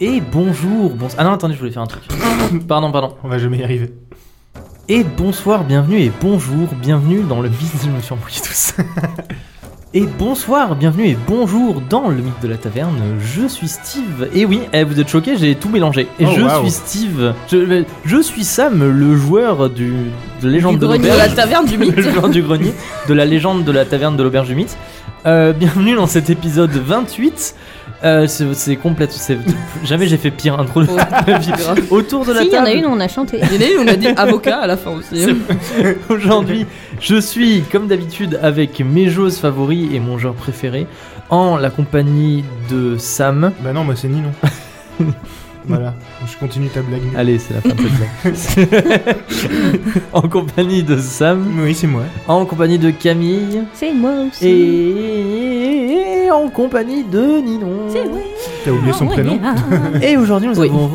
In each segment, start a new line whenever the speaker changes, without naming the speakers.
Et bonjour, bonsoir. Ah non, attendez, je voulais faire un truc. Pardon, pardon.
On va jamais y arriver.
Et bonsoir, bienvenue et bonjour, bienvenue dans le mythe. Je me suis embrouillé tous. et bonsoir, bienvenue et bonjour dans le mythe de la taverne. Je suis Steve. Et oui, eh, vous êtes choqués, j'ai tout mélangé. Et
Oh,
je
waouh.
suis Steve. Je, je suis Sam, le joueur du, de légende
Du
de
grenier de
l'auberge.
la taverne du mythe.
le joueur du grenier, de la légende de la taverne de l'auberge du mythe. Euh, bienvenue dans cet épisode 28. Euh, c'est c'est complète, c'est- jamais j'ai fait pire intro de
Oh,
ma vie.
grave.
Autour de la
Si, il y en
table,
a une, on a chanté.
Il y en a une, on a dit avocat à la fin aussi.
aujourd'hui, je suis comme d'habitude avec mes joueuses favoris et mon genre préféré en la compagnie de Sam.
Bah non, moi c'est Ninon. voilà, je continue ta blague.
Allez, c'est la fin de cette blague. en compagnie de Sam,
Oui, c'est moi.
en compagnie de Camille
C'est moi aussi.
et en compagnie de Ninon.
C'est moi.
T'as oublié son prénom
Et aujourd'hui, nous
Oui.
avons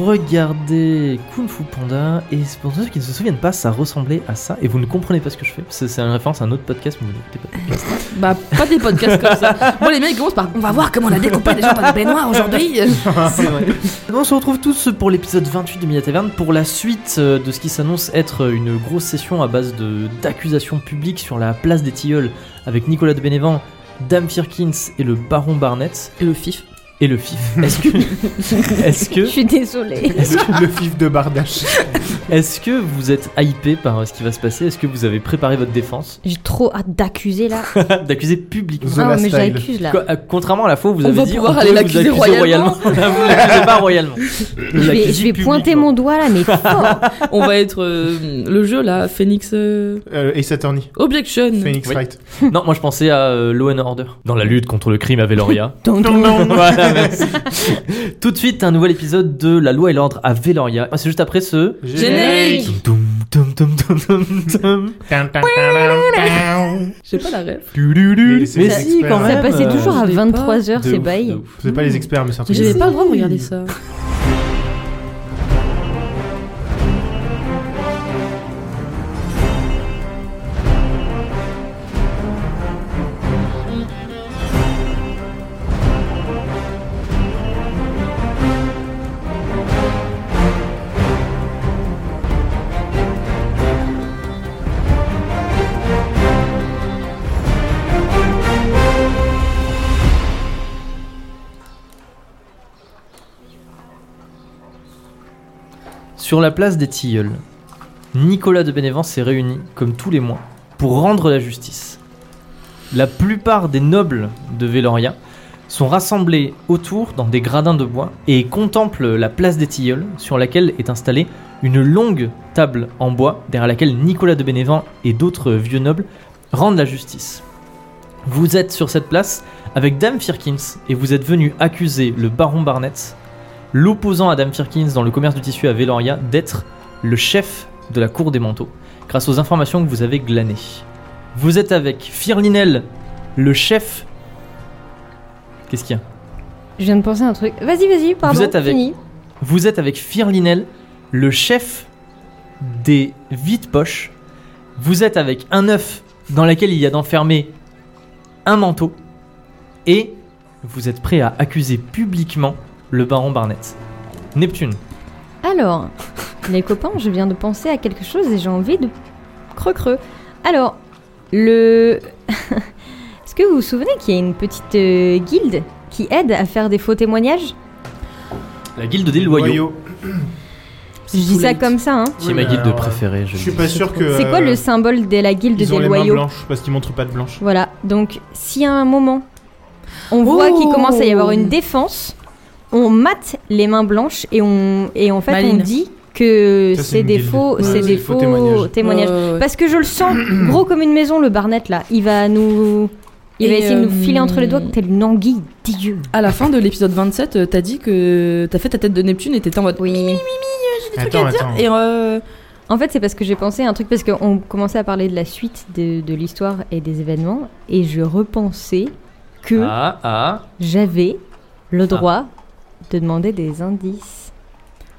regardé Kung Fu Panda. Et c'est pour ceux qui ne se souviennent pas, ça ressemblait à ça. Et vous ne comprenez pas ce que je fais. C'est c'est une référence à un autre podcast, mais vous n'écoutez pas.
Bah, pas des podcasts comme ça. Moi, les mecs, ils commencent par On va voir comment on a découpé les gens par des baignoires aujourd'hui.
Eh ben, On se retrouve tous pour l'épisode 28 de Mia Taverne pour la suite euh, de ce qui s'annonce être une grosse session à base de- d'accusations publiques sur la place des Tilleuls avec Nicolas de Bénévent, Dame Firkins et le Baron Barnett
Et le fif.
et le FIF. Est-ce que, est-ce
Je
que,
suis désolée.
Le fif de Bardache.
est-ce que vous êtes hypé par euh, ce qui va se passer Est-ce que vous avez préparé votre défense
J'ai trop hâte d'accuser là.
d'accuser publiquement
The
Ah,
Last
mais
Style.
j'accuse là.
Co- euh, Contrairement à la fois où vous
On
avez
va
dit
pouvoir
peut
aller
vous
l'accuser
accuser
royalement.
Là, vous l'accusez pas royalement. Vous
Je vais,
l'accusez
je vais pointer
publiquement.
mon doigt là, mais fort.
On va être euh, le jeu là, Phoenix euh,
Euh, Ace Attorney.
Objection.
Phoenix
Oui.
Wright.
Non, moi je pensais à euh, Law and Order. Dans la lutte contre le crime à Veloria. Voilà, merci. Tout de suite, un nouvel épisode de La Loi et l'Ordre à Veloria. Ah, C'est juste après ce.
Générique.
Dum, dum, dum, dum, dum, dum.
J'ai pas la ref.
Tululu.
c'est
Mais
les
si,
experts. hein.
quand même.
Ça passait
euh,
toujours à
je l'ai
23h,
de
c'est
ouf, de
bail.
ouf.
C'est pas les experts, mais c'est un truc.
J'avais
de-
pas le droit de regarder ça.
Sur la place des Tilleuls, Nicolas de Bénévent s'est réuni, comme tous les mois, pour rendre la justice. La plupart des nobles de Véloria sont rassemblés autour dans des gradins de bois et contemplent la place des Tilleuls, sur laquelle est installée une longue table en bois, derrière laquelle Nicolas de Bénévent et d'autres vieux nobles rendent la justice. Vous êtes sur cette place avec Dame Firkins et vous êtes venu accuser le baron Barnett l'opposant à Dame Firkins dans le commerce du tissu à Veloria d'être le chef de la cour des manteaux, grâce aux informations que vous avez glanées. Vous êtes avec Firlinel, le chef. Qu'est-ce qu'il y a
Je viens de penser à un truc. Vas-y, vas-y, pardon.
êtes avec-
fini.
Vous êtes avec Firlinel, le chef des vides poches. Vous êtes avec un œuf dans lequel il y a d'enfermer un manteau. Et vous êtes prêt à accuser publiquement le baron Barnett. Neptune.
Alors, les copains, je viens de penser à quelque chose et j'ai envie de creux-creux. Alors, le. Est-ce que vous vous souvenez qu'il y a une petite euh, guilde qui aide à faire des faux témoignages
La guilde des loyaux.
Je dis ça comme ça, hein.
C'est
Oui,
ma
mais
guilde
alors,
préférée, je
Euh, Je
le
suis
dis.
pas sûr que.
C'est quoi
euh,
le symbole de la guilde
Ils ont
des
les mains
loyaux
blanches parce qu'ils montrent pas de blanche.
Voilà, donc si à un moment on voit
Oh
qu'il commence à y avoir une défense, on mate les mains blanches et on et en fait
Maline.
on dit que
Ça, c'est
c'est
une
des
guilde.
faux,
Ouais,
c'est
c'est
des
des faux
faux
témoignages.
témoignages.
Ouais, ouais.
Parce que je le sens gros comme une maison le Barnett là, il va nous il va
Et,
essayer de nous filer
euh,
entre les doigts telle une anguille, Dieu.
À la fin de l'épisode 27, euh, t'as dit que t'as fait ta tête de Neptune et t'étais en mode.
Oui.
Attends, attends.
Et euh,
En fait, c'est parce que j'ai pensé à un truc parce qu'on commençait à parler de la suite de, de l'histoire et des événements et je repensais que
Ah, ah.
J'avais le droit de demander des indices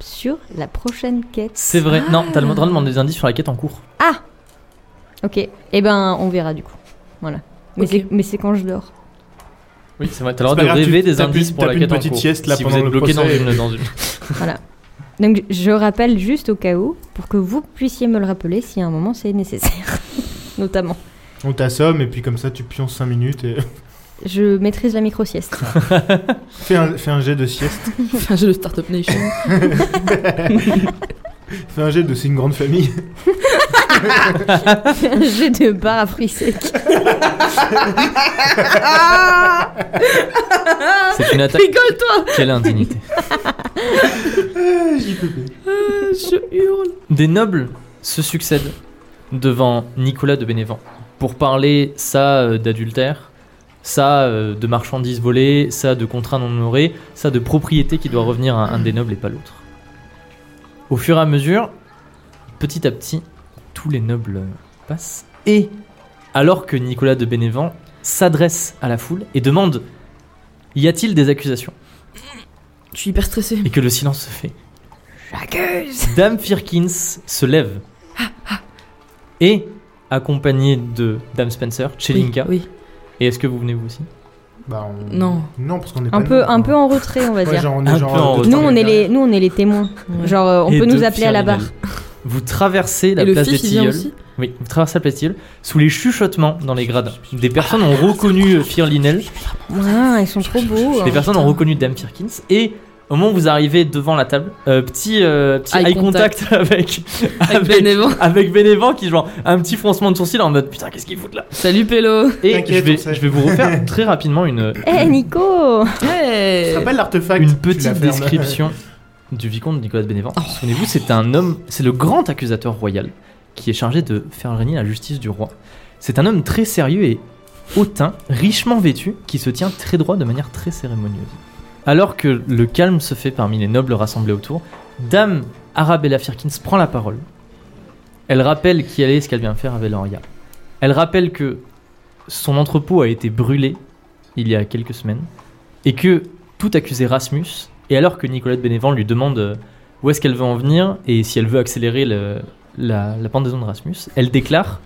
sur la prochaine quête.
C'est vrai. Non, t'as le droit de demander des indices sur la quête en cours.
Ah Ok, eh ben on verra du coup. Voilà. Mais
Ok.
c'est- mais c'est quand je dors.
Oui, c'est vrai. T'as l'air
C'est
de
pas grave,
rêver
tu-
des
t'as pu-
indices pour
t'as
la
pu une
quête en
petite
cours.
sieste, là,
si vous
pendant
êtes
le
bloqué dans
procès.
une, dans une-
Donc je rappelle juste au cas où, pour que vous puissiez me le rappeler si à un moment c'est nécessaire, notamment.
On t'assomme et puis comme ça tu pionces 5 minutes et
Je maîtrise la micro-sieste.
fais un, fais un jet de sieste.
Enfin, j'ai le Startup Nation.
Fais un jet de c'est une grande famille.
J'ai de bar à fruits secs.
C'est une attaque.
Rigole-toi
Quelle indignité.
Je hurle.
Des nobles se succèdent devant Nicolas de Bénévent pour parler ça euh, d'adultère, ça euh, de marchandises volées, ça de contrats non honorés, ça de propriété qui doit revenir à un des nobles et pas l'autre. Au fur et à mesure, petit à petit, tous les nobles passent et alors que Nicolas de Bénévent s'adresse à la foule et demande y a-t-il des accusations
Je suis hyper stressée.
et que le silence se fait.
J'accuse
Dame Firkins se lève et accompagnée de Dame Spencer, Chelinka.
Oui.
Et est-ce que vous venez vous aussi
Bah, on-
Non.
Non, parce qu'on est pas
Un peu,
nombreux,
un
hein.
peu en retrait, on va
Ouais,
dire.
genre, on est
Un
genre
peu en
deux,
Nous
trois
on, est
mètres
les, nous, on est les témoins.
Ouais.
Genre, euh, on
Et
peut
de
nous appeler à la barre.
Firlinel. Vous traversez la
Et le
place des
fils, il vient
Tilleuls.
aussi
Oui, vous traversez la place des Tilleuls sous les chuchotements dans les gradins. Des personnes ont reconnu euh, Firlinel,
Ouais, ils sont trop
Oh,
beaux. hein.
des personnes ont reconnu Dame Firkins et au moment où vous arrivez devant la table, euh, petit, euh, petit
Eye
eye contact, avec,
Avec Ben Bénévent.
avec Bénévent qui genre un petit froncement de sourcil en mode putain qu'est-ce qu'il fout là
Salut Pélo
Et je
T'inquiète,
vais,
on sait.
je vais vous refaire très rapidement une,
Eh Nico
Eh,
Tu te
Hey
rappelles l'artefact
une
Tu l'as Oh.
petite
fermé.
description du vicomte Nicolas de Bénévent. Souvenez-vous, c'est un homme, c'est le grand accusateur royal qui est chargé de faire régner la justice du roi. C'est un homme très sérieux et hautain, richement vêtu, qui se tient très droit de manière très cérémonieuse. Alors que le calme se fait parmi les nobles rassemblés autour, Dame Arabella Firkins prend la parole. Elle rappelle qui elle est et ce qu'elle vient faire à Veloria. Elle rappelle que son entrepôt a été brûlé il y a quelques semaines et que tout accusait Rasmus. Et alors que Nicolas de Bénévent lui demande euh, où est-ce qu'elle veut en venir et si elle veut accélérer le- la, la pendaison de Rasmus, elle déclare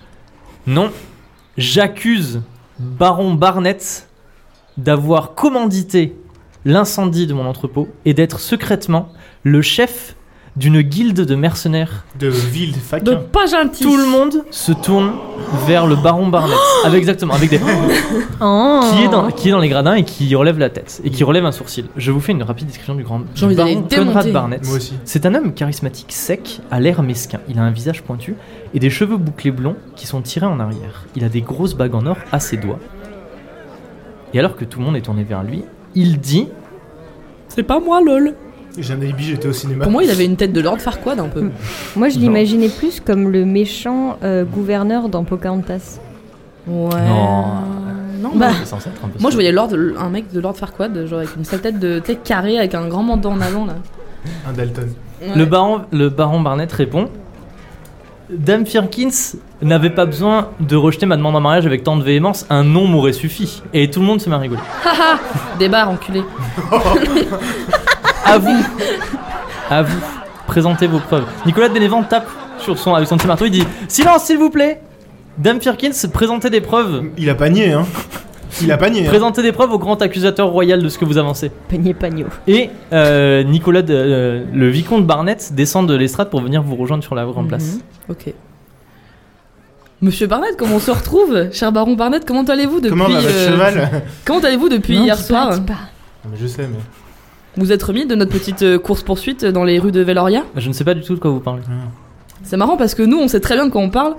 Non, j'accuse Baron Barnett d'avoir commandité l'incendie de mon entrepôt et d'être secrètement le chef d'une guilde de mercenaires.
De ville
De
faquin.
pas gentil
Tout le monde se tourne vers le baron Barnett. Avec exactement, avec des
Oh.
qui est, dans, qui est dans les gradins et qui relève la tête et qui relève un sourcil. Je vous fais une rapide description du grand
J'ai envie
du baron
d'aller le
Conrad
démonter.
Barnett.
Moi aussi.
C'est un homme charismatique, sec, à l'air mesquin. Il a un visage pointu et des cheveux bouclés blonds qui sont tirés en arrière. Il a des grosses bagues en or à ses doigts. Et alors que tout le monde est tourné vers lui, il dit
C'est pas moi, lol
J'ai un alibi, j'étais au
Bah.
cinéma.
Pour moi, il avait une tête de Lord Farquaad un
Hmm.
peu.
Moi je
Non.
l'imaginais plus comme le méchant euh, gouverneur dans Pocahontas.
Ouais.
Non.
Non,
Bah.
bah.
C'est censé être un peu
Moi, je
ça.
voyais Lord, un mec de Lord Farquaad, genre avec une sale tête de tête carrée, avec un grand manteau en avant là.
Un Dalton.
Le baron, le baron Barnett répond Dame Firkins n'avait pas besoin de rejeter ma demande en mariage avec tant de véhémence, un nom m'aurait suffi. Et tout le monde se met à rigoler.
Haha Débarre, enculé.
À vous À vous Présentez vos preuves. Nicolas de Bénévent tape sur son, avec son petit marteau, il dit Silence s'il vous plaît Dame Firkins, présentez des preuves
Il a pas nié, hein. Il a pas nié. hein.
Présentez des preuves au grand accusateur royal de ce que vous avancez.
Panier pagno.
Et euh, Nicolas, de- euh, le vicomte Barnett, descend de l'estrade pour venir vous rejoindre sur la grande place.
Mhm. Ok. Monsieur Barnett, comment on se retrouve Cher baron Barnett, comment allez-vous depuis.
Comment va votre
euh,
cheval
Comment allez-vous depuis
Non,
hier
dis pas,
soir euh,
dis pas.
Non, mais Je sais, mais.
Vous êtes remis de notre petite euh, course-poursuite dans les rues de Veloria
Je ne sais pas du tout de quoi vous parlez.
C'est marrant parce que nous, on sait très bien de quoi on parle.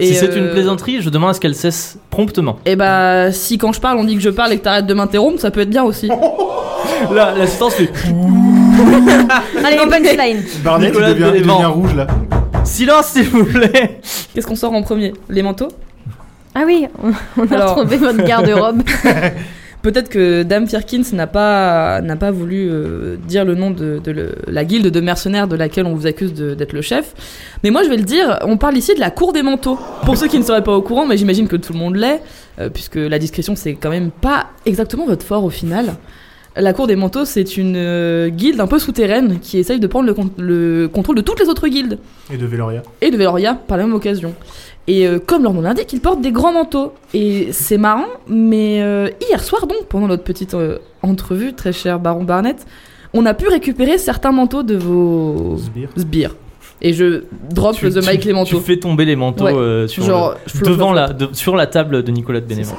si c'est
euh,
une plaisanterie, je demande à ce qu'elle cesse promptement.
Et bah, si quand je parle, on dit que je parle et que t'arrêtes de m'interrompre, ça peut être bien aussi.
Là, l'assistance fait
Allez,
Non, mais-
punchline
Barnett, il
Nicolas
devient, il
Bénévent.
devient rouge là.
silence s'il vous plaît.
Qu'est-ce qu'on sort en premier Les manteaux
Ah oui, on, on a
Alors-
retrouvé votre garde-robe.
Peut-être que Dame Firkins n'a pas, n'a pas voulu euh, dire le nom de, de le- la guilde de mercenaires de laquelle on vous accuse de- d'être le chef. Mais moi, je vais le dire, on parle ici de la cour des manteaux. Pour ceux qui ne seraient pas au courant, mais j'imagine que tout le monde l'est, euh, puisque la discrétion, c'est quand même pas exactement votre fort au final. La cour des manteaux, c'est une euh, guilde un peu souterraine qui essaye de prendre le, con- le contrôle de toutes les autres guildes
Et de Veloria.
et de Veloria par la même occasion. Et euh, comme leur nom l'indique, ils portent des grands manteaux. Et c'est marrant, mais euh, hier soir donc, pendant notre petite euh, entrevue, très cher Baron Barnett, on a pu récupérer certains manteaux de
Oh.
vos
Sbire.
sbires. Et je drop
Tu-
le The
tu-
Mike les manteaux.
Tu fais tomber les manteaux
Ouais.
euh, sur
Genre,
le-
je flop,
devant
flop,
la, de- sur la table de Nicolas de Bénévent.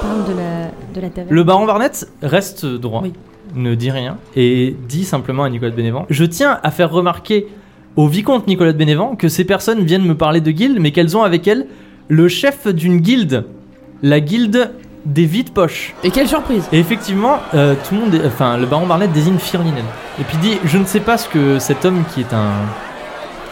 Parle de la, de la taverne.
Le baron Barnett reste droit,
Oui.
ne dit rien et dit simplement à Nicolas de Bénévent Je tiens à faire remarquer au vicomte Nicolas de Bénévent que ces personnes viennent me parler de guilde, mais qu'elles ont avec elles le chef d'une guilde, la guilde des vides poches.
Et quelle surprise
Et effectivement, euh, tout le monde, est- enfin, le baron Barnett désigne Firlinen. Et puis dit Je ne sais pas ce que cet homme qui est un.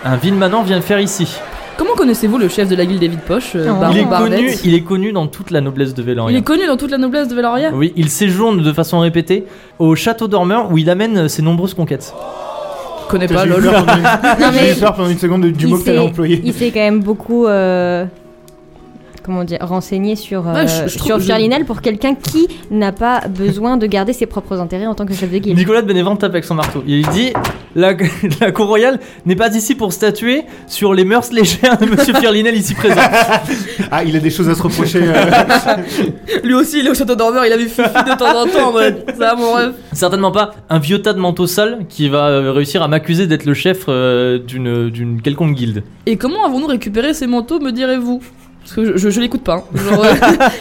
un vil manant vient faire ici.
Comment connaissez-vous le chef de la guilde des vides poches, euh,
Non.
Baron
Il est,
Barnett
connu, il est connu dans toute la noblesse de Véloria.
Il est connu dans toute la noblesse de Valoria
Oui, il séjourne de façon répétée au château dormeur où il amène euh, ses nombreuses conquêtes. Oh,
Je connais
J'ai
pas,
eu
lol.
peur pendant une-
Non, mais-
j'ai eu peur pendant une seconde du
Il
mot que t'allais
s'est-
employer.
Il s'est quand même beaucoup. euh, Comment dire, renseigné sur, euh,
Ouais, je- je
sur
trouve- je-
Firlinel pour quelqu'un qui n'a pas besoin de garder ses propres intérêts en tant que chef de guilde.
Nicolas de Bénévent tape avec son marteau. Il dit La, la cour royale n'est pas ici pour statuer sur les mœurs légères de monsieur Firlinel ici présent.
Ah, il a des choses à se reprocher. euh,
Lui aussi, il est au château dormeur, il a vu Fifi de temps en temps en mode ça, mon rêve.
Certainement pas un vieux tas de manteaux sales qui va euh, réussir à m'accuser d'être le chef euh, d'une d'une quelconque guilde.
Et comment avons-nous récupéré ces manteaux, me direz-vous Parce que je, je, je l'écoute pas. hein. Genre, euh,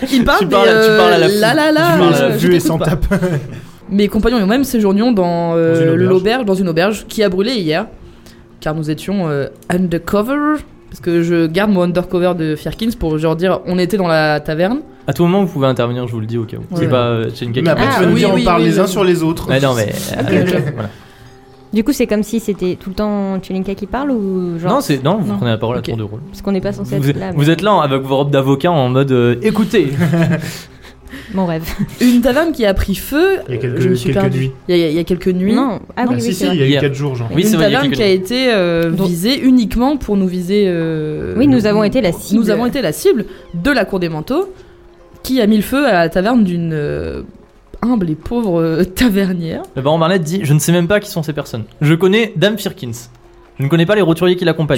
il parle,
Tu
mais,
parles- tu
euh,
parles à la
là, là, là,
Tu parles à la
je-
vu
je
et
t'écoute
sans
pas.
tape.
Mes compagnons et moi-même séjournions dans euh,
Dans une auberge.
l'auberge, dans une auberge qui a brûlé hier, car nous étions euh, undercover. Parce que je garde mon undercover de Firkins pour genre dire on était dans la taverne.
À tout moment, vous pouvez intervenir, je vous le dis au cas où. C'est
Ouais.
pas euh, Chen Kaka.
Mais après,
Ah,
tu vas nous
oui,
dire,
oui,
on parle
oui,
les
oui.
uns sur les autres.
Mais non, mais. euh,
Ok, ok.
voilà.
Du coup, c'est comme si c'était tout le temps Tchelinka qui parle ou genre.
Non, c'est- non, vous
Non.
prenez la parole à
Ok.
tour de rôle.
Parce qu'on n'est pas censé
Vous,
être là. mais-
vous êtes là hein, avec vos robes d'avocat en mode euh, Écoutez,
Mon rêve.
Une taverne qui a pris feu.
Euh,
Il y a quelques-
je me suis
quelques
perdue.
nuits.
Il y, a- il y a quelques nuits.
Non, ah oui,
Ah,
oui,
si,
c'est
si,
vrai.
il y a eu
Hier.
4 jours, genre.
Oui,
une
c'est vrai, il y a
taverne
quelques
qui a été euh,
Donc-
visée uniquement pour nous viser. euh,
Oui, nous
le-
avons été la cible.
Nous avons été la cible de la cour des manteaux qui a mis le feu à la taverne d'une euh, humble et pauvre euh, tavernière.
Le baron Barnett dit Je ne sais même pas qui sont ces personnes. Je connais Dame Firkins. Je ne connais pas les roturiers qui l'accompagnent.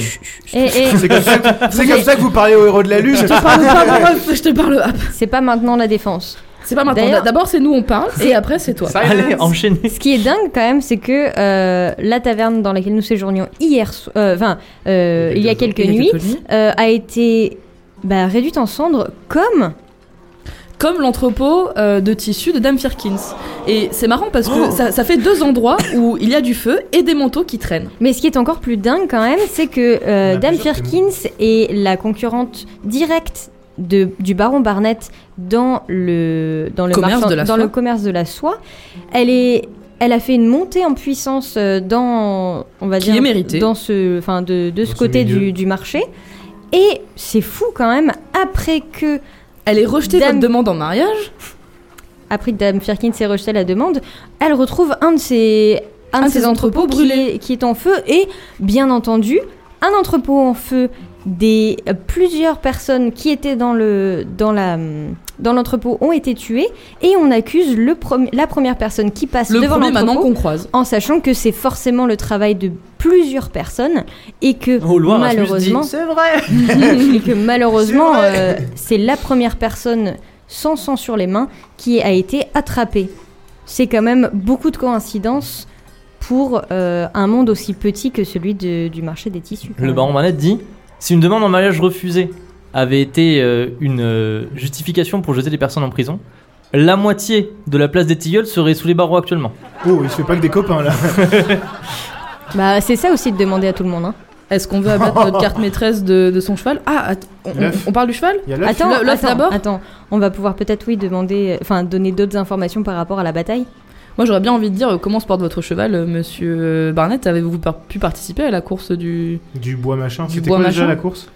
Et, et
C'est comme, ça que- c'est comme ça que vous parlez au héros de la luge.
Je te parle pas, mon ref, je te parle. Ah,
c'est pas maintenant la défense.
C'est pas maintenant.
D'ailleurs-
D'abord, c'est nous, on parle, et après, c'est toi.
Allez, enchaînez.
Ce qui est dingue quand même, c'est que euh, la taverne dans laquelle nous séjournions hier, so- euh, enfin, euh, il y a quelques nuits, euh, a été bah, réduite en cendres comme.
Comme l'entrepôt euh, de tissus de Dame Firkins. Et c'est marrant parce que ça, ça fait deux endroits où il y a du feu et des manteaux qui traînent.
Mais ce qui est encore plus dingue quand même, c'est que euh,
On a
Dame
plusieurs
Firkins est la concurrente directe de, du baron Barnett dans le, dans le,
Commerce de la
dans
soie.
le commerce de la soie. Elle, est, elle a fait une montée en puissance euh, dans, on va
Qui
dire,
est méritée.
Dans ce, enfin, de, de
Dans
ce
ce
côté
milieu.
du, du marché. Et c'est fou quand même, après que,
Elle est rejetée
Dame-
votre demande en mariage.
après que Dame Firkins ait rejeté la demande, elle retrouve un de ses, un de ses entrepôts qui
brûlés.
est- qui est en feu et, bien entendu, un entrepôt en feu des euh, plusieurs personnes qui étaient dans le dans la hum, dans l'entrepôt ont été tuées et on accuse le premi- la première personne qui passe
Le
devant
premier maintenant
l'entrepôt
qu'on croise.
en sachant que c'est forcément le travail de plusieurs personnes et que
Au loin, Rasmus
malheureusement
dit, C'est vrai
et que malheureusement
C'est
euh, c'est la première personne sans sang sur les mains qui a été attrapée. C'est quand même beaucoup de coïncidences pour euh, un monde aussi petit que celui de- du marché des tissus. quand
Le
même.
baron Barnett dit Si une demande en mariage refusée avait été euh, une euh, justification pour jeter les personnes en prison, la moitié de la place des tilleuls serait sous les barreaux actuellement.
Oh, il se fait pas que des copains là.
Bah, c'est ça aussi de demander à tout le monde. hein.
Est-ce qu'on veut abattre notre carte maîtresse de, de son cheval Ah, att- on, on-
L'œuf.
on parle du cheval
Il y a là.
Attends,
l'œuf
attends,
d'abord
attends, on va pouvoir peut-être oui demander, enfin donner d'autres informations par rapport à la bataille.
Moi, j'aurais bien envie de dire euh, comment se porte votre cheval, euh, monsieur euh, Barnett. Avez-vous par- pu participer à la course
Ah,
du.
Du bois machin.
Du
C'était
bois
quoi déjà
machin.
la course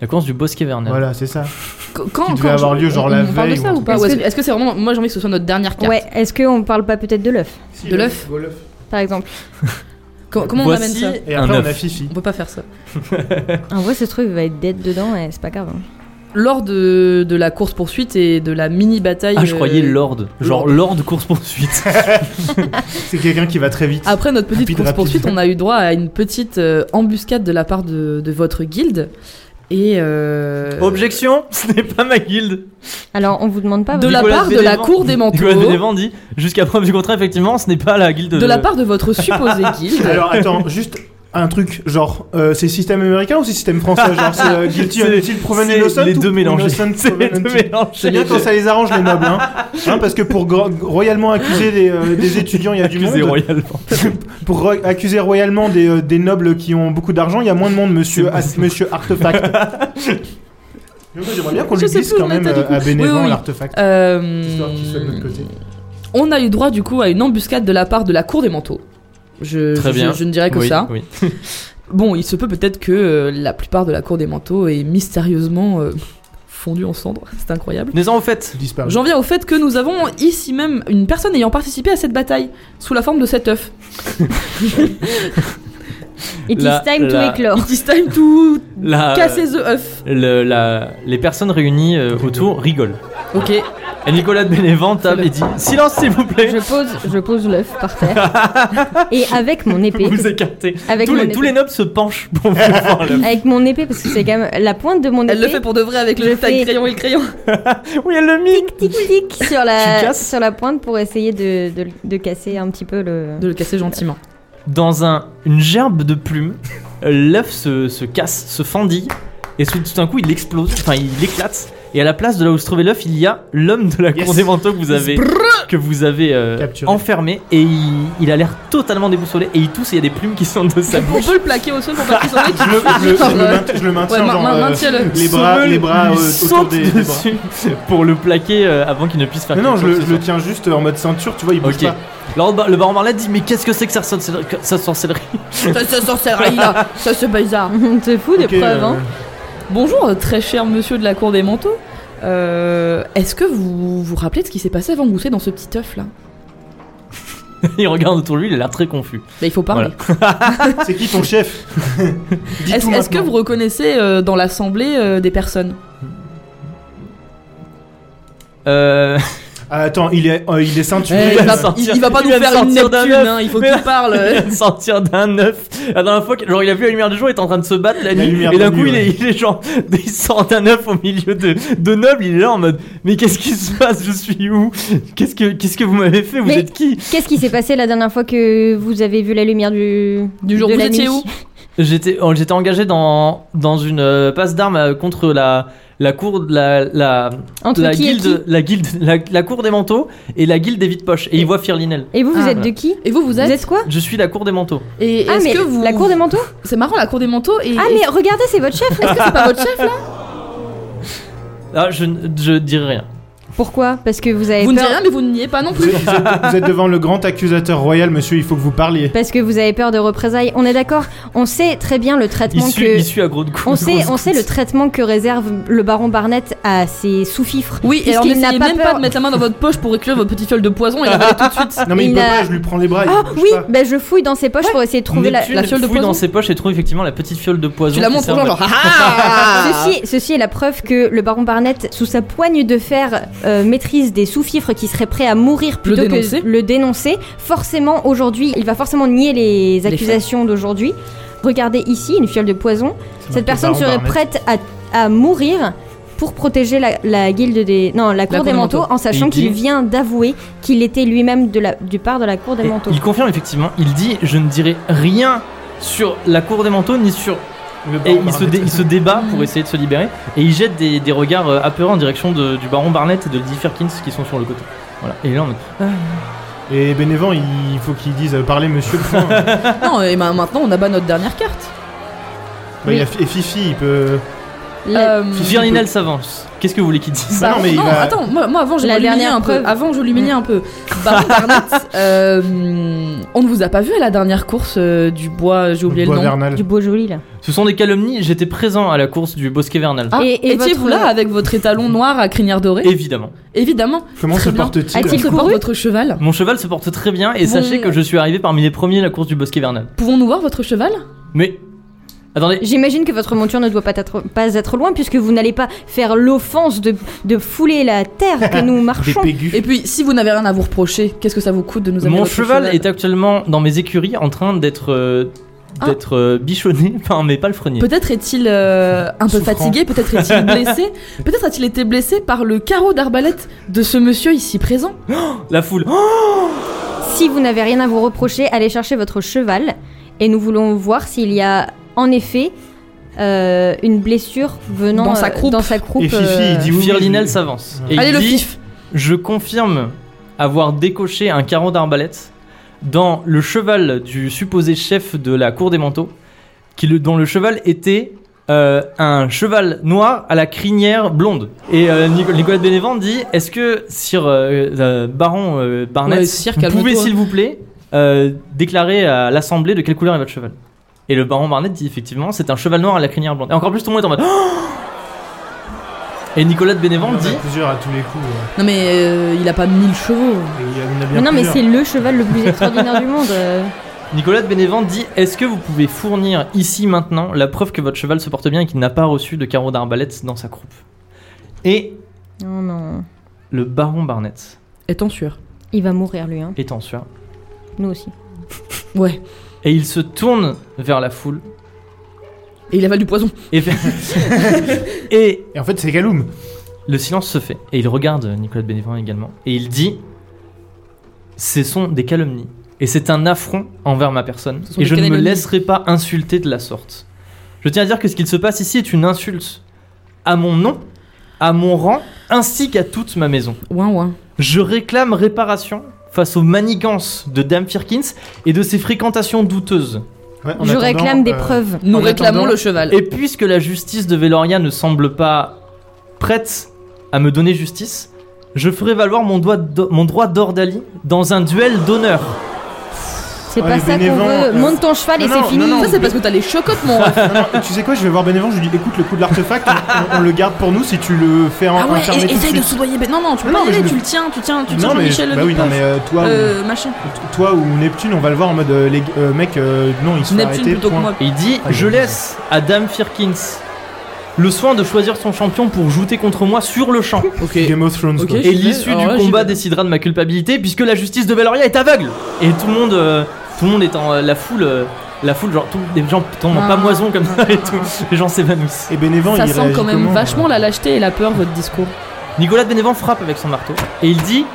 La course du bosquet Vernet.
Voilà, c'est ça.
Qu- Quand
Qui devait
quand-
avoir lieu,
on-
genre,
on,
la
on parle de
veille
ça
ou
ou
un
pas
truc
Ou Est-ce
comme
que est-ce que c'est vraiment. Moi, j'ai envie que ce soit notre dernière carte.
Ouais, est-ce qu'on parle pas peut-être de l'œuf,
De l'œuf
par exemple
Co- comment on amène
Voici
ça
Et
un
après, on a
œuf.
Fifi.
On peut pas faire ça.
En vrai, ce truc va être dead dedans et c'est pas grave. hein.
lors de, de la course poursuite et de la mini bataille.
Ah, je croyais
euh,
Lord. Genre Lord course poursuite.
C'est quelqu'un qui va très vite.
Ah,
Après notre petite
Rapide,
course
rapide.
poursuite, on a eu droit à une petite euh, embuscade de la part de, de votre guilde. Et euh,
Objection, ce n'est pas ma guilde.
Alors, on vous demande pas.
de
votre-
la
Nicolas
part de la
Bénévent-
cour des manteaux,
Nicolas Bénévent dit jusqu'à preuve du contraire, effectivement, ce n'est pas la guilde
de la part de votre supposée guilde.
Alors attends, juste un truc, genre, euh, c'est système américain ou c'est système français Genre, c'est euh, guilty
C'est-
until proven
c'est
innocent
les
ou
deux mélangés.
innocent
C'est
proven
les deux
guilty
mélangés.
C'est bien quand ça les arrange les nobles, hein, Hein, parce que pour gro- royalement accuser des, euh, des étudiants, il y a du monde.
Accusé royalement.
Pour ro- accuser royalement des, euh, des nobles qui ont beaucoup d'argent, il y a moins de monde, monsieur,
C'est
As- monsieur artefact. Mais moi, J'aimerais bien qu'on
Je
lui
sais
dise
plus où
quand
on
même
était, du
euh,
coup.
à Bénévent
Oui, oui.
l'artefact.
Euh,
Histoire qu'il soit de l'autre côté.
on a eu droit du coup à une embuscade de la part de la cour des manteaux. Je,
Très
je-
bien.
je, ne dirais que
Oui,
ça.
oui.
Bon, il se peut peut-être que euh, la plupart de la cour des manteaux est mystérieusement euh, fondue en cendres. C'est incroyable.
Venez-en au fait.
Disparu.
J'en viens au fait que nous avons ici même une personne ayant participé à cette bataille sous la forme de cet œuf.
It
La-
is time to
la-
éclore.
It is time to
La,
casser the œuf.
le- la- les personnes réunies euh, autour rigolent.
Ok.
Et Nicolas de Bénévent tape et dit Silence, s'il vous plaît.
Je pose, je pose l'œuf par terre. Et avec mon épée.
Vous écartez.
Avec
Tous
mon
les,
épée.
tous les nobles se penchent pour vous voir le-
Avec mon épée, parce que c'est quand même la pointe de mon épée.
Elle le fait pour de vrai avec le
Je
taille
fais-
crayon et le crayon.
Oui, elle le mime.
tic tic sur
Tu
la
casses
sur la pointe pour essayer de, de, de casser un petit peu le.
De le casser gentiment.
Dans un, une gerbe de plumes, euh, l'œuf se, se casse, se fendille, et sous- tout d'un coup il explose, enfin il éclate. Et à la place de là où se trouvait l'œuf, il y a l'homme de la
Yes.
cour des manteaux que vous avez, que vous avez euh,
Capturé.
enfermé, et il, il a l'air totalement déboussolé, et il tousse, et il y a des plumes qui sortent de sa
On
bouche.
peut le plaquer au sol pour pas qu'il s'en aille.
Je le, je le- je le maint- je le maintiens,
Ouais, ma-
genre,
ma-
euh,
maintiens-le.
les bras,
Sommel
les bras
lui
euh, autour
saute
des, des bras.
dessus pour le plaquer euh, avant qu'il ne puisse faire
Non, non,
quelque
je
chose
le,
que
je
ce
le tiens juste en mode ceinture, tu vois, il bouge
Ok.
pas.
Lord Bar- le baron Marlet dit Mais qu'est-ce que c'est que ça, sorcellerie, que- ça sorcellerie
Ça, ça, sorcellerie, là. Ça, c'est bizarre.
On te fout des
Ok,
preuves,
euh,
hein.
Bonjour, euh, très cher monsieur de la cour des manteaux. Euh, Est-ce que vous vous rappelez de ce qui s'est passé avant que vous soyez dans ce petit Bah, œuf là
Il regarde autour de lui, il a l'air très confus.
Bah, il faut parler.
Voilà.
C'est qui ton chef Dis
Est-ce
tout
est-ce que
maintenant.
vous reconnaissez euh, dans l'assemblée euh, des personnes
Euh,
Ah, attends, il est, euh, il est ceinturé.
Eh,
il,
va
va,
sortir-
il- il va pas
il
nous
va
faire une
sortir d'un
Neptune,
œuf.
hein, il faut
Mais
qu'il
là-
parle.
il
euh.
vient de sortir d'un œuf. La dernière fois, que- genre, il a vu la lumière du jour, il était en train de se battre la
La
nuit.
lumière
et d'un
de
coup,
nuit,
il, est,
ouais.
il est genre, il sort d'un œuf au milieu de, de nobles. Il est là en mode Mais qu'est-ce qui se passe Je suis où Qu'est-ce que Qu'est-ce que vous m'avez fait Vous
Mais-
êtes qui
Qu'est-ce qui s'est passé la dernière fois que vous avez vu la lumière du
Du jour,
de
vous
la
étiez
nuit
où
J'étais oh, j'étais engagé dans, dans une euh, passe d'armes euh, contre la, la cour de la. la
Entre
la
qui
guilde,
et qui
la guilde, la, la cour des manteaux et la guilde des vides poches. Et il voit Firlinel.
Et vous, vous
Ah,
êtes de qui
Et vous, vous êtes,
quoi
Je suis la cour des manteaux.
Et
Ah
est-ce
mais
que vous
la cour des manteaux
C'est marrant la cour des manteaux et
Ah
et-
mais regardez, c'est votre chef.
est-ce que c'est pas votre chef là
Ah, je, n- je dirai rien.
Pourquoi Parce que vous avez
Vous ne
peur.
dites rien mais vous n'y êtes pas non
Vous
plus.
êtes, vous êtes- vous êtes devant le grand accusateur royal, monsieur, il faut que vous parliez.
Parce que vous avez peur de représailles. On est d'accord. On sait très bien le
Il
traitement
suit,
que.
il suit à gros de coups.
euh, On sait, on sait le traitement que réserve le baron Barnett à ses sous-fifres.
Oui, et alors
Puisqu'il n'a
n'essayez
pas
même
peur.
pas de mettre la main dans votre poche pour récupérer votre petite fiole de poison et l'avaler tout de suite.
Non, mais il,
Il
peut
a-
pas, je lui prends les bras. il
Ah
bouge
oui,
pas.
bah je fouille dans ses poches pour essayer de trouver la.
Neptune
la fiole de
fouille dans
poison.
ses poches et trouve effectivement la petite fiole de poison.
Tu la
qui
montres
sert
aux gens
de-
genre ah
Ceci, ceci est la preuve que le baron Barnett, sous sa poigne de fer, euh, maîtrise des sous-fifres qui seraient prêts à mourir plutôt
dénoncer.
que le dénoncer. Forcément, aujourd'hui, il va forcément nier les
faits.
accusations d'aujourd'hui. Regardez ici, une fiole de poison.
C'est marqué
Cette personne
Baron
serait
Barnett.
prête à, à mourir pour protéger la, la guilde des non la cour des manteaux en
Et
sachant
il dit-
qu'il vient d'avouer qu'il était lui-même de la du part de la cour des
Et
manteaux.
Il confirme effectivement. Il dit Je ne dirai rien sur la cour des manteaux ni sur.
Le
Et
baron
il se,
Barnett.
dé- il se débat pour essayer de se libérer. Et il jette des, des regards euh, apeurants en direction de- du baron Barnett et de Lady Firkins qui sont sur le côté. Voilà. Et il est là en mode,
Et Bénévent, il faut qu'il dise euh, parlez, monsieur. point. Bah,
Non, et ben, maintenant on abat notre dernière carte.
il y a Fi- Et Fifi, il peut.
La-
Euh,
Firlinel s'avance. Qu'est-ce que vous voulez qu'il dise
Bah non, mais il
non,
va-
attends, moi, moi, avant je
La
l'humiliais
dernière
un peu.
preuve.
Avant je l'humiliais un peu. Baron Barnett, euh, on ne vous a pas vu à la dernière course euh, du bois, j'ai oublié le,
bois
nom.
vernal.
Du beau joli là.
Ce sont des calomnies, j'étais présent à la course du bosquet vernal.
Ah,
Et- et
étiez-vous
votre-
là avec votre étalon noir à crinière dorée
Évidemment.
Évidemment.
Comment
Très
se
bien. Ah,
A-t-il
porte-t-il
Que porte
couru
votre cheval
Mon cheval se porte très bien et
Bon. euh,
sachez que je suis arrivé parmi les premiers à la course du bosquet vernal.
Pouvons-nous voir votre cheval
Mais Attendez,
J'imagine que votre monture ne doit pas être, pas être loin puisque vous n'allez pas faire l'offense de, de fouler la terre que nous
Des
marchons.
pégus.
Et puis, si vous n'avez rien à vous reprocher, qu'est-ce que ça vous coûte de nous amener
mon
votre
cheval, est actuellement dans mes écuries en train d'être euh,
Ah.
d'être euh, bichonné par mes palefreniers.
Peut-être est-il euh, un peu
Souffrant.
fatigué, peut-être est-il blessé, peut-être a-t-il été blessé par le carreau d'arbalète de ce monsieur ici présent.
La foule. Oh
Si vous n'avez rien à vous reprocher, allez chercher votre cheval et nous voulons voir s'il y a en effet euh, une blessure venant
Dans sa
euh,
croupe.
dans sa croupe,
Et Fifi,
euh,
il dit oui.
Firlinel s'avance. et il
Allez, le
dit,
fif
Je confirme avoir décoché un carreau d'arbalète dans le cheval du supposé chef de la cour des manteaux, qui le- dont le cheval était euh, un cheval noir à la crinière blonde. Et euh, Nico- Nicolas de Bénévent dit Est-ce que Sir euh, euh, Baron euh, Barnett,
Ouais, Sir,
vous pouvez
calme-toi.
s'il vous plaît euh, déclarer à l'assemblée de quelle couleur est votre cheval Et le Baron Barnett dit Effectivement, c'est un cheval noir à la crinière blonde. Et encore plus, tout le monde est en mode Oh Et Nicolas de
Il y en
Bénévent
a
dit
plusieurs à tous les coups. ouais.
Non mais euh, il a pas mille chevaux.
Et il y en a bien
mais non, mais
plusieurs.
c'est le cheval le plus extraordinaire du monde. euh.
Nicolas de Bénévent dit Est-ce que vous pouvez fournir ici maintenant la preuve que votre cheval se porte bien et qu'il n'a pas reçu de carreau d'arbalète dans sa croupe Et
Non, non.
le baron Barnett
Est-on sûr
Il va mourir lui, hein.
est en sueur
nous aussi.
Ouais.
et il se tourne vers la foule
Et il avale du poison.
et, fait- et
Et en fait, c'est Galoum.
le silence se fait. Et il regarde Nicolas de Bénévent également et il dit Ce sont des calomnies et c'est un affront envers ma personne
Ce sont
et
des
je ne me
calomnies.
laisserai pas insulter de la sorte. Je tiens à dire que ce qu'il se passe ici est une insulte à mon nom, à mon rang ainsi qu'à toute ma maison.
Ouin ouin.
Je réclame réparation face aux manigances de Dame Firkins et de ses fréquentations douteuses.
Ouais, en
Je
attendant,
réclame des
euh,
preuves.
Nous
En
réclamons
attendant-
le cheval.
Et puisque la justice de Veloria ne semble pas prête à me donner justice, je ferai valoir mon, doigt d'o- mon droit d'ordalie dans un duel d'honneur.
C'est
Ah,
pas
les
ça qu'on
bénévents,
veut.
euh,
Monte ton cheval et
non,
c'est
non,
fini.
non, non.
Ça c'est parce que t'as les chocottes mon ref.
Non, non, tu sais quoi, je vais voir Bénévent, je lui dis écoute, le coup de l'artefact, on, on- on le garde pour nous si tu le fais en,
Ah ouais,
enfermer
et-
tout de
essaye de
suite.
soudoyer. Ben Non non, tu peux
Non,
pas y
mais
aller,
je-
tu le tiens, tu tiens, tu tiens
Non, mais,
Jean-Michel.
bah oui, non,
Dupont.
mais euh, toi,
Euh, machin.
ou, toi ou Neptune, on va le voir en mode euh, les, euh, mec, euh, non, il se fait
Neptune
arrêter.
plutôt que
point.
moi.
Et il dit
Ah,
Je
bon.
laisse à Dame Firkins le soin de choisir son champion pour jouer contre moi sur le champ.
Ok.
Game of Thrones.
Ok.
quoi.
Et
j'y vais.
l'issue
Alors
du
là, j'y
combat
vais.
décidera de ma culpabilité puisque la justice de Veloria est aveugle. Et tout le monde, euh, tout le monde est en euh, la foule, euh, la foule genre tout, les gens tombent en
Ah.
pamoison comme ça et tout. Les gens s'évanouissent.
Et Bénévent,
Ça
il
sent
réagit
quand même
comment, hein euh
vachement la lâcheté et la peur votre discours.
Nicolas de Bénévent frappe avec son marteau et il dit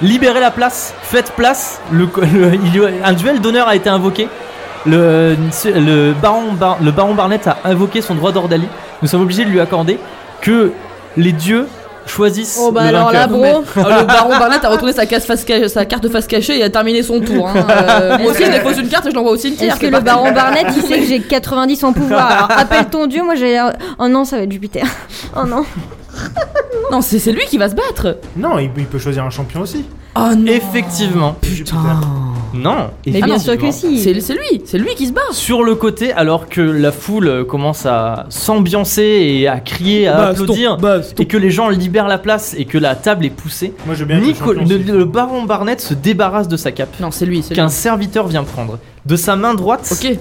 Libérez la place, faites place. Le, co- le- il y a- un duel d'honneur a été invoqué. Le, le baron, Bar- le baron Barnett a invoqué son droit d'ordalie. Nous sommes obligés de lui accorder que les dieux choisissent.
Oh, bah
le vainqueur.
Ah, le baron Barnett a retourné sa, casse face ca- sa carte face cachée et a terminé son tour. Hein. Euh, moi aussi, je dépose une carte et je l'envoie au cimetière.
Est-ce que
c'est
le
parti.
baron Barnett, il sait que j'ai 90 en pouvoir Alors, appelle ton dieu, moi j'ai. Oh non, ça va être Jupiter. Oh non.
Non, c'est c'est lui qui va se battre.
Non, il, il peut choisir un champion aussi.
Oh non.
Effectivement.
Putain.
Ah, Non.
Mais bien sûr que
effectivement.
si.
C'est c'est lui, c'est lui qui se bat.
Sur le côté, alors que la foule euh, commence à s'ambiancer et à crier, à applaudir, et que les gens libèrent la place et que la table est poussée,
Moi, je veux bien être
Nico-
le champion
le,
aussi.
le baron Barnett se débarrasse de sa cape
Non, c'est lui, c'est lui.
qu'un serviteur vient prendre. De sa main droite,
Ok.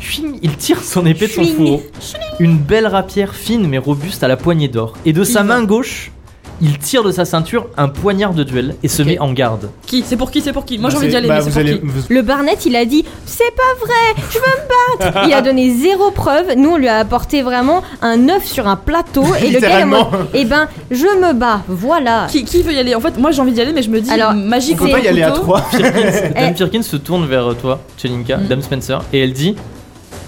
ching, il tire son épée de son
Chling.
fourreau. Une belle rapière fine mais robuste à la poignée d'or. Et de sa
Il
main
va.
gauche, il tire de sa ceinture un poignard de duel et se
Ok.
met en garde.
Qui C'est pour qui C'est pour qui Moi j'ai
C'est-
envie d'y aller,
bah,
mais c'est
vous
pour
allez-
qui
vous-
Le Barnett, il a dit C'est pas vrai, je veux me battre. Il a donné zéro preuve. Nous, on lui a apporté vraiment un œuf sur un plateau. Et le gars, il a
Littéralement.
dit, Eh ben, je me bats, voilà.
qui, qui veut y aller En fait, moi j'ai envie d'y aller, mais je me dis,
Alors,
On
magique,
peut pas y aller à trois.
Firkins- Dame
Eh.
Firkins se tourne vers euh, toi, Chelinka,
Mm.
Dame Spencer, et elle dit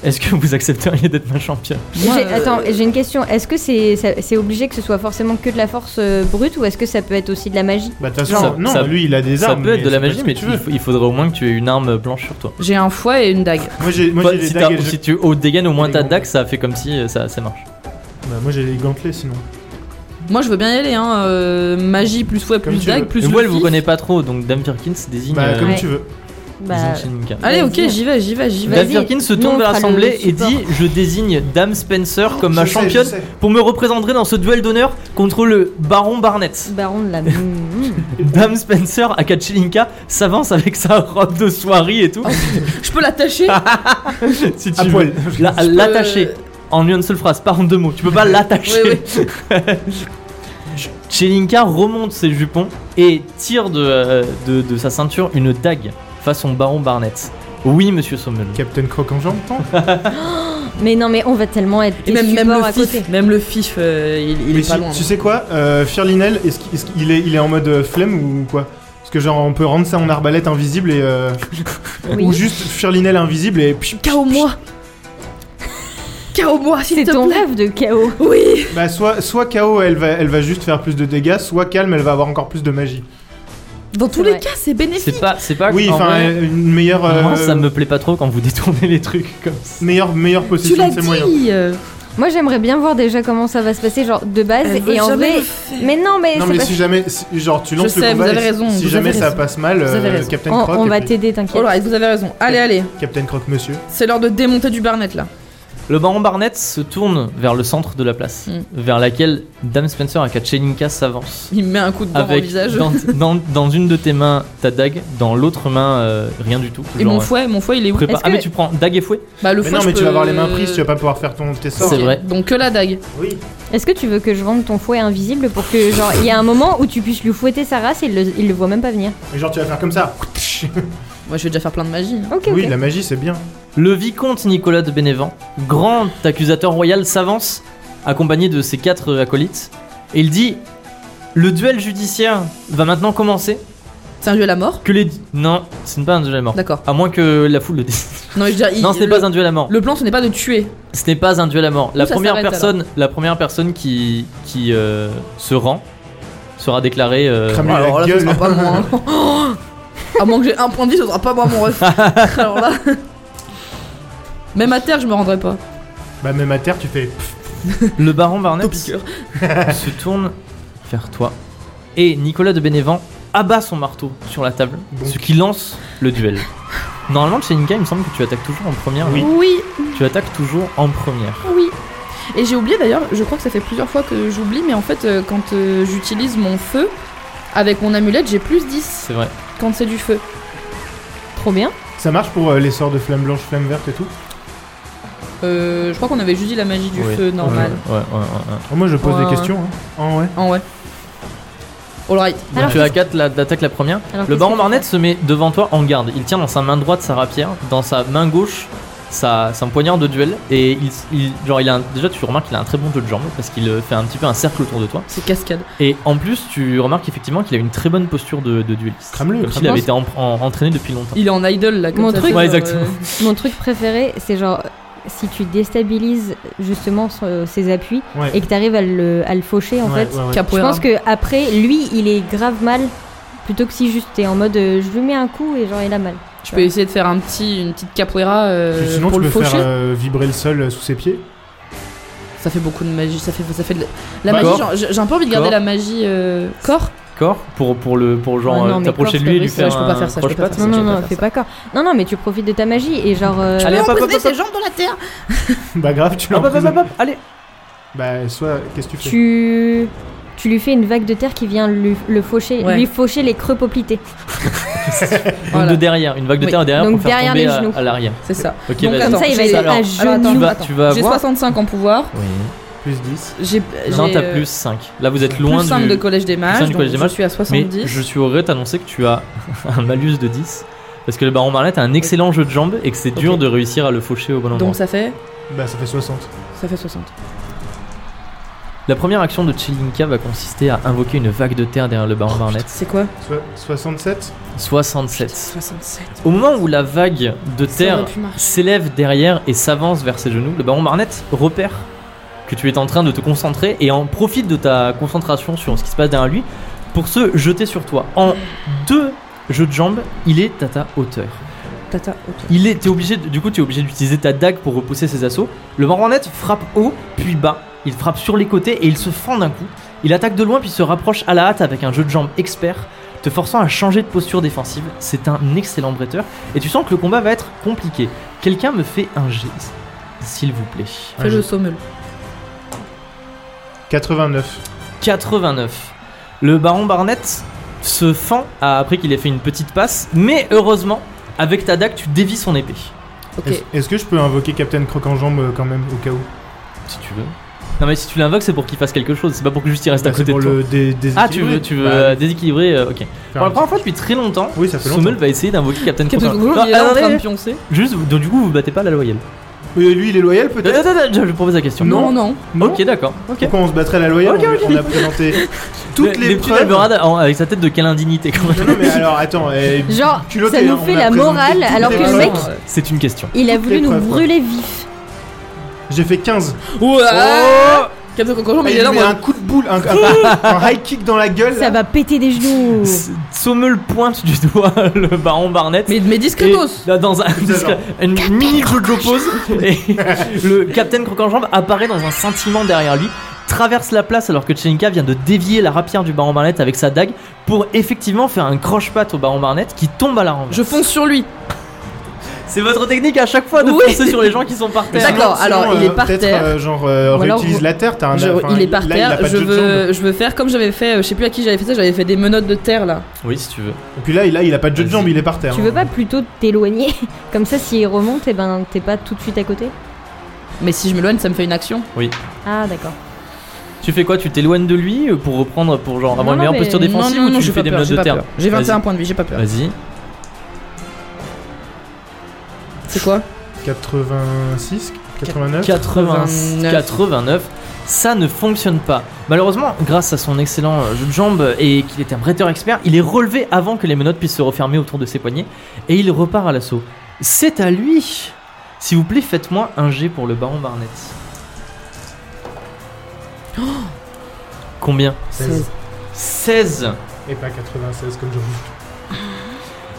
Est-ce que vous accepteriez d'être ma championne
J'ai-
euh,
Attends, j'ai une question. Est-ce que c'est ça- c'est obligé que ce soit forcément que de la force euh, brute ou est-ce que ça peut être aussi de la magie
Bah, de toute
Ça-
façon, non,
ça-
lui, il a des
Ça
armes.
peut être
mais
de la
peut
magie,
ce que
mais
tu
il
veux.
faut- il faudrait au moins que tu aies une arme blanche sur toi.
J'ai un fouet et une dague.
Moi, j'ai moi,
Toi,
j'ai des
si,
dagues.
t'as-
et je-
si tu au dégaine au moins
Des
ta
gants.
dague, ça fait comme si euh, ça, ça marche.
Bah, Moi, j'ai des gantelets sinon.
Moi je veux bien y aller, hein. euh, magie plus fouet
Comme
plus
tu
dague
veux.
plus.
Mais
le
moi, elle vous
fif.
connaît pas trop, donc Dame Firkins désigne.
Bah,
euh,
comme
Ouais.
tu veux.
Bah,
Zinchenka.
Allez, ok,
Vas-y.
j'y vais, j'y vais, j'y vais.
Dave
vas-y,
Perkins se
nous,
tourne
on
vers
fera
l'assemblée
le
et dit Je désigne Dame Spencer comme ma
Je sais, je
championne
sais.
pour me représenter dans ce duel d'honneur contre le Baron Barnett.
Baron de la. Mm,
Dame Spencer à Kachelinka s'avance avec sa robe de soirée et tout.
Je peux l'attacher
si tu
Ah, À
veux.
poil.
La-
peux- euh,
L'attacher en une seule phrase, pas en deux mots. Tu peux pas l'attacher.
Oui,
Chelinka remonte ses jupons et tire de, euh, de, de sa ceinture une dague façon Baron Barnett. Oui, monsieur Sommel.
Captain Croc en jambe, tant
mm. mais non, mais on va tellement être. tes
Et même, même
supports
le
à côté.
fif, même le fif, euh, il, il
Mais
est pas
tu,
loin.
tu sais quoi euh, Firlinel, est-ce qu'il est-ce qu'il est, il est en mode euh, flemme ou quoi Parce que genre on peut rendre ça en arbalète invisible et... euh,
Oui.
Ou juste Firlinel invisible et... pchou, pchou,
K.O. moi K.O. moi, s'il
C'est
te
ton
plaît
rêve de chaos.
Oui
Bah soit, soit KO elle va, elle va juste faire plus de dégâts, soit calme elle va avoir encore plus de magie.
Dans tous
C'est
les
vrai.
cas, c'est bénéfique
C'est pas, c'est pas.
oui,
en
enfin
vrai,
euh, une meilleure... euh,
vraiment, ça me plaît pas trop quand vous détournez les trucs comme ça.
Meilleure, meilleure
Tu
possession
l'as
de ses moyens.
dit euh,
Moi, j'aimerais bien voir déjà comment ça va se passer, genre de base.
elle veut
et en
jamais
vrai.
le faire.
Mais non, mais
Non
c'est
mais
pas-
si jamais, si- genre tu
Je
lances
sais,
le
vous
combat, et
avez
si-
raison,
si
vous
jamais
avez
ça
raison.
passe mal,
Vous avez
euh,
raison.
Captain
On,
Croc,
on
et
va
puis-
t'aider, t'inquiète.
All right, Oh vous avez raison. Allez, allez,
Captain Croc Monsieur.
c'est l'heure de démonter du Barnett là.
Le baron Barnett se tourne vers le centre de la place,
Mm.
vers laquelle Dame Spencer à Kachelinka s'avance.
Il me met un coup de dent au
Avec
visage.
dans, dans- dans une de tes mains ta dague, dans l'autre main euh, rien du tout.
Et
Genre,
mon
euh,
fouet, mon fouet, il est où
prépa-
Est-ce
Ah
que-
mais tu prends dague et fouet
Bah le
Mais
fouet.
non
je
mais tu
peux-
vas avoir les mains prises, tu vas pas pouvoir faire ton tes sorts.
C'est
Ok,
vrai.
Donc que la dague.
Oui.
Est-ce que tu veux que je vende ton fouet invisible pour que, genre, il y a un moment où tu puisses lui fouetter sa race et il le, il le voit même pas venir
Et genre tu vas faire comme ça.
Moi, je vais déjà faire plein de magie. hein.
Ok,
Oui,
ok.
la magie c'est bien.
Le vicomte Nicolas de Bénévent, grand accusateur royal, s'avance, accompagné de ses quatre acolytes, et il dit Le duel judiciaire va maintenant commencer.
C'est un duel à mort.
Que les. Non, ce n'est pas un duel à mort.
D'accord.
À moins que la foule le dise.
Non, mais je veux dire, il-
Non, ce n'est
le-
pas un duel à mort.
Le plan, ce n'est pas de tuer.
Ce n'est pas un duel à mort. La
Où ça
première
s'arrête,
personne, la première personne qui qui euh, se rend sera déclarée. euh,
Crame-lui
alors
Ah, la
là,
gueule.
ce sera pas moi. hein. à moins que j'ai un point de vie, ce sera pas moi, mon ref. alors là. Même à terre, je me rendrai pas.
Bah même à terre tu fais.
le baron Barnett
Obscur.
se tourne vers toi et Nicolas de Bénévent abat son marteau sur la table,
Bon.
ce qui lance le duel. Normalement, Cheninka, il me semble que tu attaques toujours en première.
Oui.
Oui,
Tu attaques toujours en première.
oui. Et j'ai oublié d'ailleurs, je crois que ça fait plusieurs fois que j'oublie, mais en fait, euh, quand euh, j'utilise mon feu, avec mon amulette, j'ai plus 10
C'est vrai.
quand c'est du feu.
Trop bien.
Ça marche pour euh, les sorts de flamme blanche, flamme verte et tout
Euh, je crois qu'on avait juste dit la magie du
Ouais.
feu normal.
Ouais, ouais, ouais, ouais, ouais.
Oh, Moi je pose
Ouais,
des
ouais.
questions. Hein. Ah ouais.
Ah ouais. Alright.
Alors,
tu attaques la, attaques la première.
Alors,
Le
qu'est-ce
baron
que tu
Barnett se met devant toi en garde. Il tient dans sa main droite sa rapière, dans sa main gauche sa, son poignard de duel. Et il, il- genre, il a un- déjà, tu remarques qu'il a un très bon jeu de jambes parce qu'il euh, fait un petit peu un cercle autour de toi.
C'est cascade.
Et en plus, tu remarques effectivement qu'il a une très bonne posture de, de dueliste.
Crame-le,
Comme s'il
crame-le.
avait été en- en- entraîné depuis longtemps.
Il est en idle là, comme
Mon
ça,
truc-
sur,
Ouais, exactement.
euh,
Mon truc préféré, c'est genre si tu déstabilises justement son- ses appuis
Ouais.
et que t'arrives à le, à le faucher en
Ouais,
fait.
ouais, ouais.
Je
capoeira.
pense que après, lui, il est grave mal plutôt que si juste t'es en mode euh, je lui mets un coup et genre il a mal.
Je peux essayer de faire un petit, une petite capoeira euh,
Puis sinon
pour
tu
le
peux
faucher.
faire euh, vibrer le sol euh, sous ses pieds.
Ça fait beaucoup de magie, ça fait, ça fait de la- la
Bah,
magie.
corps.
genre, j'ai j'ai un peu envie de garder
Corps.
la magie euh, corps.
D'accord Pour, pour, le, pour genre
Ah non,
euh,
mais
t'approcher de
corps,
lui et
c'est
lui
pas
faire.
vrai, je peux pas
un
faire ça, je peux pas
croche-patte.
faire
Non, non,
j'ai
non,
faire
fais
ça.
pas corps. Non, non, mais tu profites de ta magie et genre. euh,
Allez, hop, hop, hop, hop, hop.
jambes dans la terre.
Bah grave tu
Hop, hop, hop,
l'emprisonnes.
hop, hop, allez
Bah soit qu'est-ce que tu fais
tu. Tu lui fais une vague de terre qui vient lui, le faucher,
Ouais.
lui faucher les creux poplités.
Donc
Voilà.
de derrière, une vague de
Oui.
terre derrière
Donc
pour faire
derrière
tomber
les
à-
genoux.
à, l'arrière.
C'est ça.
Ok,
Donc,
vas-y.
Comme ça, il va
c'est
être
alors-
à
alors, attends,
tu
genoux.
vas,
Attends.
tu vas
J'ai
avoir.
65 en pouvoir.
Oui.
Plus 10.
J'ai
Non,
j'ai,
t'as
euh,
plus 5. Là, vous êtes
plus
loin du.
5 de collège des mages.
cinq du
donc
collège des mages,
Je suis à
Mais
70.
je suis heureux de t'annoncer que tu as un malus de 10. Parce que le baron Barnett a un excellent jeu de jambes et que c'est dur
Ok.
de réussir à le faucher au bon endroit.
Donc ça fait,
Bah ça fait 60.
ça fait 60.
La première action de Chelinka va consister à invoquer une vague de terre derrière le
Oh,
baron Barnett.
C'est quoi
Soi- 67
67.
67.
Au moment où la vague de
Ça
terre
aurait pu marcher.
s'élève derrière et s'avance vers ses genoux, le baron Barnett repère que tu es en train de te concentrer et en profite de ta concentration sur ce qui se passe derrière lui pour se jeter sur toi. En deux jeux de jambes, il est à ta hauteur.
Tata, ok.
Il est, t'es obligé, de- du coup, tu es obligé d'utiliser ta dague pour repousser ses assauts. Le baronet frappe haut, puis bas. Il frappe sur les côtés et il se fend d'un coup. Il attaque de loin, puis se rapproche à la hâte avec un jeu de jambes expert. te forçant à changer de posture défensive. C'est un excellent bretteur et tu sens que le combat va être compliqué. Quelqu'un me fait un jet, s'il vous plaît. Un
Fais
jet.
le sommel.
89.
89. Le baron Barnett se fend à- après qu'il ait fait une petite passe, mais heureusement, avec ta dague, tu dévis son épée.
Ok.
Est-ce- Est-ce que je peux invoquer Captain Croc en jambe euh, quand même, au cas où
Si tu veux. Non, mais si tu l'invoques, c'est pour qu'il fasse quelque chose, c'est pas pour que juste il reste à
Bah, c'est
côté
pour
de toi.
le dé- déséquilibrer.
Ah, tu veux, tu veux
Bah,
euh, déséquilibrer, euh, ok.
faire
Pour la
un petit-
première fois depuis très longtemps,
Oui, ça fait
Sommel
longtemps.
va essayer d'invoquer Captain
Captain
Croc.
Google,
Non,
il est là en
Ah, attendez,
train de pioncer.
Juste, donc du coup, vous battez pas la loyale.
Euh, lui, il est loyal peut-être
Attends, attends, je je pose la question.
Non.
Non, non.
Non
Euh, Ok, d'accord. Ok.
Pourquoi on se battrait à la loyale
Ok,
on,
ok.
on a présenté toutes
Le-
les
Neptune
preuves.
Alberade, en- avec sa tête de quelle indignité quand
Non,
même.
non, mais alors attends, eh,
Genre,
culotté,
ça
hein,
nous
on
fait
a
la
présenté
morale
toutes
alors
les
que le
preuves.
mec,
C'est une question.
il a
Toutes
voulu
les
nous
preuves, ouais.
brûler vif.
J'ai fait 15.
Oh.
Ouah Captain Croc,
Et
Ah, il
il
est là en
met un
mode.
coup de boule, un, un- un high kick dans la gueule.
Ça
là.
va péter des
Oh.
genoux.
S- Sommel pointe du doigt le baron Barnett.
Mais, mais
Et
discretos
là, dans un,
Exactement.
une mini Jojo pose, et le Capitaine Croc en jambe apparaît dans un sentiment derrière lui, traverse la place alors que Tchelinka vient de dévier la rapière du Baron Barnett avec sa dague pour effectivement faire un croche-patte au Baron Barnett qui tombe à la renverse.
Je fonce sur lui.
C'est votre technique à chaque fois de
Oui.
foncer sur les gens qui sont par terre.
Sinon-
D'accord,
sinon,
alors, il est par
peut-être,
terre.
euh, genre, euh,
Ou alors,
réutilise
vous-
la terre,
Ah,
t'as un.
Je-
enfin,
il est par
là,
terre.
a pas de
je,
jeu de jambes.
veux, je veux faire comme j'avais fait, euh, je sais plus à qui j'avais fait ça, j'avais fait des menottes de terre là.
Oui, si tu veux.
Et puis là, il a, il a pas de jeu de
Vas-y.
jambes, il est par terre.
Tu
hein.
veux pas plutôt t'éloigner Comme ça, s'il remonte, eh ben, t'es pas tout de suite à côté
Mais si je m'éloigne, ça me fait une action.
Ah, d'accord.
Tu fais quoi Tu t'éloignes de lui euh, pour reprendre, pour genre avoir
Non,
une
non,
meilleure
mais-
posture
non,
défensive
non, non,
ou tu
j'ai
lui fais
pas
des
peur,
menottes
j'ai
de
pas
terre
peur. J'ai 21
Vas-y.
points de vie, j'ai pas peur.
Vas-y.
C'est quoi
86, 89.
89.
89.
89. Ça ne fonctionne pas. Malheureusement, grâce à son excellent euh, jeu de jambes et qu'il était un bretteur expert, il est relevé avant que les menottes puissent se refermer autour de ses poignets et il repart à l'assaut. C'est à lui S'il vous plaît, faites-moi un G pour le baron Barnett. Combien
16.
16
Et pas 96 comme j'en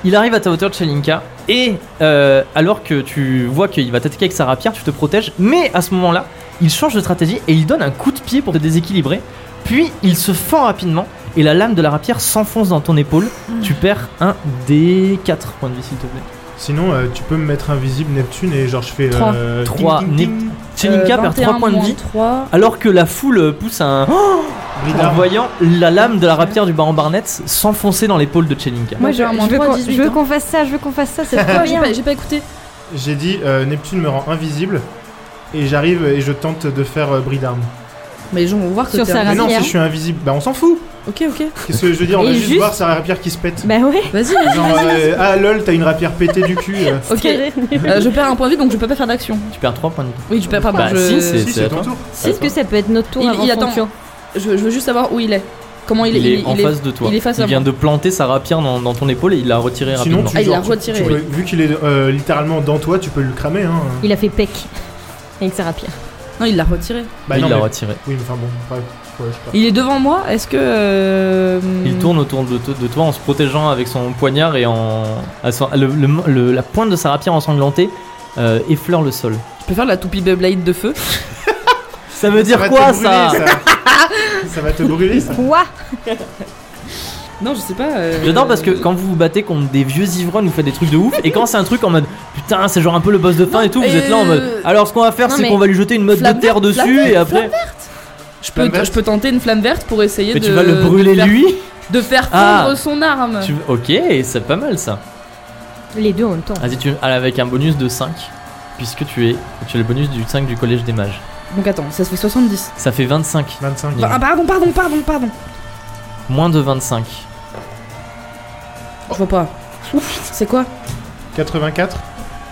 Il arrive à ta hauteur, Chelinka, et euh, alors que tu vois qu'il va t'attaquer avec sa rapière, tu te protèges, mais à ce moment-là, il change de stratégie et il donne un coup de pied pour te déséquilibrer, puis il se fend rapidement, et la lame de la rapière s'enfonce dans ton épaule.
Hmm.
Tu perds un des 4 points de vie, s'il te plaît.
Sinon, euh, tu peux me mettre invisible Neptune et genre je fais.
Trois.
euh, ding,
Trois.
ding, ding.
Chelinka
Euh,
perd 3 points de vie,
3.
alors que la foule pousse un...
Oh,
en
Ridard.
voyant la lame de la rapière du baron Barnett s'enfoncer dans l'épaule de Chelinka.
Moi,
Donc,
je,
euh,
je
moins
veux
trois,
qu'on- je
18,
veux
hein.
qu'on fasse ça, je veux qu'on fasse ça, c'est trop
Ah, j'ai
bien.
pas, j'ai pas écouté.
J'ai dit euh, Neptune me rend invisible et j'arrive et je tente de faire euh, bris d'armes.
Mais les gens vont voir que
Sur
t'es
sa
un-
Mais non,
rapière.
si je suis invisible, bah on s'en fout.
Ok, ok.
Qu'est-ce que je veux dire On va
Et
juste,
juste-
voir sa rapière qui se pète.
Bah ouais,
Vas-y. hein.
Genre, euh, ah lol, t'as une rapière pétée du cul. euh.
Ok.
c'est génial.
Euh, je perds un point de vie donc je peux pas faire d'action.
Tu perds 3 points de vie.
Oui, je perds pas.
Bah,
je...
si, c'est-
Si, c'est
à
ton
toi.
tour.
Est-ce que ça peut être notre tour
Il-
avant
il
son
attend.
tour
je, je veux juste savoir où il est. Comment il,
Il, est
il-
en
il
face de toi.
il est face à
il vient
moi.
de planter sa rapière dans, dans ton épaule et il l'a retirée
Sinon,
rapidement.
tu,
Ah, il
genre,
l'a
tu-
retiré,
tu
oui.
peux- vu qu'il est euh, littéralement dans toi, tu peux le cramer. Hein.
Il a fait pec avec sa rapière.
Non, il l'a retiré.
Bah,
il
non,
l'a
mais-
retiré.
Oui, mais enfin bon, bref, ouais, je sais pas.
Il est devant moi. Est-ce que. euh,
Il tourne autour de, to- de toi en se protégeant avec son poignard et en. à son- le- le- le- la pointe de sa rapière ensanglantée euh, effleure le sol.
Je peux faire la toupie Beyblade de feu.
Ça veut dire
va te
quoi
brûler,
ça
ça Ça va te brûler ça.
Quoi
Non, je sais pas. euh,
J'adore parce que quand vous vous battez contre des vieux ivrognes, vous faites des trucs de ouf et quand c'est un truc en mode putain, c'est genre un peu le boss de fin
Non,
et tout, vous êtes là en mode.
euh,
Alors ce qu'on va faire,
non,
c'est
mais-
qu'on va lui jeter une mode de
Flamme
terre
verte,
dessus
flamme
et après.
Je
Flamme
peux,
verte.
je peux tenter une flamme verte pour essayer
Mais
de.
tu vas le
de
brûler
faire-
lui
De faire
Ah.
fondre son arme.
Tu- Ok, c'est pas mal ça.
Les deux en même temps.
Vas-y, tu... avec un bonus de 5 puisque tu es. Tu as le bonus du 5 du collège des mages.
Donc attends, ça se fait 70.
Ça fait 25.
25.
Bah,
Ah, pardon, pardon, pardon, pardon.
Moins de 25.
Je vois pas. C'est quoi
84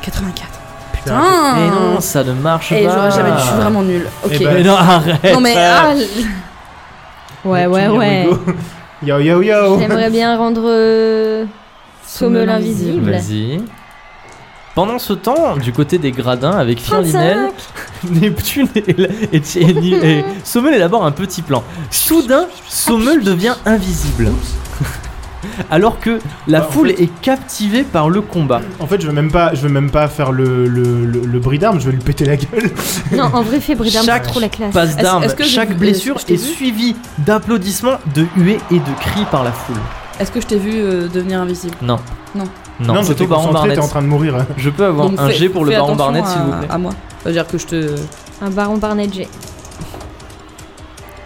84.
C'est
Putain
Mais Eh non, ça ne marche
Hein. Eh,
pas.
j'aurais jamais dû, je suis vraiment nulle. Ok.
Eh ben,
Mais non, arrête.
non mais. Ah,
Ouais,
Neptune,
ouais,
here we
ouais.
go. Yo yo yo
J'aimerais bien rendre euh, Sommel
Sommel
invisible.
Vas-y. Pendant ce temps, du côté des gradins, avec
35
Firlinel, Neptune et, la- et, Jenny- et Sommel élabore un petit plan. Soudain, Sommel devient invisible. Alors que la
Bah, en
foule
fait-
est captivée par le combat.
En fait, je veux même pas, je veux même pas faire le, le, le, le bris d'armes, je vais lui péter la gueule.
Non, en vrai, fais Bridam, c'est
Chaque-
trop la classe.
Passe
Est-ce-
d'armes,
est-ce que j'ai
chaque
vu-
blessure
est-ce que je
est
t'ai vu
suivie d'applaudissements, de huées et de cris par la foule.
Est-ce que je t'ai vu euh, devenir invisible
Non.
Non.
Non, c'est
j'étais
au baron
concentré,
Barnett.
t'es en train de mourir.
Je peux avoir
Donc
un
fais-
G pour le
fais
baron
attention
Barnett, s'il
à-
vous plaît
À moi. C'est-à-dire que je te.
Un baron Barnett G.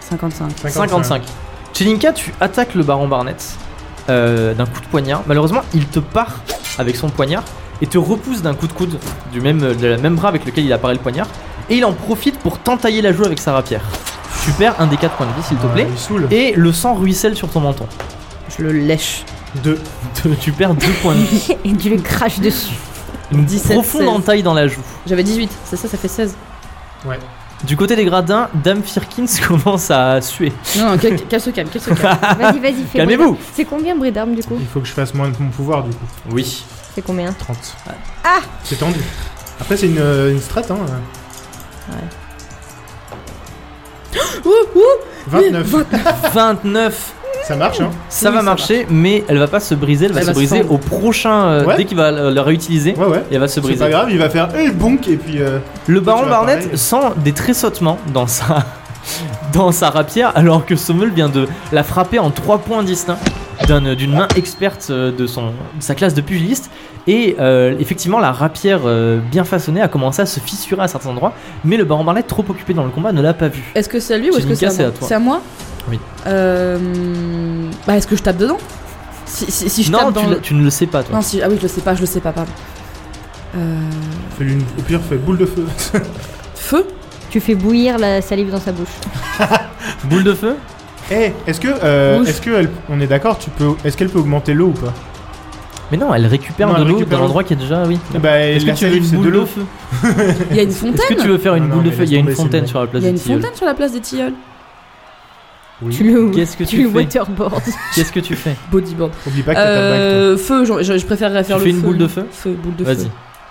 55.
55. Chelinka, tu attaques le baron Barnett euh, d'un coup de poignard. Malheureusement, il te part avec son poignard et te repousse d'un coup de coude du même, de la même bras avec lequel il apparaît le poignard. Et il en profite pour t'entailler la joue avec sa rapière. Tu perds un des 4 points de vie, s'il te plaît.
euh, Il saoule.
Et le sang ruisselle sur ton menton.
Je le lèche.
Deux.
Tu perds 2 points de vie.
Et tu le craches dessus.
Une
17,
profonde
16.
entaille dans la joue.
J'avais 18, c'est ça, ça fait 16.
Du côté des gradins, Dame Firkins commence à suer.
Non, non, qu'elle qu'elle se calme, qu'elle se calme.
Vas-y, vas-y, fais
Ah, Calmez-vous
C'est combien bruit d'armes du coup
Il faut que je fasse moins de mon pouvoir du coup.
Oui.
C'est combien
30.
Ah
C'est tendu. Après, c'est une, euh, une strat, hein.
Ouh, ouh,
29.
29
Ça marche, hein.
Ça
Oui,
va
ça
marcher, mais elle va pas se briser, elle va
Elle
se
va se
briser
fendre.
au prochain. euh,
Ouais.
Dès qu'il va euh, la réutiliser,
Ouais, ouais.
et elle va se
C'est pas
briser.
grave, il va faire Eh, bonk et puis. euh,
Le baron
vas
Barnett
parler.
sent des tressautements dans sa, dans sa rapière, alors que Sommel vient de la frapper en trois points distincts d'un- d'une main experte euh, de, son, de sa classe de pugiliste. Et euh, effectivement, la rapière euh, bien façonnée a commencé à se fissurer à certains endroits, mais le baron Barnett, trop occupé dans le combat, ne l'a pas vu.
Est-ce que c'est à lui ou est-ce que c'est
Jenica, c'est
à moi
à toi.
C'est à moi
Oui.
Euh, Bah, est-ce que je tape dedans si, si, si je
non,
tape
tu,
dans
l'as-
le-
tu ne le sais pas, toi.
Non, si... Ah oui, je le sais pas, je le sais pas, pardon. Euh...
fais-lui une- Au pire, fais boule de feu.
Feu
Tu fais bouillir la salive dans sa bouche.
Boule de feu
Eh, est-ce que. euh,
Ouf.
est-ce que. elle- On est d'accord, tu peux. Est-ce qu'elle peut augmenter l'eau ou pas
Mais non, elle récupère
Non,
de
elle
l'eau
récupère
dans
l'eau.
l'endroit qui est déjà. Oui.
Eh Bah,
Est-ce que
la
tu veux
salive,
une
c'est de
boule de
l'eau.
feu
Il y a une
Est-ce que
fontaine
tu veux faire une
Non, non,
boule de
mais
feu Il y a
laisse
une
tomber, c'est
fontaine
une
sur la place
Il y a
des
une
tilleuls.
fontaine sur la place des tilleuls.
Oui.
Tu le,
Qu'est-ce que
tu
tu
le
fais
waterboard.
Qu'est-ce que tu fais
Bodyboard.
Oublie pas que t'as ta bague, toi.
Euh, feu, je, je- je préférerais faire
Tu
le
fais une
feu.
boule de feu
Feu, boule de feu.
Vas-y.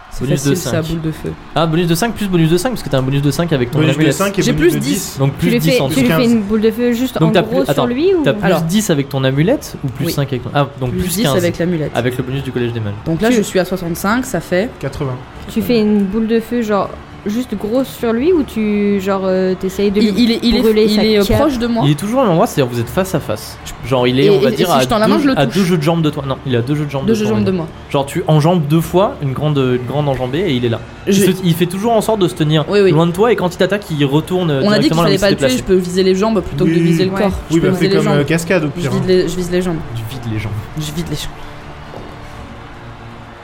C'est
Bonus
facile,
de
ça,
cinq.
boule de feu.
Ah, bonus de 5 plus bonus de 5 parce que t'as un bonus de 5 avec ton
Bonus de
amulette.
5 et
J'ai
bonus
plus
de
10.
Donc
Tu
plus
lui
10
fais,
en
tu
tout.
lui
15.
fais une boule de feu juste
Donc
en
t'as plus-
gros
attends,
sur lui ou
T'as plus
Alors.
10 avec ton amulette ou plus
Oui.
5 avec ton. Ah, donc
Plus
plus
10
15
avec l'amulette.
avec le bonus du collège des mages.
Donc là, je suis à 65, ça fait.
80.
tu fais une boule de feu genre juste grosse sur lui ou tu genre euh, t'essayes de lui
Il, il est, il est-
brûler
il
sa
est, euh,
cape.
proche de moi.
Il est toujours à l'endroit, c'est-à-dire que vous êtes face à face. Genre il est,
Et-
on va
et
dire,
si
à,
je tends la main,
deux,
je le
à
touche.
deux jeux de jambes de toi. Non, il a deux jeux de jambes
Deux
de toi.
jambes de
oui.
moi.
Genre tu enjambes deux fois une grande, une grande enjambée et il est là. Il,
Je-
se- il fait toujours en sorte de se tenir
Oui, oui.
loin de toi et quand il t'attaque, il retourne
On a dit qu'il
directement là où
fallait
il
pas
s'est
le tuer,
déplacé.
je peux viser les jambes plutôt que de
Oui.
viser le
Ouais.
corps.
Oui,
je
bah
peux viser
fais
les
comme
jambes.
euh, cascade au
Je
pire.
vide,
hein.
les, je vise les jambes.
Tu vides les jambes.
Je vide les jambes.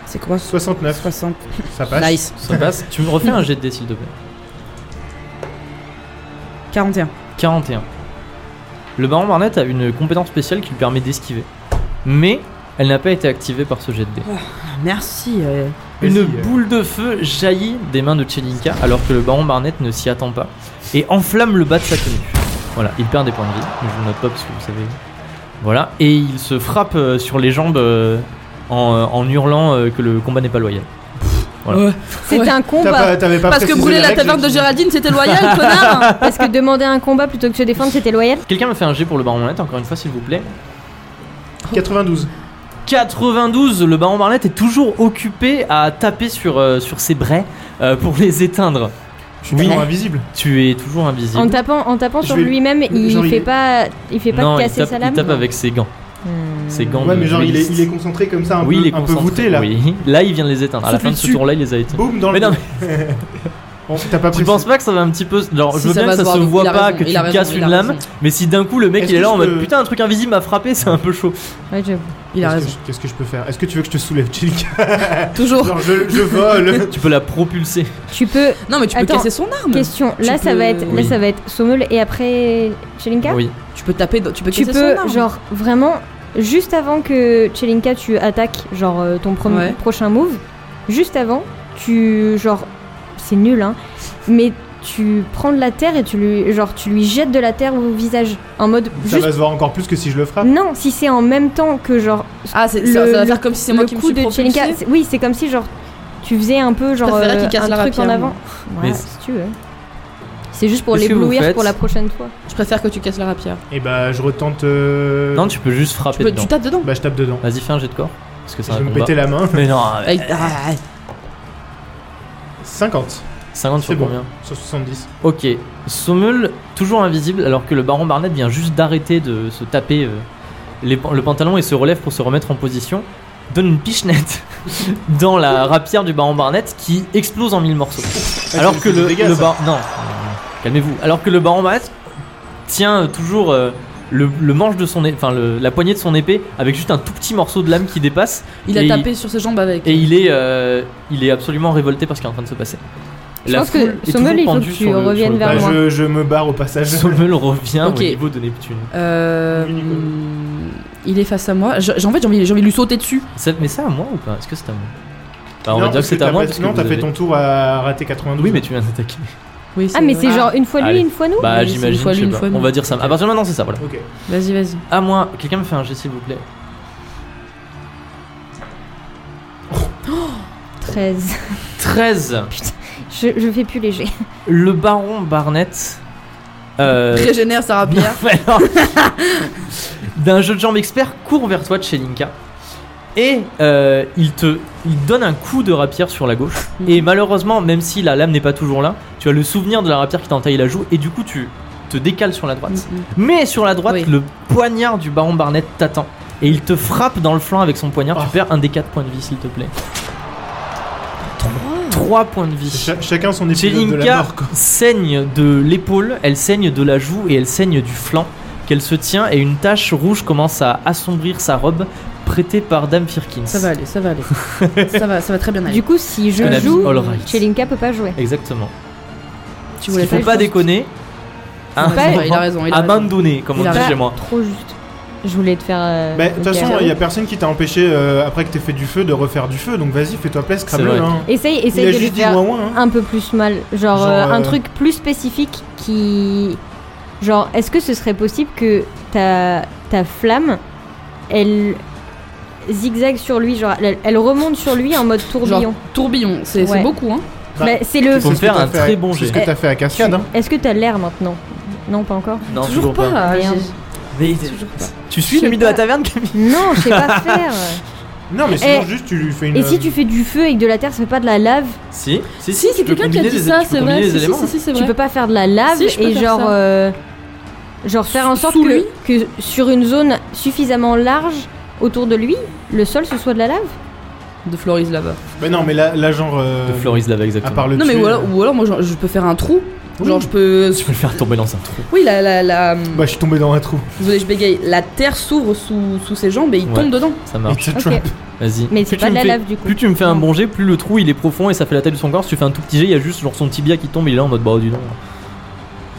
C'est quoi
69,
60.
ça passe.
Nice.
Ça passe. Tu me refais un jet de dés, s'il te plaît.
41.
41. Le baron Barnett a une compétence spéciale qui lui permet d'esquiver. Mais elle n'a pas été activée par ce jet de dés.
Merci. euh.
Une
Ah, Vas-y, euh.
boule de feu jaillit des mains de Chelinka alors que le baron Barnett ne s'y attend pas et enflamme le bas de sa tenue. Voilà, il perd des points de vie, mais je vous le note pas parce que vous savez. Voilà, et il se frappe euh, sur les jambes euh, en, euh, en hurlant euh, que le combat n'est pas loyal. Voilà.
Ouais.
C'était
Ouais.
un
T'as
combat
pas- T'avais pas
bah, Parce que
précisé
brûler
les
la
règles,
taverne de
j'ai-
Géraldine, c'était loyal, connard
parce que demander un combat plutôt que se défendre c'était loyal.
Quelqu'un me fait un G pour le baron Barnett, encore une fois, s'il vous plaît.
92.
92, le baron Barnett est toujours occupé à taper sur, euh, sur ses braies euh, pour les éteindre.
Je suis
Oui.
toujours invisible.
Tu es toujours
En
invisible.
tapant, en tapant sur
vais-
lui-même, il
genre, il
fait
est-
pas, il fait pas
non, il
casser
tape,
sa
il
lame.
tape avec ses gants.
Hmm.
Ses gants
Ouais,
de
mais genre, il est,
dueliste.
il est concentré comme ça, un,
oui,
peu,
il est
un peu
concentré,
voûté là.
oui. Là, il vient de les éteindre. À la
Souffle
fin de ce
dessus.
tour-là, il les a éteints.
Boum dans
Mais
le.
non,
Bon, T'as pas
Tu
précisé.
penses pas que ça va un petit peu. Genre,
Si,
je veux bien
va
que ça
voir,
se
donc
voit
il a
pas,
raison,
que
il
tu
a raison,
casses
il
une
a
lame,
raison.
mais si d'un coup le mec
Est-ce
il est
que
là en
je
mode
peux-
putain, un truc invisible m'a frappé, c'est un peu chaud.
Ouais, j'avoue.
Il a
Qu'est-ce que
raison.
je- Qu'est-ce que je peux faire Est-ce que tu veux que je te soulève, Chilika
Oh.
Toujours.
Genre, je, je vole.
Tu peux la propulser.
Tu peux.
Non, mais tu peux
Attends,
casser son arme.
Question.
Tu
Là, ça
peux-
va être, là,
Oui.
ça va être Sommel et après Chelinka.
Oui.
Tu peux taper, dans- tu peux
Tu
casser
peux,
son arme.
genre, vraiment, juste avant que Chelinka, tu attaques, genre, euh, ton premier-
Ouais.
prochain move, juste avant, tu, genre, c'est nul, hein, mais tu prends de la terre et tu lui, genre, tu lui jettes de la terre au visage, en mode,
Ça
juste,
va se voir encore plus que si je le frappe.
non, si c'est en même temps que, genre,
Ah, c'est-
Le-
ça, ça va
le-
faire comme si c'est moi
le
qui me
coup
suis
de Chelinka,
propulsée.
c'est- oui, c'est comme si, genre, tu faisais un peu, genre,
préférerais
euh,
qu'il casse
un
la
truc en
rapière,
avant.
moi.
Voilà,
Mais-
si tu veux. C'est juste pour
Est-ce que vous
l'éblouir
faites-
pour la prochaine fois.
Je préfère que tu casses la rapière.
Et bah, je retente. euh,
Non, tu peux juste
Tu,
frapper
peux-
dedans.
tu tapes dedans.
Bah, je tape dedans.
Vas-y, fais un jet de corps. Parce que
Je
c'est
vais
un
me
combat.
péter la main.
Mais non, ouais.
Avec- ah,
Euh, 50.
50 sur
C'est bon.
combien
Sur 70.
Ok, Sommel toujours invisible alors que le baron Barnett vient juste d'arrêter de se taper euh, les pan- le pantalon et se relève pour se remettre en position, donne une pichenette dans la rapière du baron Barnett qui explose en mille morceaux. Alors
Ah, c'est-
que
c'est
le,
des dégâts,
le
ça.
bar- Non, non, non, calmez-vous. Alors que le baron Barnett tient toujours euh, le, le manche de son é- enfin le- la poignée de son épée avec juste un tout petit morceau de lame qui dépasse.
Il
Et
a tapé sur ses jambes avec.
Et il est, euh, il est absolument révolté par ce qui est en train de se passer.
Je
La
pense que,
foule est
Sommel,
toujours
il faut
pendue
que tu
sur le-
reviennes
sur le
vers
Bah,
balcon.
moi.
je, je me barre au passage.
Sommel revient
Ok.
au niveau de Neptune.
Euh,
Oui, Nico.
hum, il est face à moi. J'ai j'ai- en fait j'ai envie, j'ai envie de lui sauter dessus.
Ça- mais c'est à moi ou pas Est-ce que c'est à moi Bah, On
Non,
va dire
parce
que c'est
t'as
à moi.
pas-
parce que
Non,
vous
t'as fait
avez-
ton tour à rater 92.
Oui, mais tu viens d'attaquer.
Oui,
Ah, mais c'est
vrai.
genre une fois lui,
Allez.
une fois nous
Bah,
mais c'est une
j'imagine.
fois
je
lui,
sais
une
pas.
fois
On
nous.
va dire ça. À partir de maintenant, c'est ça, voilà.
Ok.
Vas-y, vas-y.
À moi, quelqu'un me fait un jet s'il vous plaît.
13.
13
Je, je fais plus léger.
Le baron Barnett. euh,
Régénère Sarah Pierre.
Ouais, non. D'un jeu de jambes expert court vers toi, Tchelinka. Et euh, il te il donne un coup de rapière sur la gauche. Et malheureusement, même si la lame n'est pas toujours là, tu as le souvenir de la rapière qui t'entaille la joue. Et du coup, tu te décales sur la
Mm,
droite. Mais sur la droite,
Mhm. Oui.
le poignard du baron Barnett t'attend. Et il te frappe dans le flanc avec son poignard. Tu
Oh.
perds un des 4 points de vie, s'il te plaît. 3 points de vie.
Cha- chacun son épisode de la
Jelinka
mort, quoi.
saigne de l'épaule, elle saigne de la joue et elle saigne du flanc qu'elle se tient et une tache rouge commence à assombrir sa robe prêtée par Dame Firkins.
Ça va aller, ça va aller. ça va, ça va très bien aller.
Du coup, si je
Elle a dit
joue,
all right.
Chelinka peut pas jouer.
Exactement.
tu
Il
voulais
faut
pas,
pas,
je pense.
déconner. Hein,
pas-
faut
il a raison, il a raison.
Abandonner, comme
Il
on
a
dit
raison.
chez moi.
Bah, Trop juste. Je voulais te faire. euh,
Bah, de toute
le
façon,
faire.
il y a personne qui t'a empêché, euh, après que t'aies fait du feu, de refaire du feu, donc vas-y, fais-toi plaisir,
C'est
crame-le.
vrai.
hein.
Essaye,
Il a
essaye de lui
juste dit
faire
ouin ouin. hein.
un peu plus mal. Genre,
Genre,
euh, un
euh,
truc plus spécifique qui. Genre, est-ce que ce serait possible que ta, ta flamme, elle zigzague sur lui, genre elle, elle remonte sur lui en mode tourbillon
Tourbillon, c'est c'est
Ouais.
beaucoup, hein.
Bah,
Mais c'est le.
C'est
Faut me
ce que
faire
t'as
un
fait
très
à-
bon
C'est ce
jet.
que t'as fait à Cascade, hein.
Est-ce que t'as l'air maintenant Non, pas encore.
Non,
toujours, pas.
pas.
j'ai-
Mais
toujours pas.
tu suis
Je
le
sais
mythe de la
pas.
taverne, Camille
Non, je sais pas faire.
Non, mais sinon,
Et-
juste, tu lui fais une.
Et si tu fais du feu avec de la terre, ça fait pas de la lave
Si, si,
Si,
tu
c'est
peux
quelqu'un qui a
combiner
dit
les- tu
ça,
peux
c'est
combiner
vrai.
les
Si, si,
éléments.
si, si, c'est
Tu
vrai.
peux pas faire de la lave
Si, je peux
et
faire
genre.
ça.
euh, genre faire en sorte
Sous
que,
lui
que sur une zone suffisamment large autour de lui, le sol ce soit de la lave
De Floris là-bas.
Bah, non, mais là, là, genre. euh,
De Floris là-bas,
À
exactement.
part le euh,
Non, mais
tuer,
ou alors, ou alors moi je, je peux faire un trou.
Oui.
Genre je peux.
Tu peux le faire tomber dans un trou.
Oui, la. la, la...
Bah, je suis tombé dans un trou.
Désolé, je bégaye. La terre s'ouvre sous, sous ses jambes et il
Ouais.
tombe dedans.
Ça
Et
marche.
tu te
Ok.
trappes.
Vas-y.
Mais
Plus
c'est
tu
pas de
me
la
fais-
lave du coup.
Plus tu me fais un bon jet, plus le trou il est profond et ça fait la taille de son corps. Si tu fais un tout petit jet, il y a juste genre son tibia qui tombe, il est là en mode bah oh, dis donc.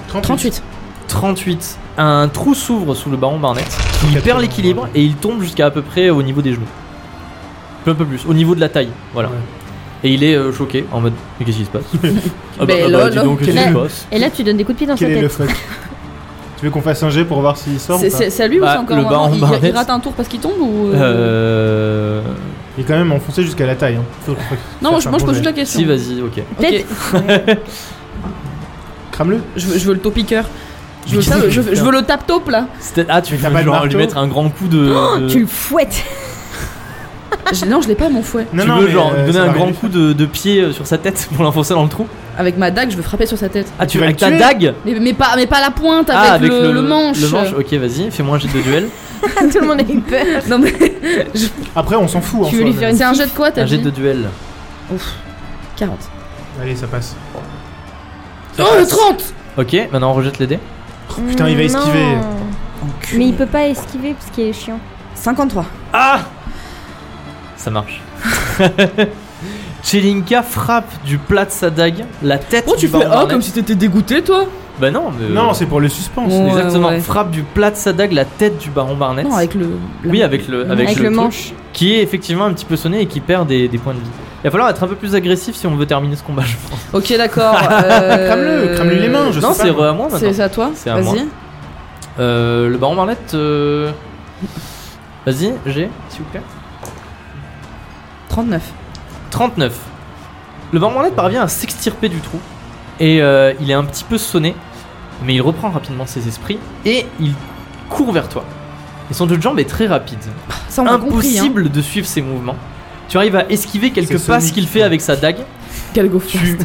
38.
38. Un trou s'ouvre sous le baron Barnett. Il
Quatre-
perd l'équilibre et il tombe jusqu'à à peu près au niveau des genoux. Un peu plus, au niveau de la taille. Voilà.
Ouais.
Et il est euh, choqué en mode Mais qu'est-ce qui se passe Ah
Ben lol.
dis donc, qu'est-ce qui
Quel
se
est-
passe
Et là, tu donnes des coups de pied dans sa
Quel est le
tête.
fuck Tu veux qu'on fasse un jet pour voir s'il sort ou
C'est-
pas
C'est c'est à lui
Bah,
ou c'est encore
le
un-
baron
il- il,
Barnett.
rate un tour parce qu'il tombe ou. euh,
Euh.
Il est quand même enfoncé jusqu'à la taille. Hein. Faut- faut-
Non,
faut
moi je,
faire
moi, je
un
pose
bon
juste la question.
Si, vas-y, ok.
Peut-être.
jet. Crame-le.
Je, veux- je veux le topiqueur. Je veux,
Mais
ça,
qu'est-ce que tu
je, veux- je
fais
veux le tap top là.
C'était- Ah, tu
Mais t'as
veux
pas de
genre lui
marteau
mettre un grand coup de. de-
Tu le fouettes
Je- non, je l'ai pas mon fouet.
tu
Non, non,
veux
mais,
genre
euh,
lui donner
ça
un
va
grand
arriver.
coup de, de pied euh, sur sa tête pour l'enfoncer dans le trou
Avec ma dague, je veux frapper sur sa tête.
Ah, tu
Tu
veux
vas
avec
le
ta
tuer
dague
Mais, mais pas, mais pas la pointe, avec,
Ah,
le, le manche.
Le manche, ok, vas-y, fais-moi un jet de duel.
Tout le monde a eu peur.
Non, mais
Après, on s'en fout. en
Tu veux
soi,
lui faire
mais-
c'est un jet de quoi t'as
un jet
dit
de duel.
40.
Allez, ça passe.
Oh, le 30
Ok, maintenant on rejette les dés.
Oh, putain, il va esquiver.
Mm, Non. Mais il peut pas esquiver parce qu'il est chiant.
53.
Ah Ça marche. Chelinka frappe du plat de sa dague la tête
Oh,
du
tu fais
baron
Ah,
Barnett.
comme si t'étais dégoûté, toi
Bah non, mais...
Non, c'est pour le suspense.
Ouais,
Exactement,
ouais.
frappe du plat de sa dague la tête du baron Barnett.
Non, avec le. la-
Oui, avec le, Euh, avec
Avec
le
le
truc,
manche.
qui est effectivement un petit peu sonné et qui perd des, des points de vie. Il va falloir être un peu plus agressif si on veut terminer ce combat, je pense.
Ok, d'accord. euh,
Crame-le, crame-lui les mains, je
non,
sais
c'est
pas.
re- à moi maintenant.
C'est à toi
C'est à moi.
Vas-y.
Euh, le baron Barnett. euh, Vas-y, j'ai, s'il vous plaît.
39.
39. Le baron Barnett parvient à s'extirper du trou et euh, il est un petit peu sonné, mais il reprend rapidement ses esprits et il court vers toi. Et son jeu de jambe est très rapide,
Ça, on a compris. hein.
impossible de suivre ses mouvements. Tu arrives à esquiver quelques
C'est
passes
Sonic.
qu'il fait avec sa dague.
Quel go
Tu,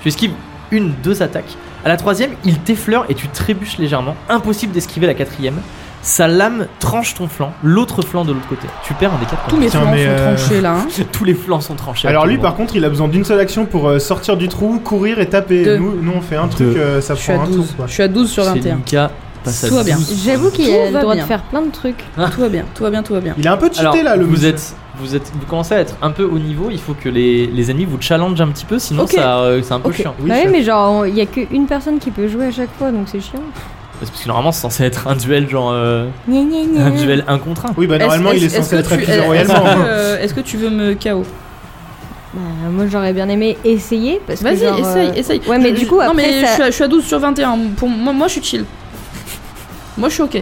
tu esquives une, deux attaques. À la troisième, il t'effleure et tu trébuches légèrement. Impossible d'esquiver la quatrième. Sa lame tranche ton flanc, l'autre flanc de l'autre côté. Tu perds un des quatre.
Tous mes
Tiens,
flancs sont
mais, euh,
tranchés là. hein.
combats. Tous les flancs sont tranchés.
Alors lui, par contre, il a besoin d'une seule action pour euh, sortir du trou, courir et taper.
Deux.
Nous, nous, on fait un
Deux.
truc, euh, ça
Je suis à
prend un
12.
tour. quoi.
Je suis à 12 sur 21.
Lucas passe à
Tout va bien.
12.
J'avoue qu'il
Tout
a le
va
droit
bien.
de faire plein de trucs.
Tout va bien, tout va bien, tout va bien.
Il a un peu cheaté
Alors,
là, le
vous
monsieur.
êtes, vous êtes, vous commencez à être un peu haut niveau. Il faut que les, les ennemis vous challengent un petit peu, sinon
Ok.
ça, euh, c'est un peu
Ok.
chiant.
Oui,
bah
je-
oui, mais genre, il y a qu'une personne qui peut jouer à chaque fois, donc c'est chiant.
Parce que normalement, c'est censé être un duel genre euh,
Gna, gna, gna.
un duel un contre un.
oui, bah
Est-ce-
normalement, il est
est-ce- est-ce
censé
que
être
tu-
accusé
est-ce que,
royalement. hein.
euh, Est-ce que tu veux me KO
Bah, moi, j'aurais bien aimé essayer parce que.
Vas-y,
genre,
essaye,
euh,
essaye.
ouais, mais
Je-
du
je-
coup,
Non,
après,
mais
ça-
je, suis à, je suis à 12 sur 21. Pour moi, moi, je suis chill. Moi, je suis ok. Je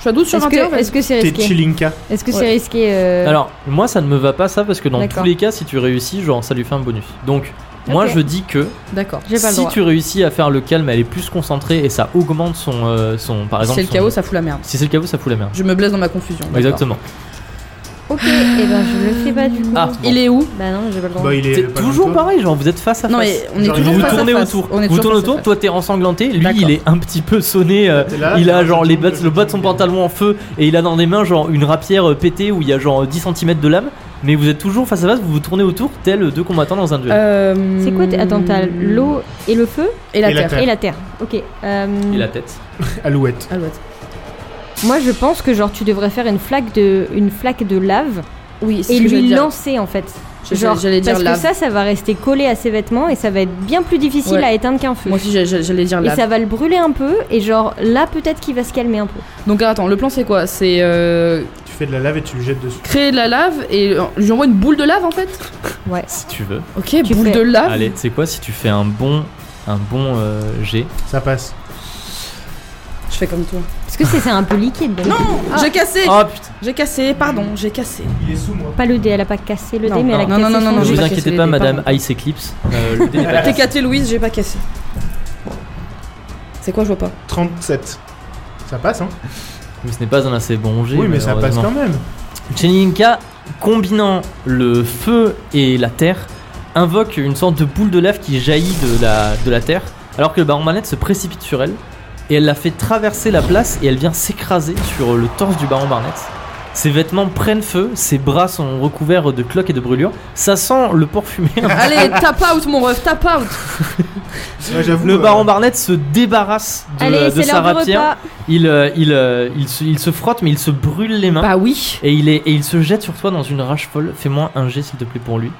suis à 12 sur
Est-ce
21.
que
vas-y.
est-ce que c'est
T'es
risqué
Chilinka.
Est-ce que
Ouais.
c'est risqué euh,
Alors moi, ça ne me va pas ça parce que dans tous
D'accord.
les cas, si tu réussis, genre ça lui fait un bonus. Donc moi,
Ok.
je dis que
D'accord.
J'ai pas le
si
droit.
tu réussis à faire le calme, elle est plus concentrée et ça augmente son, euh, son par
Si
exemple.
c'est le
son-
chaos, ça fout la merde.
Si c'est le chaos, ça fout la merde.
Je me blesse dans ma confusion. d'accord.
Exactement.
Ok, et ben je le fais pas du coup.
Ah,
Il est où
Bah non, j'ai pas le droit.
Bah, il est
C'est
pas
toujours
loin de toi.
pareil, genre vous êtes face à
Non,
face.
mais on est
Genre,
Vous
toujours
vous
face à
tournez
face.
autour.
On est
vous
toujours
tournez
face à
autour,
face.
toi t'es ensanglanté, lui
D'accord.
il est un petit peu sonné. euh,
T'es là,
il a
t'es
genre
là,
les
t'es
bas,
là,
le bas de son
t'es là.
pantalon en feu et il a dans les mains genre une rapière euh, pétée où il y a genre 10 cm de lame, mais vous êtes toujours face à face, vous vous tournez autour tel deux combattants dans un duel.
Euh,
C'est quoi t'es- Attends, t'as l'eau et le feu
et la
et la
terre.
terre. Ouais.
et la terre. Ok. euh,
Et la tête.
Alouette.
Ah, ouais.
Moi, je pense que genre tu devrais faire une flaque de une flaque de lave
Oui, c'est
et
ce que j'allais
lui
dire.
lancer en fait.
Je-
Genre,
j'allais dire
parce que
lave.
ça, ça va rester collé à ses vêtements et ça va être bien plus difficile
Ouais.
à éteindre qu'un feu.
Moi aussi, j'allais- j'allais dire
et
lave.
ça va le brûler un peu et genre là peut-être qu'il va se calmer un peu.
Donc attends, le plan c'est quoi C'est euh,
Tu fais de la lave et tu le jettes dessus.
créer de la lave et euh, lui envoie une boule de lave en fait
Ouais.
Si tu veux.
Ok,
Tu
boule
fais-
de
Ah,
lave.
Allez, tu sais quoi, si tu fais un bon un bon euh, jet.
Ça passe.
Je fais comme toi.
Parce que c'est c'est un peu liquide. donc.
Non J'ai cassé
Ah,
Oh putain
J'ai cassé, pardon, j'ai cassé.
Il est sous moi.
Pas le dé, elle a pas cassé le
Non,
dé, mais elle a
non,
cassé
non, non,
son
non,
dé.
Ne
j'ai
vous
pas
inquiétez
cassé
pas,
les
madame
dés,
Ice Eclipse. euh, le dé n'est pas cassé.
TKT Louise, j'ai pas cassé. C'est quoi, je vois pas
37. Ça passe, hein
Mais ce n'est pas un assez bon jet.
Oui, mais ça passe
malheureusement.
quand même.
Cheninka, combinant le feu et la terre, invoque une sorte de boule de lave qui jaillit de la, de la terre, alors que le baron Manette se précipite sur elle, et elle la fait traverser la place, et elle vient s'écraser sur le torse du baron Barnett. Ses vêtements prennent feu, ses bras sont recouverts de cloques et de brûlures, ça sent le porc fumé.
Allez, tap out, mon ref, tap out
Ouais, j'avoue,
Le
euh,
baron Barnett se débarrasse de,
Allez,
de
c'est
sa
l'heure du
rapière.
repas.
Il, euh, il, euh, il se, il se frotte, mais il se brûle les mains.
Bah oui
Et il, est, et il se jette sur toi dans une rage folle. Fais-moi un jet, s'il te plaît, pour lui.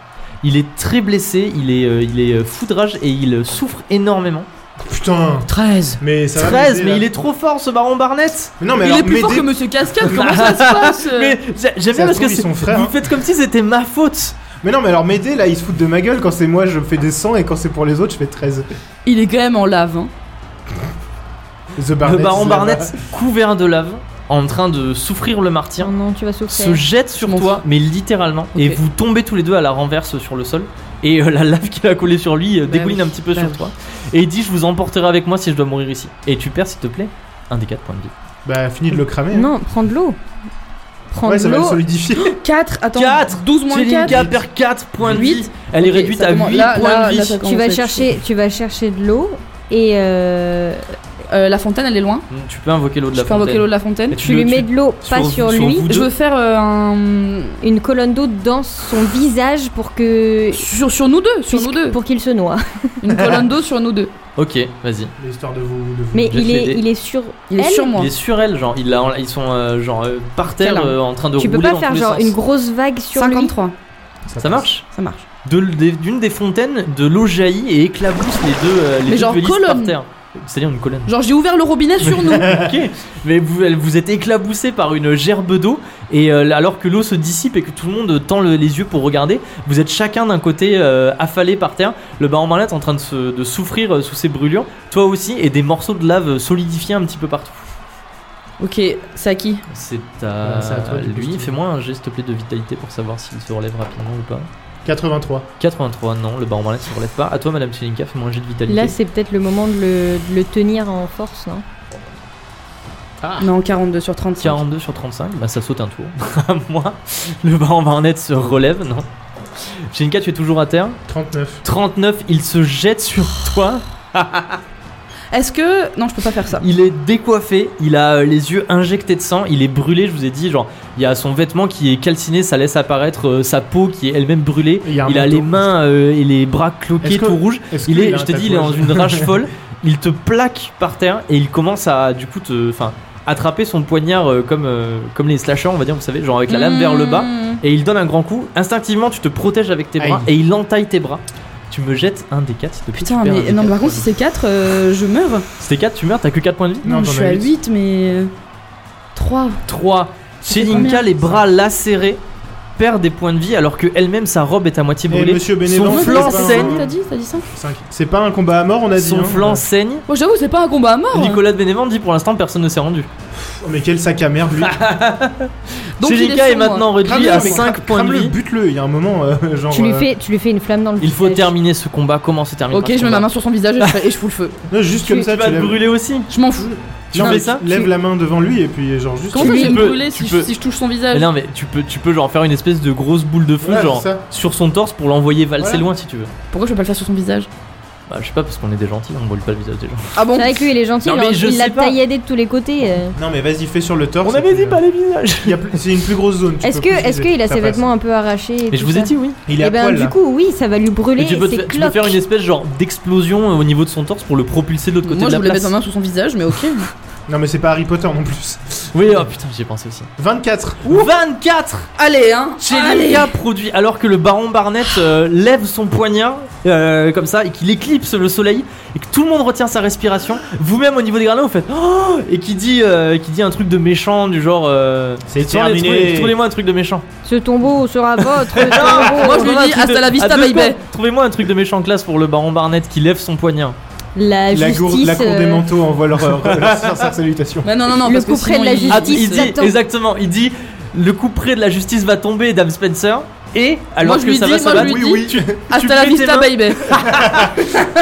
Il est très blessé, il est, euh, il est euh, fou de rage et il euh, souffre énormément.
Putain
13
Mais ça va
13,
m'aider,
mais
là.
il est trop fort ce baron Barnett
Mais Non, mais
Il
alors,
est plus
mais
fort
dé-
que Monsieur Cascade, comment ça se passe euh
Mais j'a- j'aime bien
Ça
parce
se
que
trouve, ils
c'est-
sont frères,
vous
hein.
faites comme si c'était ma faute.
Mais non, mais alors m'aider là, ils se foutent de ma gueule. Quand c'est moi, je fais des 100 et quand c'est pour les autres, je fais 13.
Il est quand même en lave, hein.
The Barnett.
le baron
c'est-
Barnett, couvert de lave, en train de souffrir le martyr,
Oh non, tu vas souffrir.
se jette sur
Mon
toi,
fou.
mais littéralement, et
Ok.
vous tombez tous les deux à la renverse sur le sol. Et euh, la lave qu'il a collée sur lui euh,
Bah
dégouline
oui,
un petit peu
bah
sur
oui.
toi. Et il dit Je vous emporterai avec moi si je dois mourir ici. Et tu perds, s'il te plaît, un des 4 points de vie.
Bah, fini de le cramer. hein.
Non, prends de l'eau. Prends
Ouais,
de
ça va le
l'eau.
solidifier.
4, attends,
Quatre.
12 moins 4
Chelinka perd 4 points de
Huit.
vie. Elle est
Ok,
réduite
ça
à 8
commence-
points
là- là-
de vie.
là, ça commence.
Tu vas
Ça, je
chercher, tu vas chercher de l'eau et euh,
Euh, la fontaine, elle est loin.
Mm, tu peux invoquer l'eau de
Je
la
peux invoquer l'eau
fontaine.
de la fontaine.
Mais
tu lui
le-
mets de l'eau
sur
pas
vous-
sur
sur
lui,
vous
Je
deux.
veux faire euh, un.
une colonne d'eau dans son visage pour que
Sur, sur nous deux, sur nous deux.
pour qu'il se noie.
Une colonne d'eau sur nous deux.
Ok, vas-y.
L'histoire de vous. De vous.
Mais
Jette
il
les
est
dés.
il est sur
Il est
elle.
sur moi.
Il est sur elle, genre il l'a- ils sont euh, genre euh, par terre
Câlin.
euh, en train de
Tu
rouler
peux pas
dans
faire
tous les
genre
sens.
une grosse vague sur lui.
53,
Ça marche
ça marche.
De l- des- D'une des fontaines, de l'eau jaillit et éclabousse les deux euh, les
Mais
deux
genre
duellistes par
colonne.
terre. C'est-à-dire une colonne.
Genre, j'ai ouvert le robinet sur nous.
ok, mais vous, elle- vous êtes éclaboussé par une gerbe d'eau et euh, alors que l'eau se dissipe et que tout le monde tend le- les yeux pour regarder, vous êtes chacun d'un côté euh, affalé par terre, le baron Marlette en train de, se- de souffrir euh, sous ses brûlures, toi aussi et des morceaux de lave solidifiés un petit peu partout.
ok, c'est à qui
C'est à,
Ouais, Ah, c'est à toi, du coup, je
lui,
te-
fais-moi un geste s'il te plaît de vitalité pour savoir s'il se relève rapidement ou pas.
83.
83, non, le baron Marlette se relève pas. À toi madame Chelinka, fais-moi un jet de vitalité.
Là, c'est peut-être le moment de le, de le tenir en force, non
Ah.
Non, 42 sur 35.
42 sur 35, bah ça saute un tour. À moi, le baron Barnett se relève, non Shinka, tu es toujours à terre.
39.
39, il se jette sur toi.
Est-ce que. Non, je peux pas faire ça.
Il est décoiffé, il a euh, les yeux injectés de sang, il est brûlé, je vous ai dit, genre, il y a son vêtement qui est calciné, ça laisse apparaître euh, sa peau qui est elle-même brûlée.
Il y a un
il a
manteau.
les mains euh, et les bras cloqués,
Est-ce que-
tout rouge.
Est-ce
Il
qu'il a
est,
un
je te dis, il est dans
tatouage
une rage folle. Il te plaque par terre et il commence à, du coup, te, enfin, attraper son poignard euh, comme, euh, comme les slashers, on va dire, vous savez, genre avec la lame vers le bas.
Mmh.
Et il donne un grand coup. Instinctivement, tu te protèges avec tes bras et il entaille tes bras. Tu me jettes un des 4 s'il te plaît.
Putain,
tu perds un
mais
des
non,
quatre.
mais par contre, si c'est 4, je meurs.
Si t'es 4, tu meurs, t'as que 4 points de vie.
Non,
je
t'en
suis
as
à
huit.
8, mais. euh, 3.
3.
fait combien
Chelinka, les bras lacérés, perd des points de vie alors que elle-même sa robe est à moitié
Et
brûlée.
Eh, Monsieur
Son
Bénévent,
flanc
c'est pas un-
saigne.
T'as dit, t'as dit 5
Cinq. C'est pas un combat à mort, on a dit.
Son
hein.
flanc saigne.
Moi, j'avoue, c'est pas un combat à mort.
Nicolas de Bénévent dit pour l'instant personne ne s'est rendu.
Oh, mais quel sac à merde, lui.
hein. Donc, il
Chelinka
sur
est,
moi.
maintenant réduit
Crame-le,
à
mais
5
cra-
points de
crame-le,
vie.
bute-le, il y a un moment, euh, genre.
Tu lui,
euh,
fais, tu lui fais une flamme dans le
Il faut
visage.
terminer ce combat. Comment se termine
Ok, je mets ma main sur son visage et je, fais- et je fous le feu.
non, juste comme
Tu
ça,
vas
tu
te
lèves.
brûler aussi.
Je m'en fous.
Tu
Non,
fais
mais
ça
tu Lève la main devant lui et puis, genre, juste.
Comment ça,
Tu
je vais me
peux-
brûler
tu
si je,
peux-
si je touche son
Mais
visage
non, mais tu peux, tu peux genre faire une espèce de grosse boule de feu
Voilà,
genre
c'est ça.
sur son torse pour l'envoyer valser
Voilà.
loin si tu veux.
Pourquoi je peux pas le faire sur son visage
Bah, je sais pas parce qu'on est des gentils, on brûle pas le visage des gens.
Ah bon
C'est vrai que lui, il est gentil,
Non,
il
mais
en-
je
il l'a
sais pas.
tailladé de tous les côtés. euh.
Non, mais vas-y, fais sur le torse.
On
et
avait
puis, euh,
dit pas les visages.
Il y a plus- C'est une plus grosse zone. tu
Est-ce
peux
que,
plus
est-ce
viser,
qu'il a
ça
ses
passe.
vêtements un peu arrachés et
Mais je
tout
vous ai
ça
dit oui.
Il est
Et
à
ben
poil,
du
là.
coup, oui, ça va lui brûler.
Mais tu peux,
ses
te- tu peux faire
cloques.
une espèce genre d'explosion euh, au niveau de son torse pour le propulser de l'autre côté
Moi,
de
je
la
voulais
place.
mettre ma main sur son visage, mais ok.
Non, mais c'est pas Harry Potter non plus.
Oui, oh putain, j'y ai pensé aussi.
24
24
Allez, hein Allez
Chelinka produit alors que le baron Barnett euh, lève son poignard euh, comme ça et qu'il éclipse le soleil et que tout le monde retient sa respiration. Vous-même au niveau des gradins vous faites Oh et qui dit euh, qui dit un truc de méchant du genre euh,
C'est
Trouvez-
terminé.
trouvez- Trouvez-moi un truc de méchant.
Ce tombeau sera votre tombeau.
Moi, je lui
Trouvez-moi un
dis,
truc de-
hasta la vista,
à deux
baby.
secondes, Trouvez-moi un truc de méchant classe pour le baron Barnett qui lève son poignard.
La
la, gour-
justice.
la cour des
euh,
manteaux envoie leur, euh, leur, leur- leur salutation.
Bah non, non, non,
Le
parce que
couperet de
sinon,
la
il-
justice.
Ah, il dit
l'attend.
exactement, il dit le coup près de la justice va tomber, Dame Spencer. Et alors
Moi, je
que
lui
ça
dis,
va
moi, je
s'abattre,
lui
Oui, oui.
Hasta Ah, la
mets tes
vista,
mains.
baby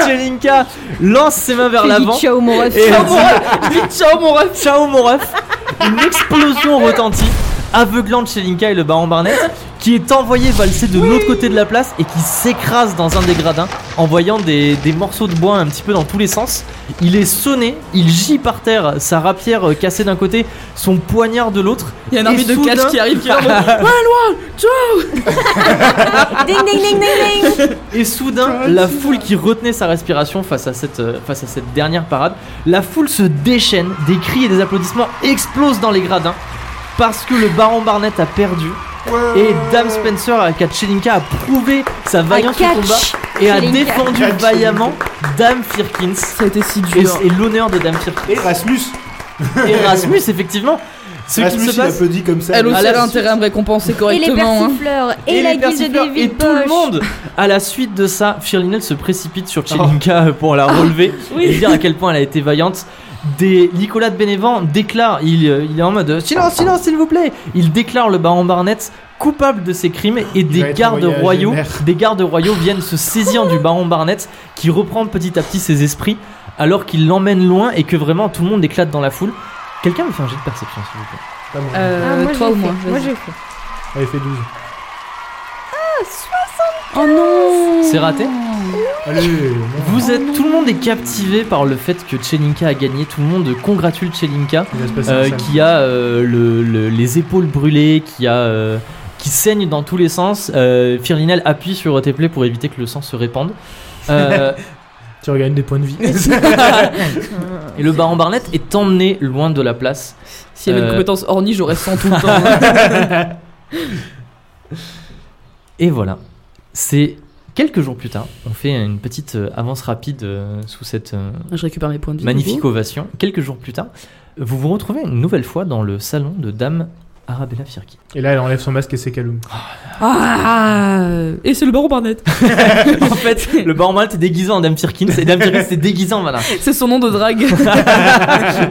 Tchelinka lance ses mains vers
tu dis
l'avant.
ciao, mon ref.
Et
Ciao,
mon ciao mon ref, ciao mon ref. Une explosion retentit, aveuglant Chelinka et le baron Barnett, qui est envoyé valser de l'autre côté de la place et qui s'écrase dans un des gradins, envoyant des, des morceaux de bois un petit peu dans tous les sens. Il est sonné, il gît par terre, sa rapière euh, cassée d'un côté, son poignard de l'autre.
Il y a une
Et
armée de
soudain-
catch qui arrive qui va-
Ah.
Ding, ding, ding, ding, ding.
Et soudain, la foule qui retenait sa respiration face à cette, euh, face à cette dernière parade, la foule se déchaîne, des cris et des applaudissements explosent dans les gradins parce que le baron Barnett a perdu
Oh.
et Dame Spencer à Katchelinka a prouvé sa vaillance au
catch
combat et a
Chelinka.
défendu
Katchelinka.
vaillamment Dame Firkins.
Ça a été si
Et
dur.
c'est l'honneur de Dame Firkins.
Erasmus
Et Rasmus, effectivement, ce qui
Rasmus,
se
il
passe.
applaudit comme ça. Ah,
Elle aussi,
à la
elle a
suite.
intérêt à me récompenser
Et les
correctement. hein.
persifleurs. Et, la
les
guilde
persifleurs,
des
et
villes
tout le
poches.
monde à la suite de ça Firlinel se précipite
Oh.
sur Chelinka euh, pour
Ah.
la relever et dire à quel point elle a été vaillante des Nicolas de Bénévent déclare il, euh, il est en mode silence silence s'il vous plaît il déclare le baron Barnett coupable de ses crimes et
va
des
être
gardes
envoyé à
royaux
GNR.
des gardes royaux viennent se saisir du baron Barnett qui reprend petit à petit ses esprits alors qu'il l'emmène loin et que vraiment tout le monde éclate dans la foule quelqu'un me fait un jet de perception s'il vous plaît
Pas moi.
Ah,
Euh,
moi,
toi
j'ai
ou moi
fait. Moi, j'ai fait.
Elle fait 12.
Oh non
c'est raté
Allez,
Vous êtes tout le monde est captivé par le fait que Chelinka a gagné. Tout le monde congratule Chelinka,
il va se passer
euh,
un
qui a euh, le- le- les épaules brûlées, qui a euh, qui saigne dans tous les sens. Euh, Firlinel appuie sur tes plaies pour éviter que le sang se répande. Euh,
sale. Tu regagnes des points de vie.
et le baron Barnett est emmené loin de la place.
S'il y avait
Euh,
une compétence ornie, j'aurais 100 tout le temps. hein.
Et voilà. C'est quelques jours plus tard. On fait une petite euh, avance rapide euh, sous cette euh,
Je récupère mes points de vie.
Magnifique ovation. Quelques jours plus tard, vous vous retrouvez une nouvelle fois dans le salon de Dame Arabella Firkin.
Et là, elle enlève son masque et c'est Kaloum.
Ah Et c'est le baron Barnett.
en fait, le baron Mal est déguisé en Dame Firkin et Dame Firkin s'est déguisé en Valin.
C'est son nom de drague.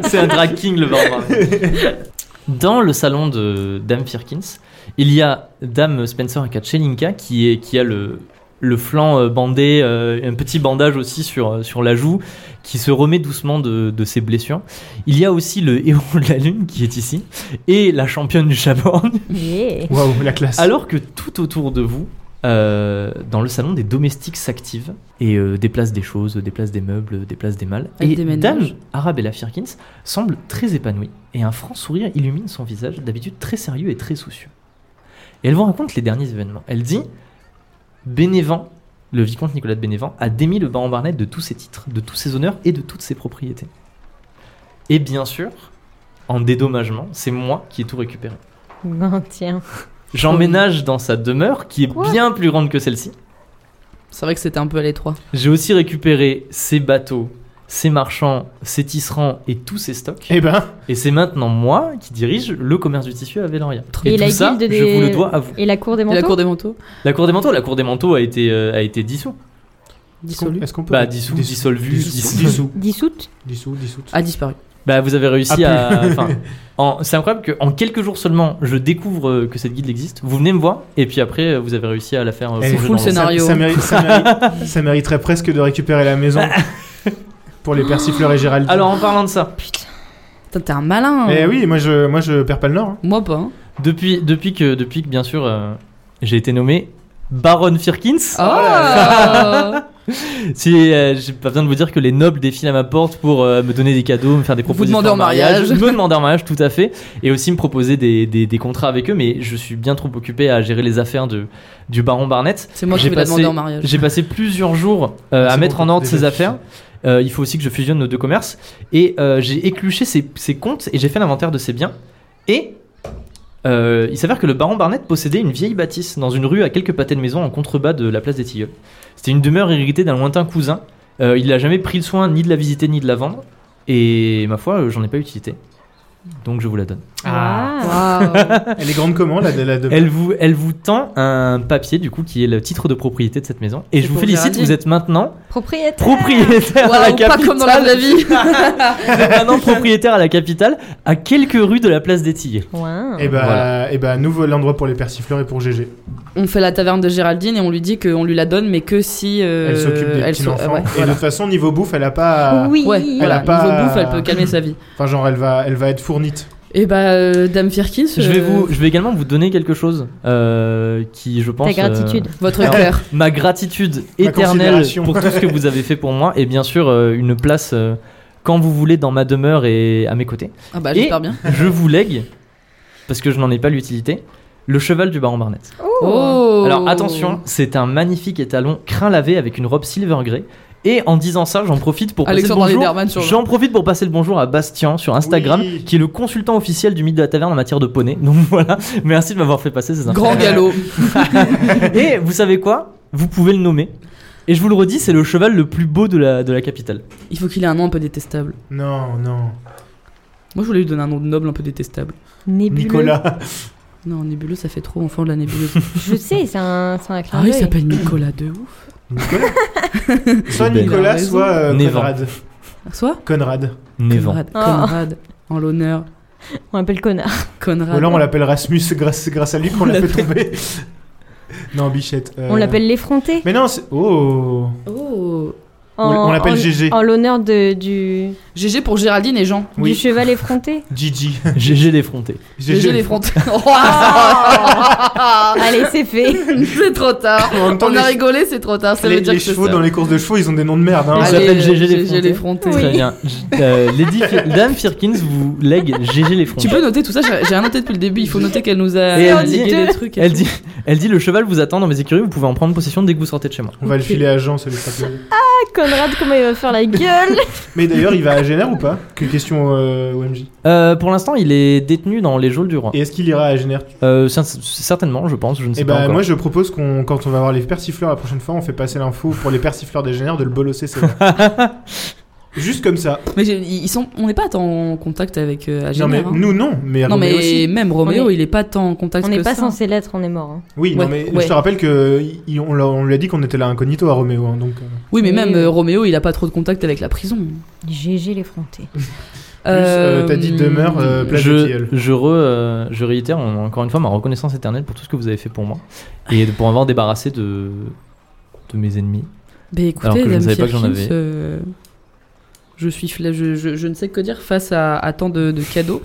C'est un drag king le baron Mal. Dans le salon de Dame Firkins, il y a Dame Spencer Akachelinka qui, est, qui a le, le flanc euh, bandé, euh, un petit bandage aussi sur, euh, sur la joue, qui se remet doucement de, de ses blessures. Il y a aussi le héros de la lune qui est ici et la championne du Chaborn.
Yeah.
Waouh, la classe.
Alors que tout autour de vous, euh, dans le salon, des domestiques s'activent et euh, déplacent des choses, déplacent des meubles, euh, déplacent des malles.
Elles
et
déménagent.
Dame Arabella Firkins semble très épanouie et un franc sourire illumine son visage, d'habitude très sérieux et très soucieux. Et elle vous raconte les derniers événements. Elle dit Bénévent, le vicomte Nicolas de Bénévent, a démis le baron Barnett de tous ses titres, de tous ses honneurs et de toutes ses propriétés. Et bien sûr, en dédommagement, c'est moi qui ai tout récupéré.
Ben tiens.
J'emménage dans sa demeure, qui est
Quoi
bien plus grande que celle-ci.
C'est vrai que c'était un peu à l'étroit.
J'ai aussi récupéré ses bateaux, ses marchands, ses tisserands et tous ses stocks.
Eh ben,
Et c'est maintenant moi qui dirige le commerce du tissu à Véloria.
Trop
Et,
bien. Et
tout
la
ça,
guilde
je
des-
vous le dois à vous.
Et la cour des
Et la
manteaux
cour des manteaux
La cour des manteaux, la cour des manteaux a été, euh, a été dissous.
Dissolu.
est-ce qu'on peut
Bah, dissous, dissolvu,
dissous,
dissous.
dissous,
Dissoute
dissous, dissous.
A Ah, disparu.
Bah, vous avez réussi
Ah,
à.
plus.
enfin, en- c'est incroyable qu'en quelques jours seulement, je découvre euh, que cette guilde existe. Vous venez me voir, et puis après, euh, vous avez réussi à la faire. euh,
Eh,
plonger
fou,
dans
le
l'eau.
scénario.
Ça, ça mérite- ça mérite- ça mériterait presque de récupérer la maison pour les persifleurs et Géraldine.
Alors, en parlant de ça,
Putain, t'es un malin.
Eh oui, moi je, moi je perds pas le nord. hein.
Moi pas. hein.
depuis, depuis, que, depuis que, bien sûr, euh, j'ai été nommé Baronne Firkins.
Ah. Oh
Si, euh, j'ai pas besoin de vous dire que les nobles défilent à ma porte pour euh, me donner des cadeaux, me faire des
Vous
propositions.
demander en
en mariage.
mariage.
me demander en mariage, tout à fait. Et aussi me proposer des, des, des contrats avec eux, mais je suis bien trop occupé à gérer les affaires de, du baron Barnett.
C'est moi qui
J'ai
vais la
passé-
demander en mariage.
J'ai passé plusieurs jours euh, à
C'est
mettre
bon,
en ordre
déjà,
ses
tu
affaires. Euh, il faut aussi que je fusionne nos deux commerces. Et euh, j'ai écluché ses, ses comptes et j'ai fait l'inventaire de ses biens. Et euh, il s'avère que le baron Barnett possédait une vieille bâtisse dans une rue à quelques pâtés de maison en contrebas de la place des Tilleuls. C'était une demeure héritée d'un lointain cousin. Euh, il n'a jamais pris le soin ni de la visiter ni de la vendre. Et ma foi, euh, j'en ai pas utilité. Donc je vous la donne.
Ah.
Waouh.
Elle est grande comment la, la de...
Elle vous, elle vous tend un papier, du coup, qui est le titre de propriété de cette maison. Et
C'est
je vous
pour
félicite,
Géraldine.
vous êtes maintenant
Propriétaire
propriétaire à la
Waouh, pas
capitale.
comme dans la vraie
Vous
vie.
êtes maintenant propriétaire à la capitale, à quelques rues de la place des Tillets.
Hein.
Ouin.
Eh bah,
Voilà.
eh bah, nouveau l'endroit pour les persifleurs et pour GG.
on fait la taverne de Géraldine et on lui dit qu'on lui la donne, mais que si. euh,
elle s'occupe des
elle
petits
s'o-
enfants.
ouais,
et
voilà.
de toute façon, niveau bouffe, elle a pas.
Oui
Ouais, voilà,
a pas-
niveau bouffe, elle peut calmer sa vie.
Enfin, genre, elle va, elle va être fournite.
Et bah, euh, Dame Firkins,
Je vais,
euh,
vous, je vais également vous donner quelque chose euh, qui, je pense.
Ta
euh,
gratitude.
votre cœur.
ma gratitude
Ma
éternelle
considération.
pour tout ce que vous avez fait pour moi. Et bien sûr, euh, une place euh, quand vous voulez dans ma demeure et à mes côtés.
Ah bah,
Et-
j'espère bien.
Je vous lègue, parce que je n'en ai pas l'utilité, le cheval du baron Barnett.
Oh
Alors attention, c'est un magnifique étalon crin lavé avec une robe silver grey. Et en disant ça, j'en profite pour passer le
Alexandre
bonjour.
Lederman sur le-
J'en profite pour passer le bonjour à Bastien sur Instagram,
Oui.
qui est le consultant officiel du mythe de la taverne en matière de poney. Donc voilà, merci de m'avoir fait passer ces infos.
Grand galop.
Et vous savez quoi Vous pouvez le nommer. Et je vous le redis, c'est le cheval le plus beau de la, de la capitale.
Il faut qu'il ait un nom un peu détestable.
Non, non.
Moi, je voulais lui donner un nom de noble un peu détestable.
Nébuleux.
Nicolas.
Non, nébuleux, ça fait trop enfant de la nébuleuse.
Je sais, c'est un, c'est un clin
ah, il
d'œil.
s'appelle Nicolas de ouf.
Nicolas. soit
Il est belle.
Nicolas,
Il a
soit euh,
raison.
Conrad.
Ah, Soit
Conrad.
Névan.
Conrad.
Ah.
Conrad. En l'honneur.
On l'appelle connard.
Ou
Conrad.
alors on l'appelle Rasmus, c'est grâce, c'est grâce à lui qu'on l'a fait tomber. non, Bichette. euh,
On l'appelle l'effronté.
Mais non, c'est. Oh
Oh.
En-
on l'appelle
en-
GG.
En l'honneur de- du,
GG pour Géraldine et Jean.
du
Oui,
cheval effronté.
Gigi.
GG l'effronté.
GG les
Français.
frontes. Waouh.
Allez, c'est fait.
c'est trop tard.
En même temps,
On a
les-
rigolé, c'est trop tard. Ça
Les,
veut dire
les
que c'est
chevaux
ça.
dans les courses de chevaux, ils ont des noms de merde. Hein.
Ils
Allez,
s'appellent GG les
GG les frontés.
Très bien. J- euh, Lady Fi- Dame Firkins vous lègue GG l'effronté.
Tu peux noter tout ça, j'ai j'ai rien noté depuis le début, il faut noter qu'elle nous a
Et elle
légué
dit-
des trucs. et
Elle
tout.
dit, elle dit le cheval vous attend dans mes écuries, vous pouvez en prendre possession dès que vous sortez de chez moi.
On va le
Ok.
filer à Jean, celui là
Conrad, comment il va faire la gueule
Mais d'ailleurs, il va à Génère ou pas Que question euh, OMG.
Euh, pour l'instant, il est détenu dans les geôles du roi.
Et est-ce qu'il ira à Génère
Euh, ça, c- certainement, je pense, je ne sais
Eh
pas
bah,
encore.
moi, je propose qu'on, quand on va voir les persifleurs la prochaine fois, on fait passer l'info pour les persifleurs des Génères de le bolosser, c'est vrai. Juste comme ça.
Mais j'ai- ils sont, on n'est pas tant en contact avec euh, Agener,
Non, mais
hein.
nous, non. Mais
Non,
Roméo
mais
aussi.
même Roméo,
On est-
il est pas tant en contact
On
que
n'est pas
ça.
censé l'être, on est mort. hein.
Oui, non,
Ouais,
mais
ouais.
je te rappelle que il- on, l'a- on lui a dit qu'on était là incognito à Roméo. hein, donc, euh,
Oui, mais
Oui,
même
oui.
euh, Roméo, il a pas trop de contact avec la prison.
GG l'effronté.
Plus, euh, t'as dit demeure,
hum,
euh, place de
je,
tilleul.
je, re- euh, je réitère en- encore une fois ma reconnaissance éternelle pour tout ce que vous avez fait pour moi et de- pour avoir débarrassé de, de mes ennemis.
Bah
Alors que
écoutez,
je ne
Dame
savais pas que j'en
Firkins,
avais.
euh, je suis, fla- je, je- je ne sais que dire face à, à tant de, de cadeaux.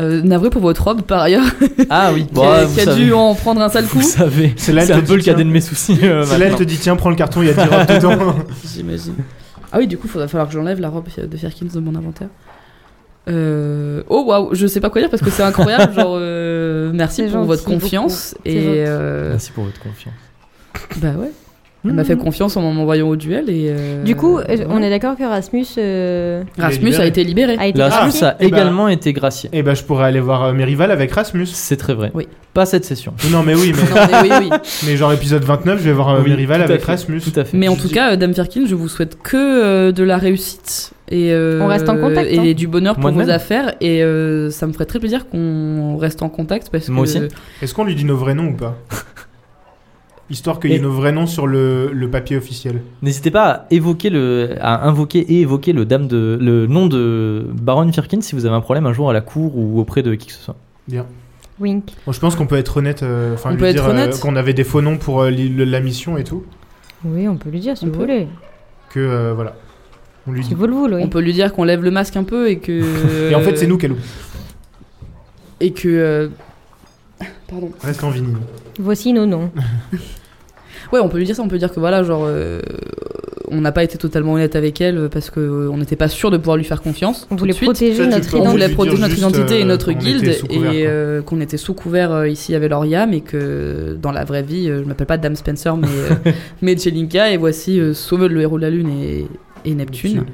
Euh, navré pour votre robe par ailleurs,
Ah oui,
qui a,
vous
qui a
savez.
dû en prendre un sale
Vous
coup.
savez,
C'est là,
c'est
elle
un
te
peu le
dit,
cadet
tiens.
de mes soucis. euh,
hein. C'est là, elle
maintenant.
te dit tiens, prends le carton, il y a 10 robes dedans.
J'imagine.
Ah oui, du coup, il va falloir que j'enlève la robe de Firkins de mon inventaire. Euh, Oh waouh, je sais pas quoi dire parce que c'est incroyable. genre, euh, merci
C'est
pour
gentil,
votre confiance.
beaucoup. C'est
Et
gentil.
euh,
Merci pour votre confiance.
bah ouais, elle m'a fait confiance en m'envoyant au duel. Et euh,
Mm-hmm. Du coup, euh, on
voilà.
est d'accord que Rasmus euh,
Rasmus a été libéré.
a été
La
Ah,
Rasmus
gracié.
a
eh ben-
également été graciée.
Et bah, je pourrais aller voir euh, mes rivales avec Rasmus.
C'est très vrai.
Oui.
Pas cette session. Ah
Non, mais oui, mais,
Non, mais oui, oui.
mais genre épisode 29, je vais voir euh,
Oui,
mes rivales
tout à
avec
fait,
Rasmus.
Tout à fait.
Mais en
Je
tout
dis-
cas, euh, Dame Firkin, je vous souhaite que euh, de la réussite et, euh,
On reste en contact,
et
hein.
du bonheur pour
Moi de
vos
même.
affaires. Et euh, ça me ferait très plaisir qu'on reste en contact parce
Moi
que
aussi.
Est-ce qu'on lui dit nos vrais noms ou pas Histoire qu'il y ait
Et-
nos vrais noms sur le, le papier officiel.
N'hésitez pas à évoquer le, à invoquer et évoquer le dame de, le nom de Baron Firkin si vous avez un problème un jour à la cour ou auprès de qui que ce soit.
Wink.
Bon, je pense qu'on peut être honnête, euh, enfin
On
lui
peut être
dire euh,
honnête.
qu'on avait des faux noms pour euh, li- le- la mission et tout.
Oui, on peut lui dire si
On
vous
peut.
voulez.
Que euh, voilà. On lui
Si
dit.
vous le voulez, oui.
on peut lui dire qu'on lève le masque un peu et que. euh,
Et en fait, c'est nous qu'elle
Et que. euh, Pardon.
reste en vinyle.
Voici nos noms.
Ouais, on peut lui dire ça, on peut dire que voilà, genre, euh, on n'a pas été totalement honnête avec elle euh, parce qu'on n'était pas sûr de pouvoir lui faire confiance.
On
tout
voulait
de suite.
protéger
Ça, tu
notre
peux- Vous
On
identité.
voulait
lui
protéger
dire
notre
juste,
identité et
euh,
notre
on était
guilde
sous couvert,
et
quoi.
euh, qu'on était sous couvert euh, ici avec Loria, mais que dans la vraie vie, euh, je m'appelle pas Dame Spencer, mais, euh, mais Jelinka, et voici euh, Sauveul, le héros de la Lune et, et Neptune,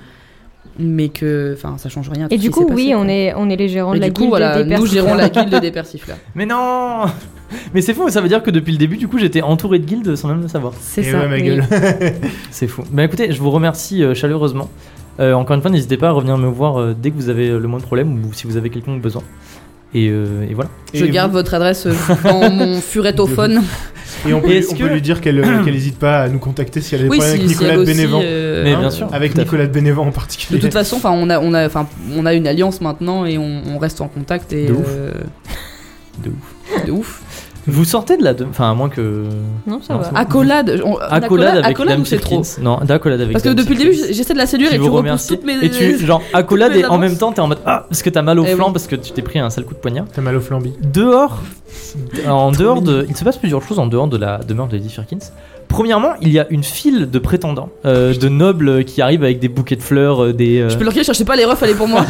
mais que enfin ça change rien. à
Et du
tout ce qui
coup,
s'est
oui,
passé,
on
quoi.
est, on est les gérants
Et
de la
du coup,
guilde
voilà,
des
nous
personnes.
gérons la guilde des persifleurs.
Mais non Mais c'est fou, ça veut dire que depuis le début, du coup, j'étais entouré de guildes sans même le savoir.
C'est
Et
ça.
ouais, ma
oui.
gueule.
C'est fou. Mais écoutez, je vous remercie euh, chaleureusement. Euh, encore une fois, n'hésitez pas à revenir me voir euh, dès que vous avez euh, le moins de problème ou si vous avez quelconque besoin. Et, euh, et voilà.
Je
Et
garde votre adresse euh, dans mon furettophone.
Et on peut,
Est-ce
on
que-
peut lui dire qu'elle euh, qu'elle n'hésite pas à nous contacter si elle a des
Oui,
problèmes
si,
avec
si
Nicolas
elle
de
aussi,
Bénévent.
euh,
Mais
Hein
bien sûr.
Avec
tout à fait.
Nicolas de Bénévent en
De
particulier.
toute façon, enfin, on a, on a, enfin, on a une alliance maintenant et on, on reste en contact et.
De ouf.
euh,
De
de ouf.
Vous sortez de la. de- Enfin, à moins que.
Non, ça
Non,
va.
c'est bon.
Accolade. on-
Accolade avec
Ah, accolade
Dame
ou c'est trop.
Sirkins. Non, d'accolade avec
Parce que
Dame
depuis le
Sirkins.
début, j'essaie de la séduire
Qui
et tu
vous
repousses
remercie.
toutes mes.
Et tu, genre, accolade
toutes mes
et en
avances.
même temps, t'es en mode Ah, parce que t'as mal au
Eh
flanc,
oui.
parce que tu t'es pris un sale coup de poignard.
T'as mal au flambi.
Dehors, en dehors de. Il se passe plusieurs choses en dehors de la demeure de Lady Firkins. Premièrement, il y a une file de prétendants, euh, de nobles qui arrivent avec des bouquets de fleurs, euh, des, euh,
Je peux leur crier, cherchez pas les refs, elle est pour moi.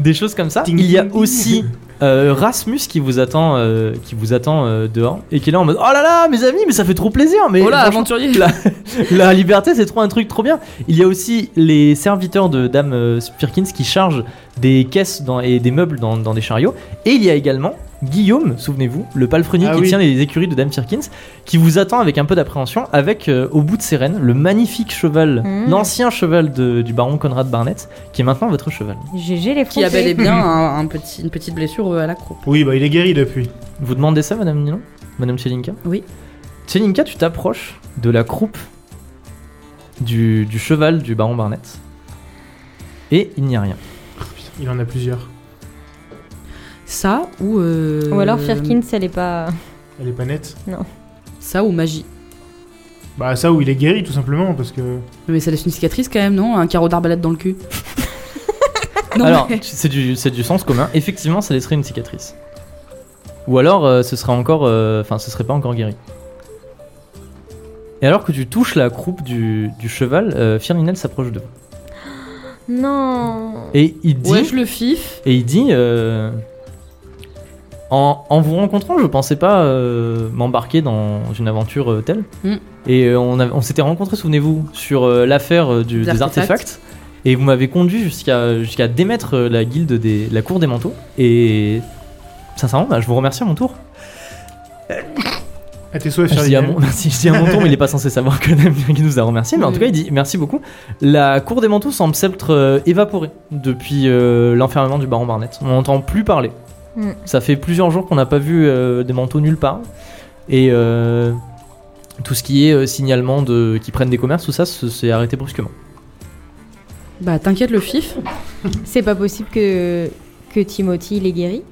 des choses comme ça.
Ting,
il y a
ting, ting.
aussi euh, Rasmus qui vous attend, euh, qui vous attend euh, dehors et qui est là en mode Oh là là, mes amis, mais ça fait trop plaisir. Mais
oh là,
franchement,
aventurier.
la- La liberté, c'est trop un truc trop bien. Il y a aussi les serviteurs de Dame euh, Firkins qui chargent des caisses dans- et des meubles dans, dans des chariots. Et il y a également Guillaume, souvenez-vous, le palefrenier
Ah
qui
oui.
tient les écuries de Dame Firkins, qui vous attend avec un peu d'appréhension, avec euh, au bout de ses rênes le magnifique cheval,
Mmh.
l'ancien cheval de- du baron Conrad Barnett, qui est maintenant votre cheval.
GG les
Qui a bel et
Français.
bien un, un petit, une petite blessure euh, à l'accro.
Oui, bah il est guéri depuis.
Vous demandez ça, Madame Nilon Madame Chelinka
Oui.
Chelinka, tu t'approches de la croupe du, du cheval du baron Barnett. Et il n'y a rien.
Il en a plusieurs.
Ça ou. euh,
Ou alors Firkins, elle est pas.
Elle est pas nette.
Ça ou magie.
Bah ça où il est guéri tout simplement parce que.
Mais ça laisse une cicatrice quand même, non Un carreau d'arbalète dans le cul. non,
alors,
mais-
tu- c'est du, c'est du sens commun. Effectivement, ça laisserait une cicatrice. Ou alors, euh, ce serait encore. euh, Enfin, ce serait pas encore guéri. Et alors que tu touches la croupe du, du cheval, euh, Firminel s'approche de vous.
Non.
Et il dit.
Ouais, je le fif.
Et il dit euh, en, en vous rencontrant, je pensais pas euh, m'embarquer dans une aventure euh, telle.
Mm.
Et euh, on, avait- on s'était rencontrés, souvenez-vous, sur euh, l'affaire euh, du-
Des
des,
artefacts.
artefacts. Et vous m'avez conduit jusqu'à jusqu'à démettre euh, la guilde des la cour des manteaux. Et sincèrement, bah, je vous remercie à mon tour.
À tes souhaits,
Je
Charlie.
dis, Ah, à mon, merci, je dis à mon tour, mais il est pas censé savoir que Damien nous a remercié. Mais en
Oui.
tout cas, il dit merci beaucoup. La cour des manteaux semble s'être euh, évaporée depuis euh, l'enfermement du baron Barnett. On n'entend plus parler.
Mm.
Ça fait plusieurs jours qu'on n'a pas vu euh, des manteaux nulle part. Et euh, tout ce qui est euh, signalement de qui prennent des commerces, tout ça, se- s'est arrêté brusquement.
Bah, t'inquiète, le fif.
C'est pas possible que que Timothy les guéri.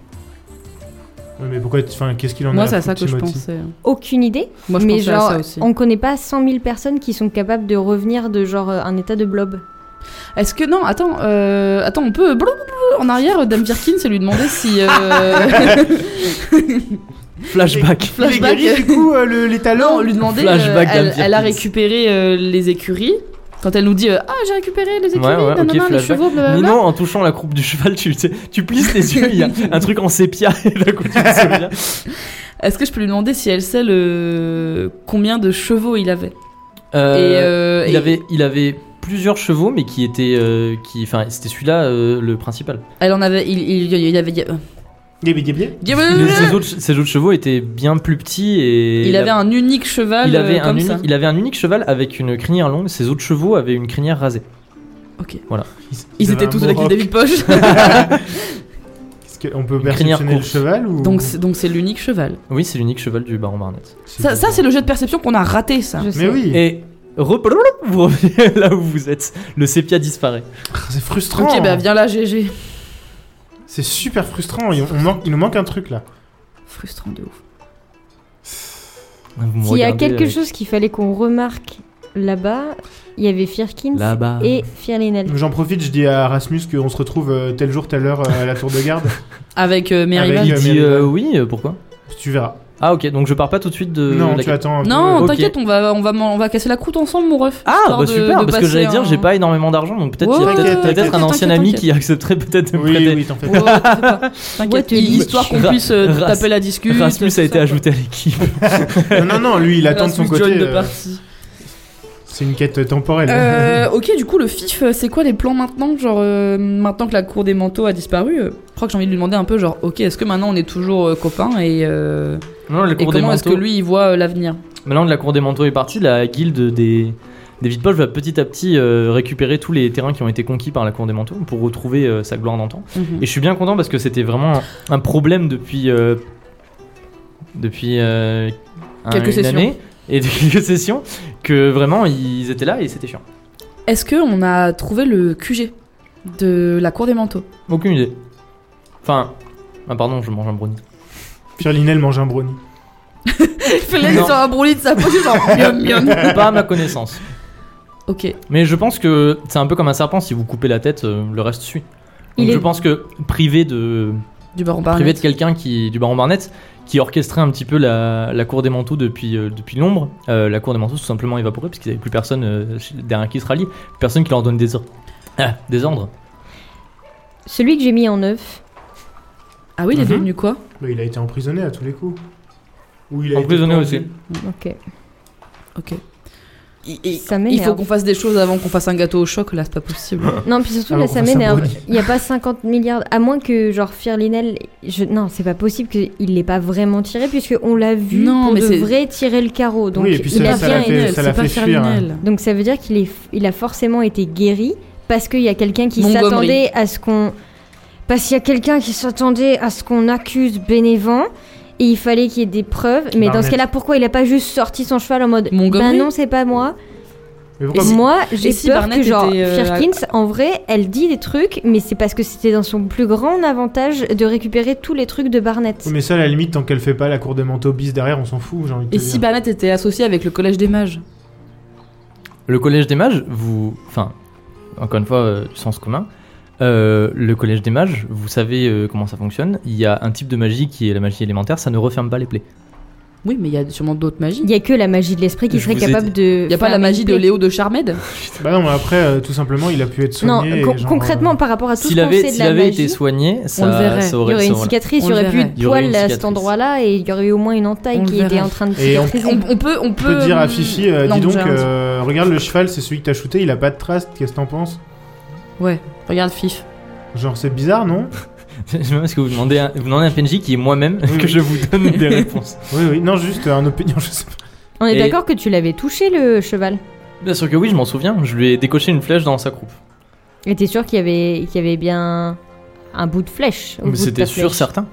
Ouais, mais pourquoi Enfin, qu'est-ce qu'il en a
Moi,
à
c'est à ça
foutre,
que je
Timothy
pensais. hein.
Aucune idée.
Moi, je
mais
pensais
genre,
à ça aussi.
on connaît pas 100 000 personnes qui sont capables de revenir de genre euh, un état de blob.
Est-ce que non Attends, euh, attends, on peut blablabla en arrière euh, Dame Birkin, c'est lui demander si euh,
Flashback.
Flashback.
Les guéris, du coup, euh, le- les talents.
non, lui demander. euh,
Flashback Dame
elle, elle a
Birkin.
récupéré euh, les écuries. Quand elle nous dit euh, ah j'ai récupéré les écuries,
Ouais, ouais,
nanana,
ok,
les
flashback.
chevaux,
Mais
blablabla.
non, en touchant la croupe du cheval, tu, tu sais, tu plisses les yeux, il y a un truc en sépia, et d'un coup tu te souviens.
Est-ce que je peux lui demander si elle sait le combien de chevaux il avait
Euh,
Et, euh,
il,
et-
avait, il avait plusieurs chevaux, mais qui étaient. euh, qui, enfin, c'était celui-là euh, le principal.
Elle en avait, il, il, il y avait.
Gabi Gabi.
Mais ses, autres, ses autres chevaux étaient bien plus petits et.
Il avait un unique cheval.
il avait,
euh,
un
comme
unique,
ça.
il avait un unique cheval avec une crinière longue, ses autres chevaux avaient une crinière rasée.
Ils étaient tous avec
les
des David Poche.
On peut
crinière
perceptionner le
courte.
cheval ou
donc c'est- donc c'est l'unique cheval.
Oui, c'est l'unique cheval du baron Barnett.
Ça, ça, c'est le jeu de perception qu'on a raté ça.
Je sais.
Mais oui.
Et re- vous revenez là où vous êtes, le sépia disparaît.
C'est frustrant.
Ok
hein.
bah viens là GG.
C'est super frustrant. Il, on manque, il nous manque un truc là.
Frustrant de ouf.
Vous me
S'il y a
regardez euh,
quelque
avec-
chose qu'il fallait qu'on remarque là-bas, il y avait Firkins
Là-bas.
et Firlinel.
J'en profite, je dis à Rasmus qu'on se retrouve euh, tel jour, telle heure euh, à la tour de garde.
Avec euh, mes
Avec-
rivales.
Il
Euh,
dit
mais-
euh, oui, euh, pourquoi
tu verras.
Ah ok, donc je pars pas tout de suite de.
non,
Euh, la-
tu attends. un peu. euh,
Non,
ok.
t'inquiète, on va, on, va, man- on va casser la croûte ensemble, mon ref.
Ah
histoire
bah
de-
super,
de
parce que
passer
j'allais dire
un-
j'ai pas énormément d'argent, donc peut-être
Ouais,
il y a peut-être
t'inquiète,
peut-être un
t'inquiète,
ancien ami
t'inquiète.
qui accepterait peut-être de me
Oui,
prêter.
oui, t'en fais
Ouais,
pas.
t'inquiète pas. T'inquiète,
What a
histoire qu'on
bitch.
puisse euh,
Rass-
taper la discute.
Rasmus
tout
a été
ça.
ajouté à l'équipe.
Non, non, non, lui, il attend de son
Rasmus
côté.
join de
euh,
partie.
c'est une quête temporelle.
Euh, ok, du coup, le FIF, euh, c'est quoi les plans maintenant Genre, euh, maintenant que la cour des manteaux a disparu, euh, je crois que j'ai envie de lui demander un peu, genre, ok, est-ce que maintenant on est toujours euh, copains et, euh,
Non, la
et
cour des
comment est-ce que
manteaux.
lui il voit euh, l'avenir
Maintenant que la cour des manteaux est partie, la guilde des des vides poches va petit à petit euh, récupérer tous les terrains qui ont été conquis par la cour des manteaux pour retrouver euh, sa gloire d'antan. Et je suis bien content parce que c'était vraiment un problème depuis euh, depuis euh, un-
Quelques
une
sessions.
année et depuis quelques sessions que vraiment ils étaient là et c'était chiant.
Est-ce que on a trouvé le QG de la cour des manteaux
Aucune idée. Enfin, ah pardon, je mange un brownie.
Firlinel mange un brownie.
Il fait la
Non.
sur un brûlis de sa poche, genre, miam, miam.
Pas à ma connaissance.
Ok,
Mais je pense que c'est un peu comme un serpent. Si vous coupez la tête, euh, le reste suit.
Il
Donc
est-
Je pense que privé de
du baron
privé
Barnett.
de quelqu'un qui du baron Barnett qui orchestrait un petit peu la, la cour des manteaux depuis euh, depuis l'ombre, euh, la cour des manteaux s'est tout simplement évaporée parce qu'ils n'avaient plus personne euh, chez- derrière qui se rallie, personne qui leur donne des ordres. Ah, des ordres.
Celui que j'ai mis en neuf,
Ah oui, il est
Mhm.
devenu quoi
Bah, il a été emprisonné à tous les coups. Ou il a été
Emprisonné
pendu.
aussi.
ok.
Ok.
Ça
Il faut
m'énerve.
qu'on fasse des choses avant qu'on fasse un gâteau au choc, là, c'est pas possible.
Non, puis surtout,
Ah,
là,
on
ça
passe un
m'énerve.
brownie.
Il n'y a pas 50 milliards. À moins que, genre, Firlinel. Je... Non, c'est pas possible qu'il l'ait pas vraiment tiré, puisqu'on l'a vu
Non,
pour
mais
de
c'est-
vrai tirer le carreau. Donc,
Oui, et puis
il
ça-
a
ça
bien
l'a fait-
aimé.
ça l'a fait fuir, hein.
Donc, ça veut dire qu'il est... il a forcément été guéri parce qu'il y a quelqu'un qui
Montgomery.
s'attendait à ce qu'on. Parce qu'il y a quelqu'un qui s'attendait à ce qu'on accuse Bénévent. Et il fallait qu'il y ait des preuves. Mais dans
Barnett.
ce cas-là, pourquoi il a pas juste sorti son cheval en mode. Bah
Montgomery
non, c'est pas moi.
Mais
Et
pourquoi
moi, j'ai
si
peur
Barnett
que genre
était, euh,
Firkins, en vrai, elle dit des trucs, mais c'est parce que c'était dans son plus grand avantage de récupérer tous les trucs de Barnett.
Oui, Mais ça, à la limite, tant qu'elle fait pas la cour des manteaux bis derrière, on s'en fout, j'ai envie de te
Et
dire.
si Barnett était associé avec le collège des mages
Le collège des mages, vous. Enfin, encore une fois, euh, sens commun. Euh, le collège des mages, vous savez euh, comment ça fonctionne. Il y a un type de magie qui est la magie élémentaire, ça ne referme pas les plaies.
Oui, mais il y a sûrement d'autres magies.
Il n'y a que la magie de l'esprit qui
Je
serait
vous ai
capable de.
Il n'y a pas la magie de Léo de Charmed
Bah non, mais après, euh, tout simplement, il a pu être
Non,
soigné. et
con-
genre, euh,
euh,
concrètement, par rapport à tout ce
S'il
qu'on
avait,
sait de
s'il
la
avait
magie,
été soigné, ça,
le verrait.
ça
il y
aurait.
aurait
ça
une
aurait-
cicatrice,
On
il y aurait
le
plus
verrait.
de
Il y aurait une
poils à cet
cicatrice.
endroit-là et il y aurait eu au moins une entaille
On
qui
le
était
verrait.
en train de
Et on-
cicatriser.
on, on peut, on
On peut
peut.
dire à
euh,
Fifi, euh,
non,
dis donc,
j'ai rien dit.
euh, regarde le cheval, c'est celui que t'as shooté, il a pas de traces, qu'est-ce que t'en penses
Ouais, regarde Fif.
Genre, c'est bizarre, non
Je sais même ce que vous demandez, un, vous demandez un PNJ qui est moi-même
Oui,
que
oui.
je vous donne des réponses.
Oui, oui, non, juste euh, un opinion, je sais pas.
On est
Et-
d'accord que tu l'avais touché le cheval.
Bien sûr que oui, je m'en souviens. Je lui ai décoché une flèche dans sa croupe.
Et t'es sûr qu'il y avait, qu'il y avait bien un bout de flèche au bout
Mais
de
C'était
ta
sûr,
flèche.
certain.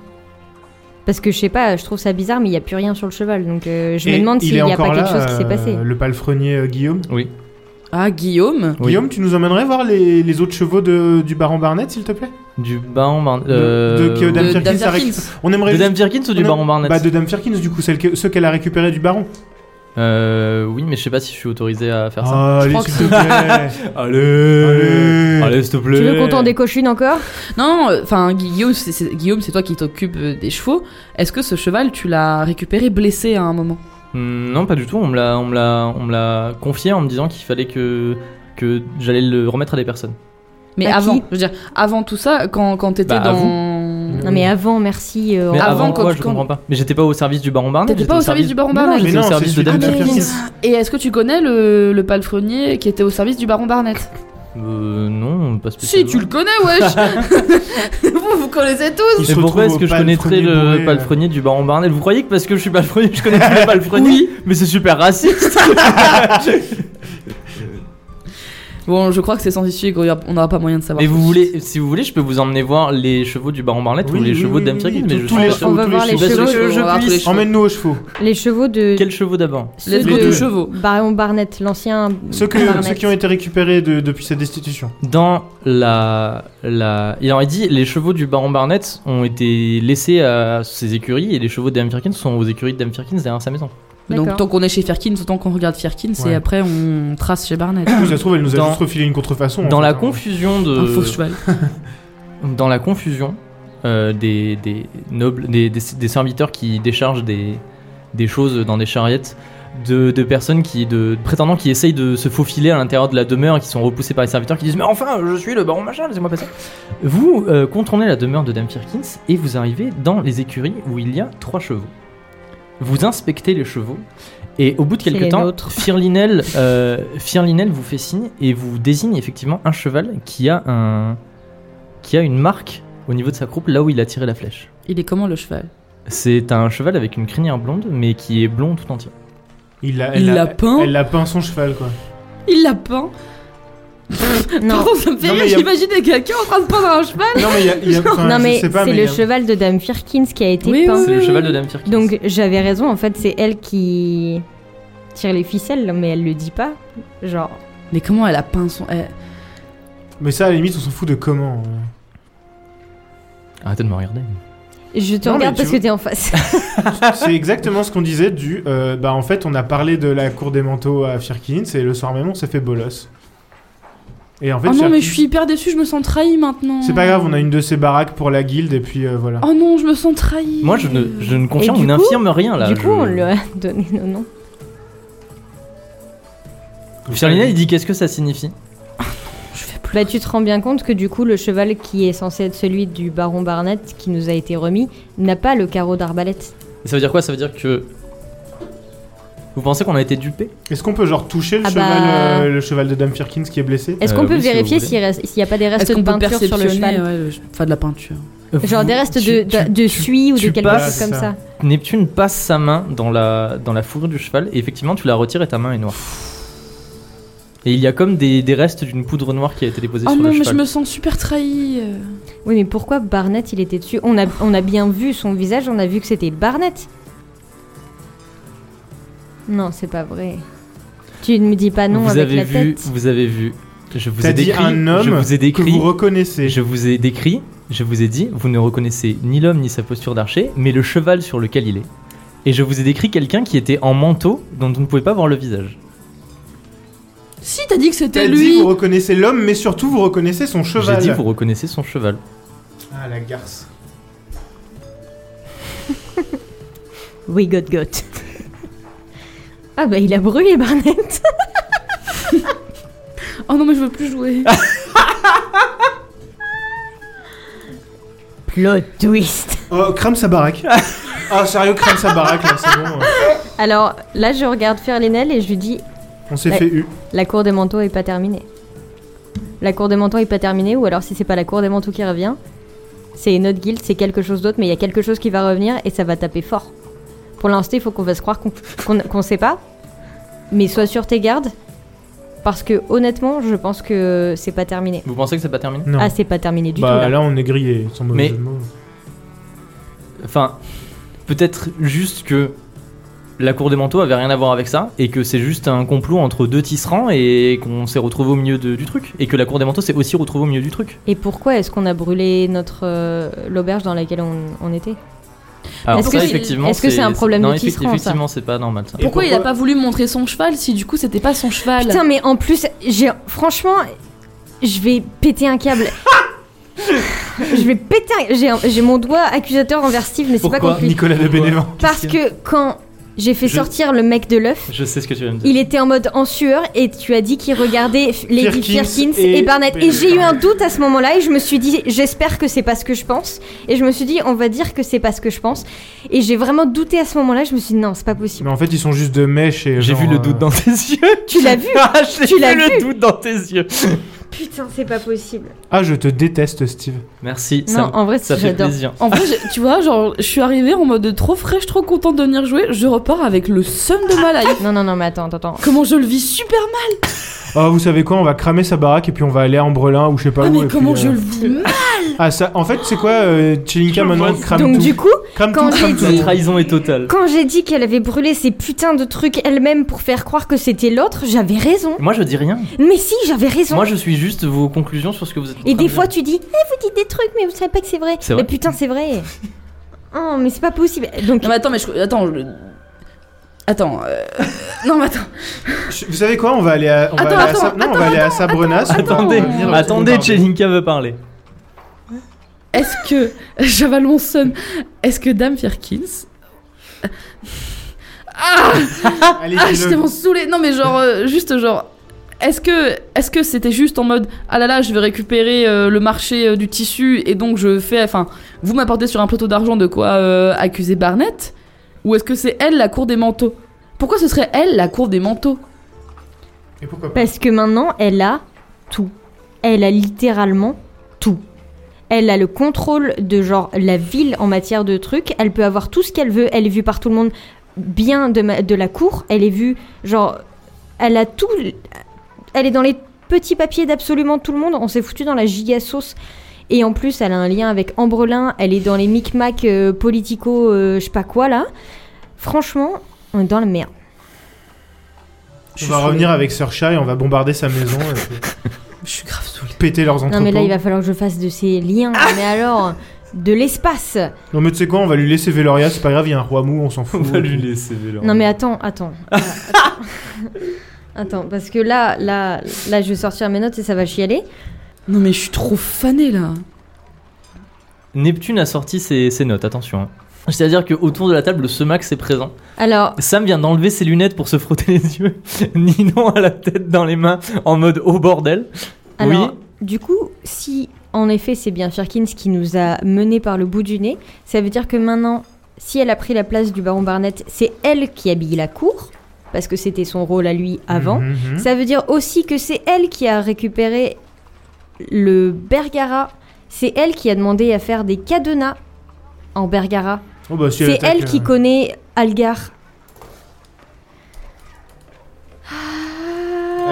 Parce que je sais pas, je trouve ça bizarre, mais il y a plus rien sur le cheval, donc euh, je me
Et
demande
il
s'il
est
n'y a
encore
pas quelque
là,
chose qui s'est
euh,
passé.
Le palefrenier euh, Guillaume.
Ah, Guillaume
Oui.
Guillaume, tu nous emmènerais voir les, les autres chevaux de- du baron Barnett, s'il te plaît
Du baron Barnett.
De- Bah, de- que- Dame
de
Firkin,
Dame
ça
Firkin.
On aimerait
De
juste-
Dame Firkins ou du
on aim-
baron Barnett
Bah, de Dame Firkins, du coup, celle que- ceux qu'elle a récupérés du baron.
Euh, oui, mais je sais pas si je suis autorisé à faire ça.
Ah,
Je
allez,
crois que
s'il te plaît.
Allez
Allez.
Allez, s'il te plaît
Tu veux qu'on t'en décochine encore
Non, non, enfin, Guillaume, c'est- c'est Guillaume, c'est toi qui t'occupes euh, des chevaux. Est-ce que ce cheval, tu l'as récupéré blessé à un moment
Hmm, Non, pas du tout. On me l'a, on me l'a, on me l'a confié en me disant qu'il fallait que que j'allais le remettre à des personnes.
Mais
À
avant,
qui
je veux dire, avant tout ça, quand, quand t'étais
Bah, à
dans.
Non, mais avant, merci. euh,
Mais
on-
avant,
avant,
quoi
quand-
Je
quand-
comprends pas. Mais j'étais pas au service du baron Barnet.
T'étais
j'étais
pas au service du baron
Mais non,
Barnet.
j'étais
Mais non,
au service
c'est
de Dame
celui de
Perkins.
Perkins.
Et est-ce que tu connais le, le palefrenier qui était au service du baron Barnett
Euh, non, pas
Si,
spécialement.
tu le connais, wesh Vous, vous connaissez tous
Il se
Et
retrouve
pourquoi est-ce
au
que je
palefrenier
connaîtrais
bourré,
le
euh.
palefrenier du baron Barnet Vous croyez que parce que je suis palefrenier, je connais tous les palefreniers Mais c'est super raciste
Bon, je crois que c'est sans issue et qu'on aura- on n'aura pas moyen de savoir.
Mais vous
tout.
voulez, si vous voulé je peux vous emmener voir les chevaux du baron Barnet ou
Oui,
Ah, les
oui,
chevaux
oui,
de Dame
oui,
Perkins,
oui,
mais
tous
je sais
les
pas.
chevaux.
on va voir les
chevaux.
chevaux.
Parce que je
On va voir tous les
puisse.
chevaux.
Emmène-nous aux chevaux.
Les chevaux de
Quels chevaux d'abord
ceux
Les
de
deux,
deux.
chevaux.
Baron Barnett, l'ancien
Ceux, que-
Barnett.
ceux qui ont été récupérés de- depuis cette destitution.
Dans la, la... Il aurait dit les chevaux du baron Barnett ont été laissés à ses écuries et les chevaux de Dame Firkins sont aux écuries de Dame Firkins derrière sa maison.
Donc,
D'accord.
tant qu'on est chez Firkins, autant qu'on regarde Firkins
Ouais.
et après on trace chez Barnett.
Ou ça se trouve, elle nous a
Dans-
juste refilé une contrefaçon. en
Dans
fait,
la
hein.
confusion
Un faux
de...
cheval.
Dans la confusion euh, des, des nobles, des, des, des serviteurs qui déchargent des, des choses dans des charriettes, de, de personnes qui... De, de prétendants qui essayent de se faufiler à l'intérieur de la demeure et qui sont repoussés par les serviteurs qui disent « Mais enfin, je suis le baron machin, laissez-moi passer !» Vous euh, contournez la demeure de Dame Firkins et vous arrivez dans les écuries où il y a trois chevaux. Vous inspectez les chevaux et au bout de
C'est
quelques
les
temps,
nôtres.
Firlinel, euh, Firlinel vous fait signe et vous désigne effectivement un cheval qui a, un, qui a une marque au niveau de sa croupe là où il a tiré la flèche.
Il est comment le cheval
C'est un cheval avec une crinière blonde mais qui est blond tout entier.
Il l'a-
Il
elle
l'a peint
Elle l'a peint son cheval, quoi.
Il l'a peint Par
Non,
contre, ça me fait
Non,
rire,
mais y a-
j'imaginais quelqu'un en train de peindre un cheval
Non, mais il y a. il y a- enfin,
non
je
mais
sais
c'est
pas, mais il
le
y a-
cheval de Dame Firkins qui a été
Oui,
peint.
oui,
C'est le
oui,
cheval
oui.
de Dame Firkins.
Donc j'avais raison, en fait, c'est elle qui tire les ficelles, mais elle le dit pas. Genre,
Mais comment elle a peint son. elle-
Mais ça, à la limite, on s'en fout de comment. euh.
Arrêtez de me regarder.
je te
Non, mais
regarde
tu
parce
veux-
que t'es en face.
C'est exactement ce qu'on disait du. euh, bah, en fait, on a parlé de la cour des manteaux à Firkins et le soir même, on s'est fait bolos. Et en fait,
Oh non, mais
Firkins-
je suis hyper déçue, je me sens trahie maintenant.
C'est pas grave, on a une de ces baraques pour la guilde et puis euh, voilà.
Oh non, je me sens trahie.
Moi je ne, je ne confirme
du
ou
coup-
n'infirme rien Ah, là.
du
je-
coup, on lui a donné nos noms.
Firlinel il dit qu'est-ce que ça signifie
Je fais plus.
Bah, tu te rends bien compte que du coup, le cheval qui est censé être celui du baron Barnett qui nous a été remis n'a pas le carreau d'arbalète.
Et Ça veut dire quoi Ça veut dire que. Vous pensez qu'on a été dupé
Est-ce qu'on peut genre toucher le,
Ah
cheval,
bah.
euh, le cheval de Dame Firkins qui est blessé
Est-ce
Euh,
qu'on peut
oui, si vous
vérifier
voulez.
s'il reste- s'il n'y a pas des restes
Est-ce
de
qu'on peut
peinture sur le
perceptionner
cheval
ouais, le che- Enfin, de la peinture.
Genre des restes de,
euh, Tu-
de, de suie ou
tu
de quelque
passes
chose comme
ça.
ça.
Neptune passe sa main dans la, dans la fourrure du cheval et effectivement tu la retires et ta main est noire. Et il y a comme des, des restes d'une poudre noire qui a été déposée
Oh
sur
non,
le
mais je
cheval.
me sens super trahie. euh.
Oui, mais pourquoi Barnett il était dessus on a, on a bien vu son visage, on a vu que c'était Barnett. Non, c'est pas vrai. Tu ne me dis pas Ah non
vous
avec
avez
la
vu,
tête.
vous avez vu. Je vous
T'as
ai
dit
décrit.
un
je
homme
vous ai
Que
décrit.
vous reconnaissez.
je vous ai décrit. Je vous ai dit. Vous ne reconnaissez ni l'homme ni sa posture d'archer, mais le cheval sur lequel il est. Et je vous ai décrit quelqu'un qui était en manteau dont on ne pouvait pas voir le visage.
Si, t'as dit que c'était
T'as dit,
lui
vous reconnaissez l'homme, mais surtout vous reconnaissez son
J'ai
cheval.
dit vous reconnaissez son cheval.
Ah la garce.
We got got. ah bah il a brûlé Barnett.
Oh non, mais je veux plus jouer.
Ah,
Plot twist.
Oh, crame sa baraque. Ah sérieux, crame sa baraque là, c'est bon. ouais.
Alors là, je regarde Ferlinel et je lui dis
On s'est
Ouais.
fait eu.
La cour des manteaux est pas terminée. La cour des manteaux est pas terminée, ou alors si c'est pas la cour des manteaux qui revient, c'est une autre guilde, c'est quelque chose d'autre, mais il y a quelque chose qui va revenir et ça va taper fort. Pour l'instant, il faut qu'on va se croire qu'on qu'on qu'on sait pas, mais sois sur tes gardes, parce que honnêtement, je pense que c'est pas terminé.
Vous pensez que c'est pas terminé
Non.
Ah, c'est pas terminé du
bah
tout.
là.
là.
on est grillé, sans mauvais
Mais-
jeu de mots.
Enfin, peut-être juste que la cour des manteaux avait rien à voir avec ça et que c'est juste un complot entre deux tisserands et qu'on s'est retrouvé au milieu de- du truc et que la cour des manteaux s'est aussi retrouvée au milieu du truc.
Et pourquoi est-ce qu'on a brûlé notre euh, l'auberge dans laquelle on, on était
Alors
Est-ce
ça,
que c'est-
effectivement,
est-ce que c'est un problème
non,
de tisserand,
effectivement,
ça
Effectivement, c'est pas normal ça.
Et
Pourquoi, il a
pourquoi-
pas voulu montrer son cheval si du coup c'était pas son cheval
Putain, mais en plus, j'ai franchement, je vais péter un câble. je vais péter. un- J'ai un- j'ai mon doigt accusateur envers Steve, mais c'est pas
Pourquoi
compliqué.
Nicolas de Bénévent.
Parce
Qu'est-ce qu'il
que quand j'ai fait
Je-
sortir le mec de l'œuf,
Je sais ce que tu vas me dire.
il était en mode en sueur et tu as dit qu'il regardait f- Lady
Firkins
Firkins
et
et, Barnett. Et
Benedict.
j'ai eu un doute à ce moment-là et je me suis dit, j'espère que c'est pas ce que je pense. Et je me suis dit, on va dire que c'est pas ce que je pense. Et j'ai vraiment douté à ce moment-là. Je me suis dit, non, c'est pas possible.
Mais en fait, ils sont juste de mèche et.
J'ai
genre,
vu le
euh,
doute dans tes yeux.
Tu l'as vu
Ah, j'ai
Tu
vu
l'as
le
vu
doute dans tes yeux.
Putain, c'est pas possible.
Ah, je te déteste, Steve.
Merci,
Non,
ça,
en vrai,
ça fait
j'adore.
plaisir.
En vrai, j'ai- tu vois, genre, je suis arrivée en mode trop fraîche, trop contente de venir jouer. Je repars avec le seum de ma life.
Non, non, non, mais attends, attends, attends.
Comment je le vis super mal.
Oh, vous savez quoi On va cramer sa baraque et puis on va aller à Ambrelin ou je sais pas
Ah,
où.
mais
et puis,
comment
euh,
je le vis mal.
Ah, ça. En fait, c'est quoi, euh, Tchelinka,
Je
maintenant
vois.
crame
Donc
tout.
du coup,
Crame
quand
tout,
j'ai
crame tout.
La
dit-
trahison est totale.
quand j'ai dit qu'elle avait brûlé ces putains de trucs elle-même pour faire croire que c'était l'autre, j'avais raison.
Moi, je dis rien.
Mais si, j'avais raison.
Moi, je suis juste vos conclusions sur ce que vous êtes. en
Et
train
des
de
fois,
dire.
tu dis, eh, vous dites des trucs, mais vous savez pas que c'est vrai.
C'est vrai.
Mais putain, c'est vrai. oh, mais c'est pas possible. Donc,
Non, mais attends, mais je. Attends, je- Attends. euh, Non, mais attends.
Je- Vous savez quoi On va aller à. On
Attends,
va aller à
attends,
Sa- Non, on va aller à Sabrenas. on va
Attendez,
revenir-
attendez,
on va-
Tchelinka veut parler.
Est-ce que j'avale mon seum Est-ce que Dame Firkins Ah,
Allez,
ah
dis-le.
j'étais m'en saoulée. Non mais genre euh, juste genre est-ce que est-ce que c'était juste en mode ah là là je vais récupérer euh, le marché euh, du tissu et donc je fais enfin vous m'apportez sur un plateau d'argent de quoi euh, accuser Barnett ou est-ce que c'est elle la cour des manteaux Pourquoi ce serait elle la cour des manteaux
Et pourquoi pas
parce que maintenant, elle a tout. Elle a littéralement tout. Elle a le contrôle de genre la ville en matière de trucs. Elle peut avoir tout ce qu'elle veut. Elle est vue par tout le monde bien de, ma- de la cour. Elle est vue genre, elle a tout. Elle est dans les petits papiers d'absolument tout le monde. On s'est foutu dans la giga sauce. Et en plus, elle a un lien avec Ambrelin. Elle est dans les micmacs euh, politico, euh, je sais pas quoi là. Franchement, on est dans la merde.
On va revenir avec Sir Chat et on va bombarder sa maison et puis
Je suis grave saoulée.
péter leurs entrepôts.
Non mais là il va falloir que je fasse de ces liens, mais alors de l'espace.
Non, mais tu sais quoi On va lui laisser Veloria, c'est pas grave, il y a un roi mou, on s'en fout.
On va lui laisser.
Non mais attends, attends. Voilà, attends. Attends, parce que là, là, là, je vais sortir mes notes et ça va chialer.
Non mais je suis trop fanée là.
Neptune a sorti ses, ses notes, attention. hein. C'est-à-dire que autour de la table, ce max est présent.
Alors,
Sam vient d'enlever ses lunettes pour se frotter les yeux. Ninon a la tête dans les mains en mode oh bordel.
alors,
Oui.
du coup, si en effet c'est bien Firkins qui nous a menés par le bout du nez, ça veut dire que maintenant, si elle a pris la place du baron Barnett, c'est elle qui habille la cour, parce que c'était son rôle à lui avant.
Mhm.
Ça veut dire aussi que c'est elle qui a récupéré le Bergara. C'est elle qui a demandé à faire des cadenas en Bergara.
Oh, bah, si
C'est
attaque,
elle qui
euh,
connaît Algar.
Oh,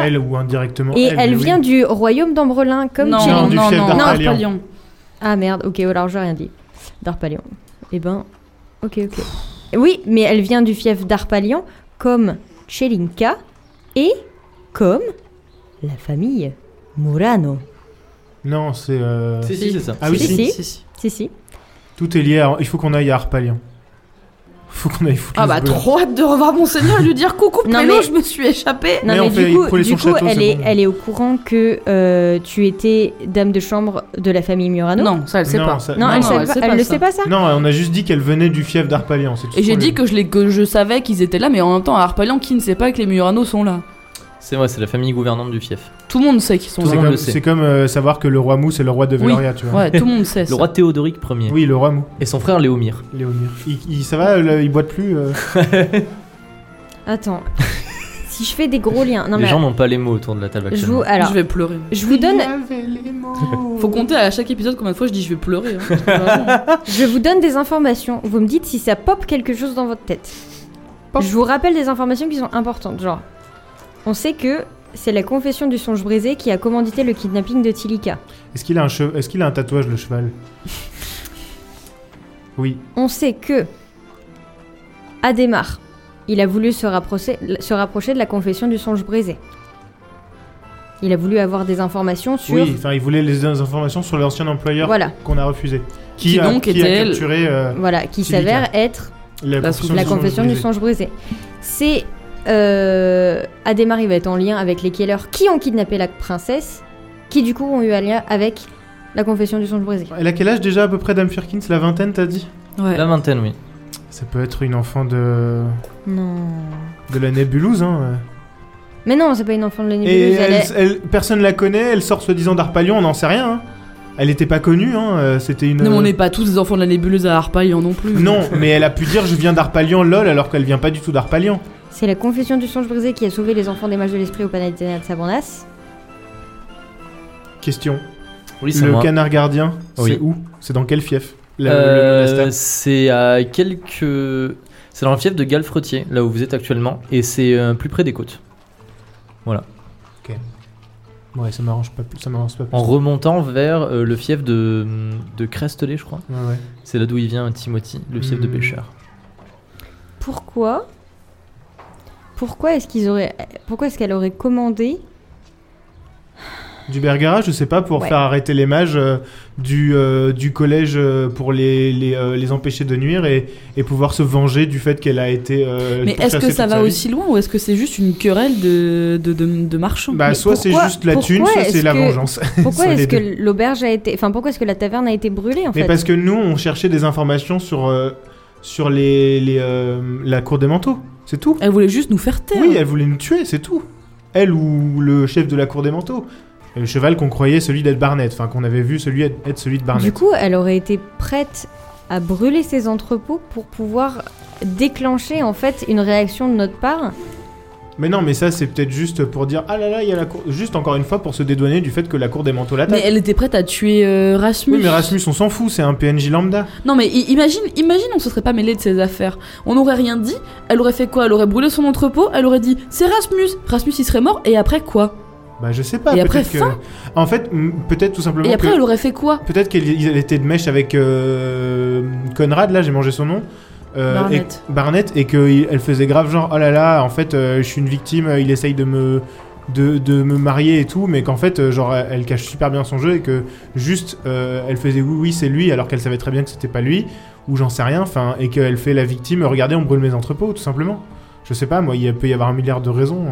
Elle ou indirectement.
Et elle,
mais oui.
vient du royaume d'Ambrelin, comme
non,
Tyrion.
Non, du
non,
fief
non,
d'Arpalion.
Arpalion.
Ah merde, ok, alors j'ai rien dit. D'Arpalion. Eh ben, ok, ok. Oui, mais elle vient du fief d'Arpalion, comme Chelinka et comme la famille Murano.
Non, c'est. euh,
Si, si, c'est ça.
Ah oui,
Si, si.
si, si.
Si, si.
Tout est lié. à- Il faut qu'on aille à Arpalion. Faut qu'on aille foutre
Ah
les
bah
boules.
trop hâte de revoir mon seigneur et lui dire coucou
Non,
Prélo,
mais-
je me suis échappée.
Mais
Non, mais,
on fait-
du coup,
prenez son
du coup,
château,
elle,
c'est
est,
bon.
elle est au courant que euh, tu étais dame de chambre de la famille Murano
non, ça elle sait
Non,
pas.
ça-
Non,
non,
elle,
non,
sait
elle
pas-
sait
elle
pas
le
ça.
sait pas ça
Non, on a juste dit qu'elle venait du fief d'Arpalion. c'est tout
Et
ce
j'ai
qu'on lui-
dit que je, les, que je savais qu'ils étaient là, mais en même temps, à Arpalian, qui ne sait pas que les Murano sont là
C'est moi, c'est la famille gouvernante du fief.
Tout le monde sait qu'ils sont
Tout
C'est
le
là.
monde
comme,
le sait.
c'est comme, euh, savoir que le roi mou, c'est le roi de
Oui.
Veloria, tu vois.
Ouais, tout le monde sait.
Le roi Théodoric Ier
Oui, le roi mou,
et son frère Léomir.
Léomir. Il, il- ça va, le- il boite plus euh
Attends. si je fais des gros liens. Non,
les
mais
gens n'ont pas les mots autour de la table
je
actuellement.
vous, alors,
Je vais pleurer.
je vous donne,
Faut compter à chaque épisode combien de fois je dis je vais pleurer. hein. Vraiment.
je vous donne des informations. Vous me dites si ça pop quelque chose dans votre tête. Je vous rappelle des informations qui sont importantes. Genre, on sait que c'est la confession du songe brisé qui a commandité le kidnapping de Tilika.
Est-ce qu'il a, un che- Est-ce qu'il a un tatouage, le cheval Oui.
On sait que Adhémar, il a voulu se rapprocher, se rapprocher de la confession du songe brisé. Il a voulu avoir des informations sur.
Oui, enfin, il voulait les informations sur l'ancien employeur
Voilà,
qu'on a refusé.
Qui
a,
donc
qui
était
a
elle
capturé euh,
voilà, qui
Silica.
s'avère être
la, confession
la
du songe
confession du
brisé.
songe brisé. C'est. Euh, Adhémar, il va être en lien avec les Keller qui ont kidnappé la princesse, qui du coup ont eu un lien avec la confession du songe brisé.
Elle a quel âge déjà à peu près, Dame Firkins La vingtaine, t'as dit
Ouais.
La vingtaine, oui.
Ça peut être une enfant de,
Non.
de la nébuleuse. Hein.
Mais non, c'est pas une enfant de la
Et
nébuleuse.
elle-
elle est-
elle- personne la connaît, elle sort soi-disant d'Arpalion, on n'en sait rien. hein. Elle n'était pas connue, hein, euh, c'était une.
Non, mais on
euh,
n'est pas tous des enfants de la nébuleuse à Arpaillan non plus.
Non, mais elle a pu dire je viens d'Arpalion, lol, alors qu'elle vient pas du tout d'Arpalion.
C'est la confession du songe brisé qui a sauvé les enfants des mages de l'esprit au Panathinaire de Sabandas.
Question.
Oui, c'est
Le
moi.
canard gardien,
Oui.
c'est où C'est dans quel fief La- le
Euh,
monastère.
c'est à quelques. C'est dans le fief de Galfretier, là où vous êtes actuellement, et c'est euh, plus près des côtes.
Ouais, ça m'arrange pas plus. Ça m'arrange pas plus.
En remontant vers euh, le fief de, de Crestelé, je crois.
Ouais, ouais.
C'est là d'où il vient Timothy, le fief de
Hmm.
pêcheur.
Pourquoi Pourquoi est-ce qu'ils auraient Pourquoi est-ce qu'elle aurait commandé
Du Bergara, je sais pas, pour
Ouais.
faire arrêter les mages euh, du, euh, du collège euh, pour les, les, euh, les empêcher de nuire et, et pouvoir se venger du fait qu'elle a été. euh,
Mais est-ce
pourchassée
que ça
toute
va
sa vie.
aussi loin ou est-ce que c'est juste une querelle de, de, de, de marchands
bah,
Mais
soit c'est
pourquoi-
juste la thune,
pourquoi
soit c'est
est-ce
la
que-
vengeance. Sur
Pourquoi
les
est-ce que
deux.
l'auberge a été Enfin, pourquoi est-ce que la taverne a été brûlée en
Mais
fait
parce que nous, on cherchait des informations sur, euh, sur les, les, euh, la cour des manteaux, c'est tout.
Elle voulait juste nous faire taire.
Oui, elle voulait nous tuer, c'est tout. Elle ou le chef de la cour des manteaux. Et le cheval qu'on croyait celui d'Ed Barnett, enfin qu'on avait vu celui être être celui de Barnett.
Du coup, elle aurait été prête à brûler ses entrepôts pour pouvoir déclencher en fait une réaction de notre part.
Mais non, mais ça c'est peut-être juste pour dire ah là là, il y a la cour. Juste encore une fois pour se dédouaner du fait que la cour des manteaux
Mais
l'attaque.
elle était prête à tuer euh, Rasmus.
Oui, mais Rasmus, on s'en fout, c'est un PNJ lambda.
Non mais i- imagine, imagine, on se serait pas mêlé de ses affaires. On n'aurait rien dit. Elle aurait fait quoi Elle aurait brûlé son entrepôt. Elle aurait dit c'est Rasmus. Rasmus il serait mort. Et après quoi
Bah je sais pas.
Et après,
peut-être que...
fin.
En fait, m- peut-être tout simplement.
Et après
que-
elle aurait fait quoi
Peut-être qu'elle il était de mèche avec euh, Conrad, là j'ai mangé son nom. euh,
Barnett.
Et, Barnett, et qu'elle faisait grave genre, oh là là, en fait euh, je suis une victime, euh, il essaye de me, de, de me marier et tout, mais qu'en fait, euh, genre, elle elle cache super bien son jeu et que juste euh, elle faisait oui, oui, c'est lui, alors qu'elle savait très bien que c'était pas lui, ou j'en sais rien, enfin, et qu'elle fait la victime, regardez, on brûle mes entrepôts, tout simplement. Je sais pas, moi, il y a- peut y avoir un milliard de raisons. euh.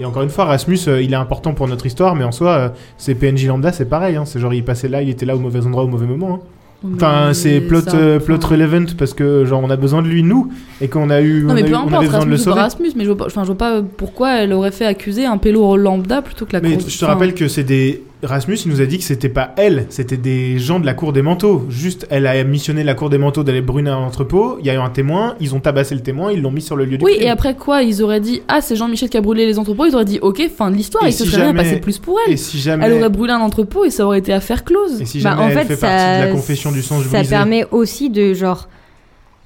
Et encore une fois, Rasmus, euh, il est important pour notre histoire, mais en soi, euh, c'est PNJ lambda, c'est pareil. hein. C'est genre, il passait là, il était là au mauvais endroit, au mauvais moment. hein. Enfin, c'est plot, euh, plot relevant parce que, genre, on a besoin de lui, nous, et qu'on a eu.
Non
on
mais
a eu-
peu
on avait besoin
importe
de
Rasmus
le
ou
sauver.
Rasmus. Mais je vois pas, enfin, je vois pas euh, pourquoi elle aurait fait accuser un pélo lambda plutôt que la.
Mais
cause-
je te
enfin,
rappelle que c'est des. Rasmus, il nous a dit que c'était pas elle, c'était des gens de la cour des manteaux. Juste, elle a missionné la cour des manteaux d'aller brûler un entrepôt, il y a eu un témoin, ils ont tabassé le témoin, ils l'ont mis sur le lieu du
Oui,
crime.
et après quoi Ils auraient dit Ah, c'est Jean-Michel qui a brûlé les entrepôts. Ils auraient dit Ok, fin de l'histoire.
Et
Il se
si
serait rien
jamais-
passé de plus pour elle.
Et si jamais.
Elle aurait brûlé un entrepôt et ça aurait été affaire close.
Et si
Bah,
jamais
en
elle
fait,
fait
ça,
partie de la confession du songe
ça
brisé.
permet aussi de genre.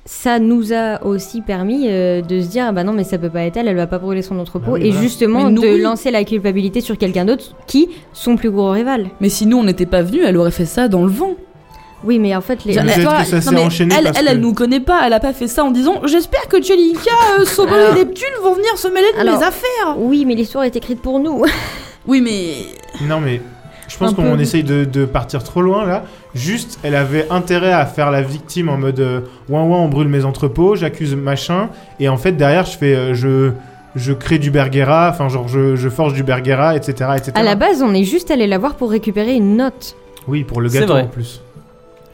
Ça nous a aussi permis euh, de se dire ah bah non mais ça peut pas être elle, elle va pas brûler son entrepôt
Bah oui,
et
voilà.
justement
Mais nous,
de
oui.
lancer la culpabilité sur quelqu'un d'autre qui son plus gros rival.
Mais si nous on n'était pas venus, elle aurait fait ça dans le vent.
Oui mais en fait les
Vous
Elle-
êtes
toi,
que ça
non,
s'est
mais
enchaîné
Elle,
parce
elle,
que-
elle nous connaît pas. Elle a pas fait ça en disant J'espère que Tchelika, euh, Sobol
Alors-
et Neptune vont venir se mêler de
Alors-
mes affaires.
oui mais l'histoire est écrite pour nous.
Oui, mais.
Non, mais je pense
Un
qu'on
peu.
essaye de, de partir trop loin là. Juste, elle avait intérêt à faire la victime en mode euh, ouin ouin, on brûle mes entrepôts, j'accuse machin. Et en fait, derrière, je fais. euh, je, je crée du Bergera, enfin, genre, je, je forge du Bergera, etc. etc.
à la base on est juste allé la voir pour récupérer une note.
Oui, pour le
C'est
gâteau
vrai.
en plus.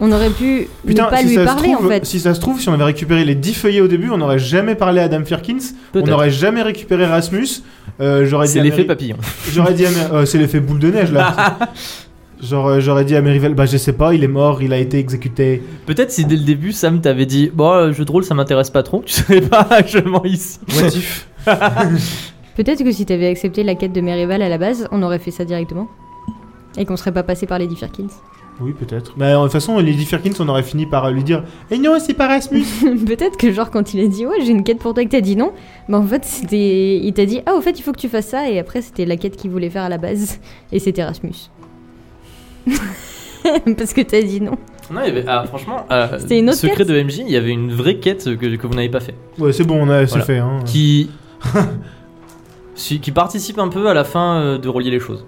On aurait pu
Putain,
ne pas
si,
lui
ça
parler
se trouve,
en fait.
si ça se trouve, si on avait récupéré les 10 feuillets au début, on n'aurait jamais parlé à Adam Firkins, on
Peut-être.
n'aurait jamais récupéré Rasmus. Euh, j'aurais dit
C'est l'effet
Amélie-
papillon.
J'aurais dit à Mer- euh, c'est l'effet boule de neige là. Genre euh, j'aurais dit à Merivel bah je sais pas, il est mort, il a été exécuté.
Peut-être si dès le début, Sam t'avait dit Bon, euh, jeu de rôle, ça m'intéresse pas trop, tu savais pas, je mens ici.
What if
Peut-être que si t'avais accepté la quête de mes rivales à la base, on aurait fait ça directement et qu'on serait pas passé par les Firkins.
Oui, peut-être. Mais euh, de toute façon, Lady Firkins, on aurait fini par euh, lui dire "Eh non, c'est pas Rasmus."
Peut-être que genre quand il a dit ouais j'ai une quête pour toi et que t'as dit non, bah en fait c'était il t'a dit ah au fait il faut que tu fasses ça et après c'était la quête qu'il voulait faire à la base et c'était Erasmus. Parce que t'as dit non.
Non, il y avait- ah, franchement, euh,
C'était une autre
secret
quête
de MJ, il y avait une vraie quête que, que vous n'avez pas fait.
Ouais, c'est bon, on a c'est
Voilà.
fait hein.
Qui. si- qui participe un peu à la fin euh, de relier les choses.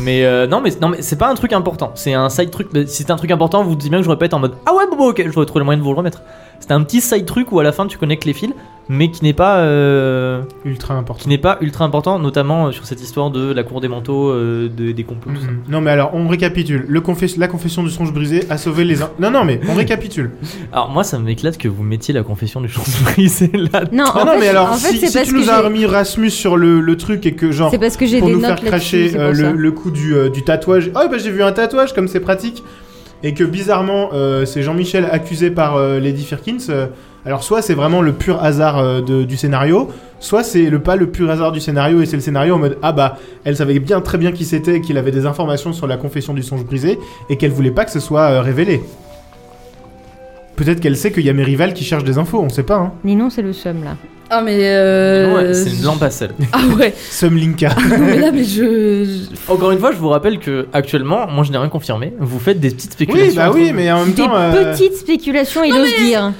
Mais euh, non, mais non, mais c'est pas un truc important. C'est un side truc. Mais Si c'était un truc important, vous dites bien que je aurais pas été en mode ah ouais bon, bon, ok, je vais trouver le moyen de vous le remettre. C'était un petit side truc où à la fin tu connectes les fils, mais qui n'est pas euh,
Ultra important.
qui n'est pas ultra important, notamment euh, sur cette histoire de la cour des manteaux, euh, de- des complots. tout ça.
Mhm. Non mais alors on récapitule. Le confes- la confession du songe brisé a sauvé les uns. Non non mais on récapitule.
Alors moi, ça m'éclate que vous mettiez la confession du chancelier c'est là.
Non, en
non non
fait,
mais alors
en fait,
si,
c'est
si
parce
tu
que
nous as
j'ai-
remis Rasmus sur le, le truc et que genre
c'est parce que j'ai
pour
des
nous
notes
faire
là-dessus,
cracher
c'est
euh,
pour
le,
ça.
le coup du, euh, du tatouage. Oh bah j'ai vu un tatouage comme c'est pratique. Et que bizarrement euh, c'est Jean-Michel accusé par euh, Lady Firkins. euh, alors soit c'est vraiment le pur hasard euh, de- du scénario, soit c'est le pas le pur hasard du scénario et c'est le scénario en mode ah bah elle savait bien très bien qui c'était et qu'il avait des informations sur la confession du songe brisé et qu'elle voulait pas que ce soit euh, révélé. Peut-être qu'elle sait qu'il y a mes rivales qui cherchent des infos, on sait pas. Hein.
Mais non, c'est le somme là.
Ah, mais. euh,
Ouais, c'est une lampe à sel.
Ah, ouais.
Sumlinka.
mais là, mais je. je-
Encore une fois, je vous rappelle que actuellement, moi je n'ai rien confirmé. Vous faites des petites spéculations.
oui bah
entre
oui
vous.
mais en même
Des
temps euh,
petites spéculations, il ose dire.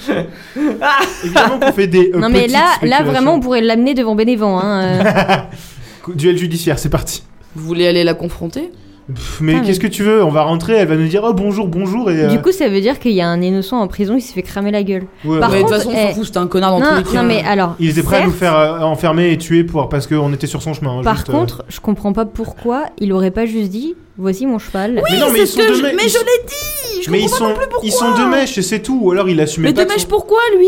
évidemment qu'on fait des euh,
non mais
petites
là, là
spéculations.
vraiment, on pourrait l'amener devant Bénévent. Hein. euh.
Duel judiciaire, c'est parti.
Vous voulez aller la confronter
Pff, mais
Putain,
qu'est-ce que tu veux On va rentrer, elle va nous dire oh bonjour, bonjour et. euh,
Du coup, ça veut dire qu'il y a un innocent en prison qui s'est fait cramer la gueule.
ouais,
par
ouais.
Mais de
contre,
toute façon, on s'en
eh,
fout, c'était un connard dans
Non,
tous les cas.
non,
euh,
mais alors.
ils étaient prêts à nous
certes,
faire euh, enfermer et tuer pour parce qu'on était sur son chemin. hein,
Par
juste, euh.
contre, je comprends pas pourquoi il aurait pas juste dit voici mon cheval.
mais non, mais
c'est
ils
ce
sont
que
de
je-
mèche.
mais je l'ai dit je
mais ils
comprends
sont, ils sont de mèche et c'est tout. Ou alors il assumait
Mais
pas.
de
que
mèche
son-
pourquoi lui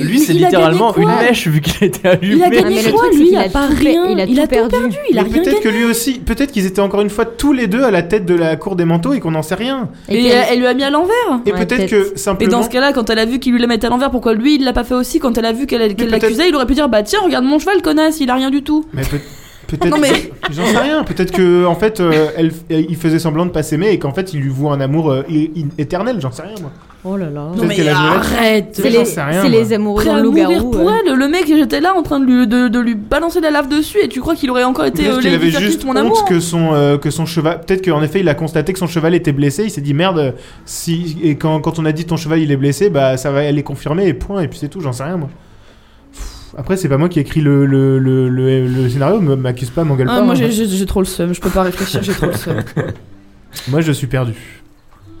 il,
Lui, c'est
il a gagné
littéralement
quoi
une mèche vu qu'il était allumé.
Il a
Ah,
gagné
mais le
quoi,
truc,
lui,
c'est qu'il
à
a
part
tout per-
rien
il a
Il a
tout
tout
perdu.
Il a
Mais
rien
peut-être
gagné.
que lui aussi, peut-être qu'ils étaient encore une fois tous les deux à la tête de la cour des manteaux et qu'on n'en sait rien.
Et
Et euh,
puis,
elle, elle lui a mis à l'envers.
Et
Ouais,
peut-être
peut-être.
que
Et dans
simplement.
ce cas-là, quand elle a vu qu'il lui la mettait à l'envers, pourquoi lui il l'a pas fait aussi Quand elle a vu qu'elle qu'elle
peut-être-
l'accusait, il aurait pu dire Bah tiens, regarde mon cheval, connasse, il a rien du tout.
Mais peut- peut-être.
Non, mais-
J'en sais rien. Peut-être que en fait, euh, elle, il faisait semblant de pas s'aimer et qu'en fait, il lui voue un amour euh, i- i- éternel. J'en sais rien moi.
Oh là là.
Non
Peut-être
mais
qu'elle a joué.
arrête
C'est
J'en
les,
sais rien,
c'est
moi.
les amoureux
Prêt
dans
à
le
mourir
loup-garou.
pour
euh.
elle, le mec j'étais là en train de lui, de, de lui balancer la lave dessus et tu crois qu'il aurait encore été
Peut-être
euh,
qu'il
Lady
avait
Sarkis,
juste
mon
honte
amour
que son euh, que son cheval. Peut-être qu'en effet, il a constaté que son cheval était blessé. Il s'est dit merde. Si et quand, quand on a dit ton cheval il est blessé, bah ça va aller confirmer et point. Et puis c'est tout. J'en sais rien moi. Pff, Après, c'est pas moi qui ai écrit le le, le, le, le scénario. me- M'accuse pas, m'engueule
Ah,
pas.
moi
hein.
j'ai- j'ai j'ai trop le seum, je peux pas réfléchir, j'ai trop le seum.
Moi, je suis perdu.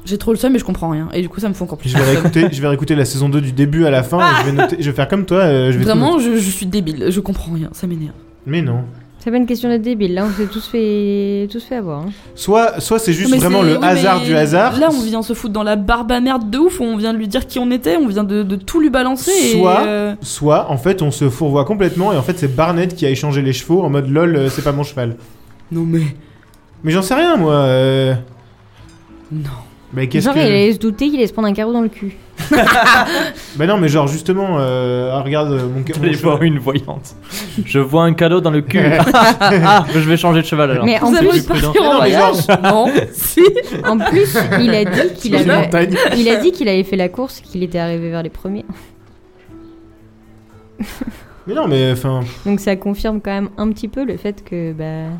J'ai trop le seum mais je comprends rien. Et du coup ça me fait encore
Puis
plus
je vais
le seum.
réécouter. je vais réécouter la saison 2 du début à la fin. et je vais noter- je vais faire comme toi. euh, je vais tout noter.
Vraiment je, je suis débile, je comprends rien, ça m'énerve.
Mais non.
euh. C'est pas une question d'être débile. Là, on s'est tous fait, tous fait avoir. hein.
Soit soit c'est juste
Mais
vraiment
c'est-
le
oui,
hasard
mais
du hasard.
Là on vient se foutre dans la barbe à merde de ouf, on vient de lui dire qui on était, on vient de, de tout lui balancer
Soit-
et... euh,
Soit en fait on se fourvoie complètement et en fait c'est Barnett qui a échangé les chevaux en mode lol euh, c'est pas mon cheval.
Non mais...
Mais j'en sais rien, moi. euh.
Non.
Mais qu'est-ce
Genre,
que.
il allait se douter qu'il allait se prendre un carreau dans le cul.
Bah non, mais genre justement, euh, ah, regarde euh, mon. ca-
Je
mon
vais aller
cheval.
voir une voyante. Je vois un cadeau dans le cul. ah, ah, je vais changer de cheval alors.
Mais en
Vous avez
plus,
envie de partir
Mais
en
non, mais genre-
voyage Non, si
en plus, il a dit qu'il
Dans une
avait,
montagne.
il a dit qu'il avait fait la course, qu'il était arrivé vers les premiers.
Mais non, mais enfin.
Donc ça confirme quand même un petit peu le fait que bah,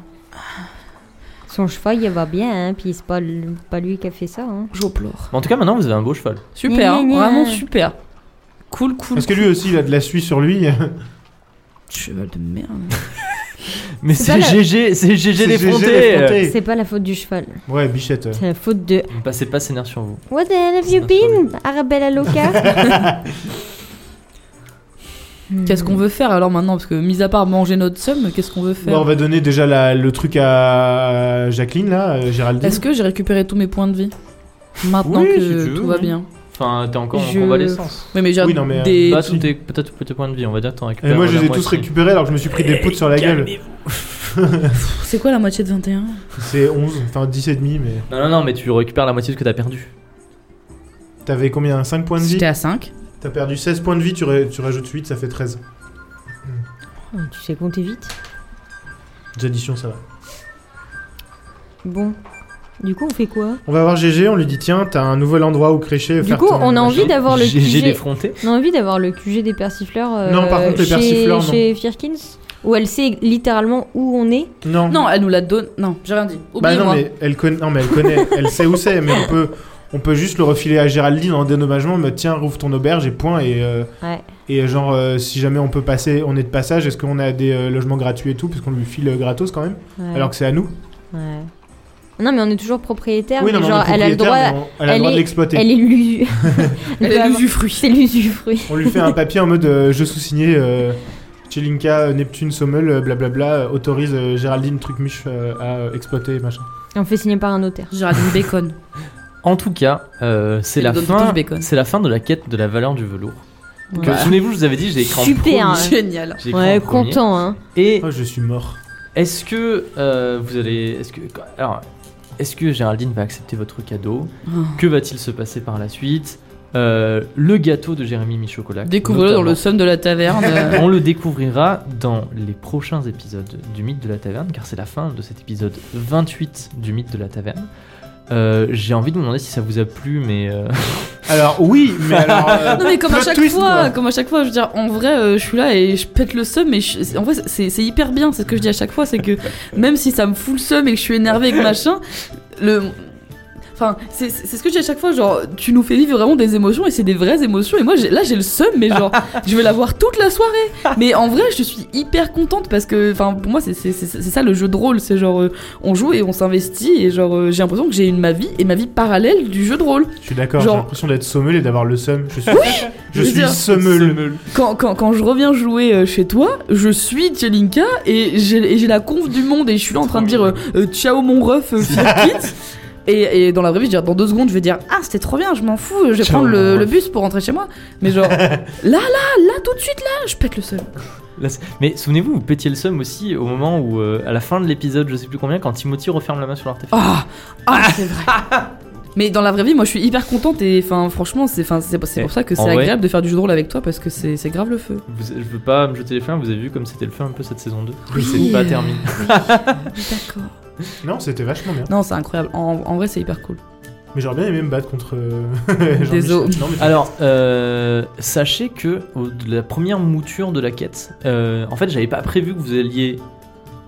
son cheval il va bien, hein, puis c'est pas, l- pas lui qui a fait ça. hein.
Je pleure.
Mais En tout cas, maintenant vous avez un beau cheval.
Super,
Gna,
hein,
gna, gna.
vraiment super. Cool, cool.
Parce que lui aussi, il a de la suie sur lui.
Cheval de merde.
Mais
C'est pas
c'est
la-
GG, c'est
C'est
GG
GG
les frontés.
l'effronté.
C'est pas la faute du cheval,
Ouais, bichette. euh.
c'est la faute de
Ne Passez pas ces nerfs sur vous.
What the hell have you been, Arabella Loca Hmm.
Qu'est-ce qu'on veut faire alors maintenant Parce que, mis à part manger notre somme, qu'est-ce qu'on veut faire
Bon, on va donner déjà la- le truc à Jacqueline, là, euh, Géraldine.
Est-ce que j'ai récupéré tous mes points de vie Maintenant
Oui,
que
si tu veux,
tout va
oui.
bien.
Enfin, t'es encore en
Je-
convalescence.
Oui, mais j'ai
Oui, non, mais, euh,
des.
Bah, tout est peut-être tous tes points de vie, on va dire que t'en
Et
récupères.
moi, je
la
les ai tous
moitié.
récupérés alors que je me suis pris des poutres sur la gueule. bah,
Pff, C'est quoi la moitié de 21
C'est 11, enfin 10 et demi, mais.
Non, non, non, mais tu récupères la moitié de ce que t'as perdu.
T'avais combien 5 points de vie
J'étais à 5.
T'as perdu 16 points de vie, tu, ra- tu rajoutes 8, ça fait 13.
Oh, Tu sais compter vite.
Les additions, ça va.
Bon, du coup on fait quoi
On va voir GG, on lui dit tiens, t'as un nouvel endroit où crécher.
Du
faire
coup
ton-
on a envie d'avoir le
GG les
QG.
frontés.
On a envie d'avoir le QG des persifleurs. euh,
Non, par contre, les
chez,
persifleurs, non.
chez Firkins, où elle sait littéralement où on est.
Non.
Non, elle nous la donne. Non, j'ai rien dit.
Bah non
Oubliez-moi.
mais elle connaît, non mais elle connaît, elle sait où c'est, mais on peut, on peut juste le refiler à Géraldine en dédommagement, mais tiens rouvre ton auberge et point et euh,
Ouais.
et genre euh, si jamais on peut passer, on est de passage, est-ce qu'on a des euh, logements gratuits et tout parce qu'on lui file euh, gratos quand même,
Ouais.
alors que c'est à nous.
Ouais. Non, mais on est toujours propriétaire.
Oui, non,
mais
mais
genre,
on est
elle a le droit.
propriétaire, mais on- elle a le droit
elle
de
est-
l'exploiter.
Elle est l'usu.
Elle a l'usufruit.
C'est l'usufruit.
On lui fait un papier en mode euh, je sous-signé euh, Tchelinka, euh, Neptune, Sommel, euh, blablabla, euh, autorise euh, Géraldine Trucmuche euh, à euh, exploiter machin.
Et on fait signer par un notaire.
Géraldine Bacon.
En tout cas, euh, c'est
Elle
la,
donne tout
fin-
le bacon.
c'est la fin de la quête de la valeur du velours. Que,
Ouais.
Souvenez-vous, je vous avais dit, j'ai écrit en
Super.
premier.
Ouais.
Génial.
J'ai écrit
Ouais,
en premier.
content, hein.
Et
Oh, je suis mort.
est-ce que euh, vous allez. Est-ce que, alors, est-ce que Géraldine va accepter votre cadeau
Ah.
Que va-t-il se passer par la suite Euh, Le gâteau de Jérémy Michocolat.
Découvre-le dans
notamment.
le somme de la taverne. euh,
On le découvrira dans les prochains épisodes du Mythe de la Taverne, car c'est la fin de cet épisode 28 du Mythe de la Taverne. Euh, J'ai envie de vous demander si ça vous a plu, mais euh,
Alors oui, mais alors. euh,
Non mais comme à
plot
chaque
twist,
fois,
quoi.
comme à chaque fois, je veux dire, en vrai, euh, je suis là et je pète le seum, mais je- c'est- en vrai, c'est c'est hyper bien. C'est ce que je dis à chaque fois, c'est que même si ça me fout le seum et que je suis énervé et que machin, le, enfin, c'est c'est ce que je dis à chaque fois, genre, tu nous fais vivre vraiment des émotions et c'est des vraies émotions. Et moi, j'ai- là, j'ai le seum, mais genre, je vais l'avoir toute la soirée. Mais en vrai, je suis hyper contente parce que, enfin, pour moi, c'est c'est- c'est- c'est ça le jeu de rôle, c'est genre, euh, on joue et on s'investit et genre, euh, j'ai l'impression que j'ai une ma vie et ma vie parallèle du jeu de rôle.
Je suis d'accord,
Genre-
j'ai l'impression d'être Sommel et d'avoir le seum. Je suis,
Je
je
veux
suis
dire-
Sommel.
Quand, quand, quand je reviens jouer euh, chez toi, je suis Tchelinka et j'ai et j'ai la conf du monde et je suis là en train de dire euh, euh, ciao mon ref, euh, fiat kit. Et, et dans la vraie vie, je veux dire, dans deux secondes, je vais dire ah c'était trop bien, je m'en fous, je vais
Ciao,
prendre
mon
le,
ref.
le bus pour rentrer chez moi. Mais genre là, là, là, tout de suite là, je pète le seul.
Là, c'est- Mais souvenez-vous, vous pétiez le seum aussi au moment où, euh, à la fin de l'épisode, je sais plus combien, quand Timothy referme la main sur l'artefact.
Ah ah c'est vrai. Mais dans la vraie vie, moi, je suis hyper contente et enfin franchement, c'est enfin c'est c'est pour ça que
En
c'est
vrai-
agréable de faire du jeu de rôle avec toi parce que c'est c'est grave le feu.
Vous- je veux pas me jeter les fleurs, vous avez vu comme c'était le feu un peu cette saison 2.
Oui.
C'est pas terminé.
D'accord.
Non, c'était vachement bien.
Non, c'est incroyable. En, en vrai, c'est hyper cool.
Mais j'aurais bien aimé me battre contre. euh, Jean-Michel.
Désolé.
Non, mais-
Alors, euh, sachez que au- de la première mouture de la quête, euh, en fait, j'avais pas prévu que vous alliez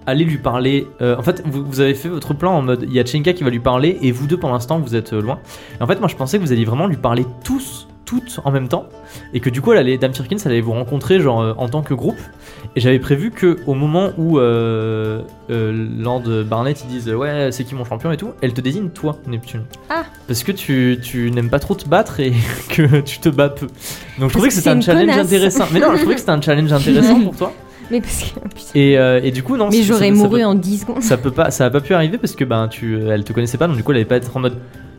aller lui parler. euh, en fait, vous, vous avez fait votre plan en mode il y a Chenka qui va lui parler et vous deux pour l'instant vous êtes euh, loin. Et en fait, moi je pensais que vous alliez vraiment lui parler tous, toutes en même temps et que du coup, elle allait, Dame Firkins, elle allait vous rencontrer genre euh, en tant que groupe. Et j'avais prévu que au moment où euh, euh, Land Barnett ils disent ouais c'est qui mon champion et tout, elle te désigne toi Neptune.
Ah.
Parce que tu, tu n'aimes pas trop te battre et que tu te bats peu. Donc je trouvais que
que
c'était
c'est
un
une
challenge
connasse.
intéressant. Mais non, je trouvais que c'était un challenge intéressant pour toi.
Mais parce que. putain.
Et, euh, et du coup non.
Mais
c'est-
j'aurais
ça- ça
mouru hein.
peut-
en 10 secondes.
Ça peut pas, ça a pas pu arriver parce que ben tu, elle te connaissait pas donc du coup elle avait pas être en mode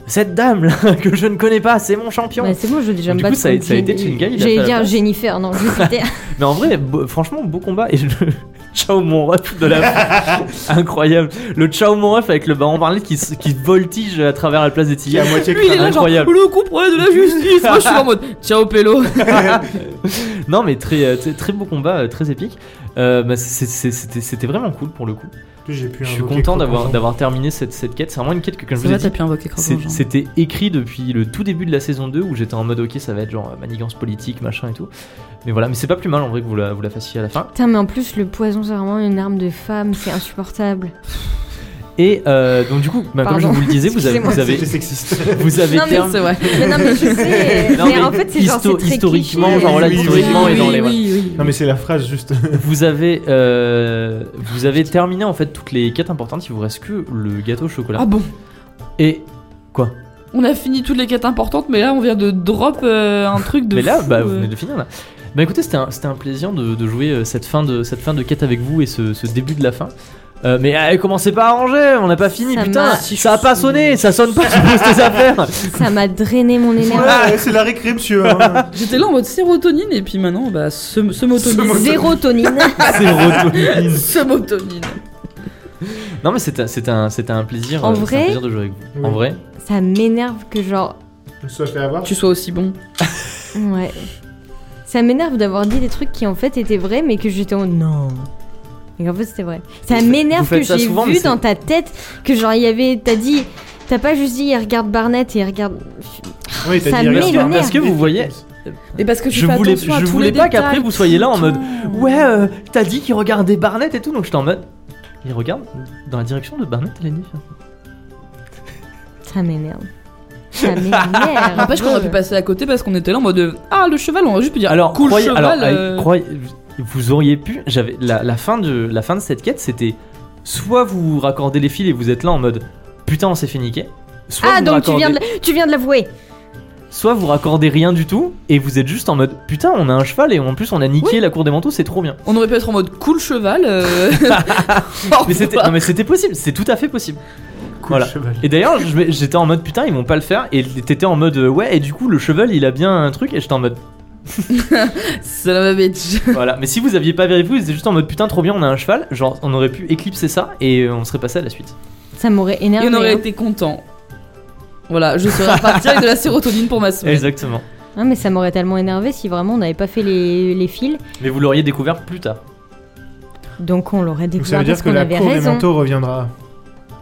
cette dame là que je ne connais pas c'est mon champion.
Bah, c'est bon, je vais déjà
Du
me
coup,
battre.
ça a-
contre
ça a été
Jenny-
Chinga, il a fait
J'allais
la
dire
place.
Jennifer, non, je vais
Mais en vrai, beau- franchement, beau combat. Et le ciao mon ref de la. Incroyable. Le ciao mon ref avec le baron Barlet qui, s- qui voltige à travers la place des
Qui est à
Tillières.
moitié
Lui, il est là,
Incroyable.
genre, le coup pour de la justice. Moi, je suis en mode, ciao, Pélo.
Non, mais très, euh, très, très beau combat, euh, très épique. Euh, bah, c'est- c'est- c'était c'était vraiment cool pour le coup.
J'ai pu
Je suis
invoquer
content
Croc
d'avoir
Ensemble.
d'avoir terminé cette, cette quête. C'est vraiment une quête que, comme je vous ai dit,
pu invoquer hein.
c'est- c'était écrit depuis le tout début de la saison 2 où j'étais en mode ok, ça va être genre euh, manigance politique, machin et tout. Mais voilà, mais c'est pas plus mal en vrai que vous la, vous la fassiez à la fin.
Putain, mais en plus, le poison, c'est vraiment une arme de femme, c'est insupportable.
Et euh, donc, du coup, bah, comme je
Pardon.
vous le disais, vous avez, vous
Excusez-moi.
avez,
C'était sexiste.
vous avez
Non, mais
terminé-
C'est vrai.
mais non, mais je sais.
Non,
mais,
mais
en fait, c'est genre. c'est
histo-
très
historiquement,
cliché.
genre, voilà,
Oui, oui,
historiquement, et dans les. voilà.
Non, mais c'est la phrase juste.
Vous avez, euh, vous avez terminé en fait toutes les quêtes importantes. Il vous reste que le gâteau au chocolat.
Ah bon
Et quoi
On a fini toutes les quêtes importantes, mais là, on vient de drop euh, un truc de.
Mais là,
fou,
bah,
euh.
vous venez de finir là. Bah écoutez, c'était un, c'était un plaisir de, de jouer euh, cette fin de, cette fin de quête avec vous et ce, ce début de la fin. Euh, mais allez, commencez pas à ranger, on n'a pas fini,
Ça
putain,
m'a-
ça a pas sonné, ça sonne pas, tu poses tes affaires.
Ça m'a drainé mon énergie.
Ouais, Ah, c'est la récré, monsieur. hein.
J'étais là en mode sérotonine, et puis maintenant, bah, sem- semotonine.
Zérotonine.
C'est rotonine.
Semotonine.
Non mais c'était c'était un, c'était un plaisir,
En
euh, c'est un
vrai-
plaisir de jouer avec vous. En
Oui.
vrai,
Ça m'énerve que, genre.
On se soit fait avoir.
Tu sois aussi bon.
Ouais. Ça m'énerve d'avoir dit des trucs qui en fait étaient vrais, mais que j'étais en non. Et en fait c'était vrai. Ça
Vous faites-
m'énerve
vous faites
que
ça
j'ai
souvent, mais
vu
c'est-
dans ta tête que genre il y avait, t'as dit, t'as pas juste dit il regarde Barnett et il regarde.
Oui, t'as
Ça
dit, regarde,
m'énerve.
Parce que vous voyez-
Et parce que tu
je
fais
voulais,
attention à
je
tous
voulais
les
pas
détails,
qu'après vous soyez là en
tout.
mode Ouais, euh, t'as dit qu'il regardait Barnett et tout, donc j'étais en mode. Il regarde dans la direction de Barnett, elle est différente.
Ça m'énerve. Ça
Mais N'empêche qu'on aurait pu
m'énerve.
passer à côté parce qu'on était là en mode Ah, le cheval, on aurait juste pu dire
Ah. Alors,
Cool
croyez,
cheval.
alors,
euh.
euh, croyez- vous auriez pu. J'avais la, la fin de la fin de cette quête, c'était soit vous raccordez les fils et vous êtes là en mode putain, on s'est fait niquer. Soit
Ah,
vous
donc tu
raccordez-
viens de- tu viens de l'avouer.
Soit vous raccordez rien du tout et vous êtes juste en mode putain, on a un cheval et en plus on a niqué la cour des manteaux, c'est trop bien.
On aurait pu être en mode cool cheval. euh. Oh, bah,
Mais c'était, non, mais c'était possible, c'est tout à fait possible.
Cool,
Voilà.
cheval.
Et d'ailleurs, je vais- j'étais en mode putain, ils vont pas le faire. Et t'étais en mode euh, ouais, et du coup, le cheval il a bien un truc. Et j'étais en mode
Son of a bitch.
voilà. Mais si vous aviez pas vérifié, vous étiez juste en mode putain, trop bien, on a un cheval. Genre, on aurait pu éclipser ça et euh, on serait passé à la suite.
Ça m'aurait
Et
énervé.
on aurait
hein.
été content. Voilà, je serais reparti avec de la sérotonine pour ma semaine.
Exactement.
Ah, mais ça m'aurait tellement énervé si vraiment on n'avait pas fait les, les fils.
Mais vous l'auriez découvert plus tard.
Donc on l'aurait
Donc ça veut
découvert
dire
parce
que
qu'on
la
avait
cour des
raison.
manteaux reviendra.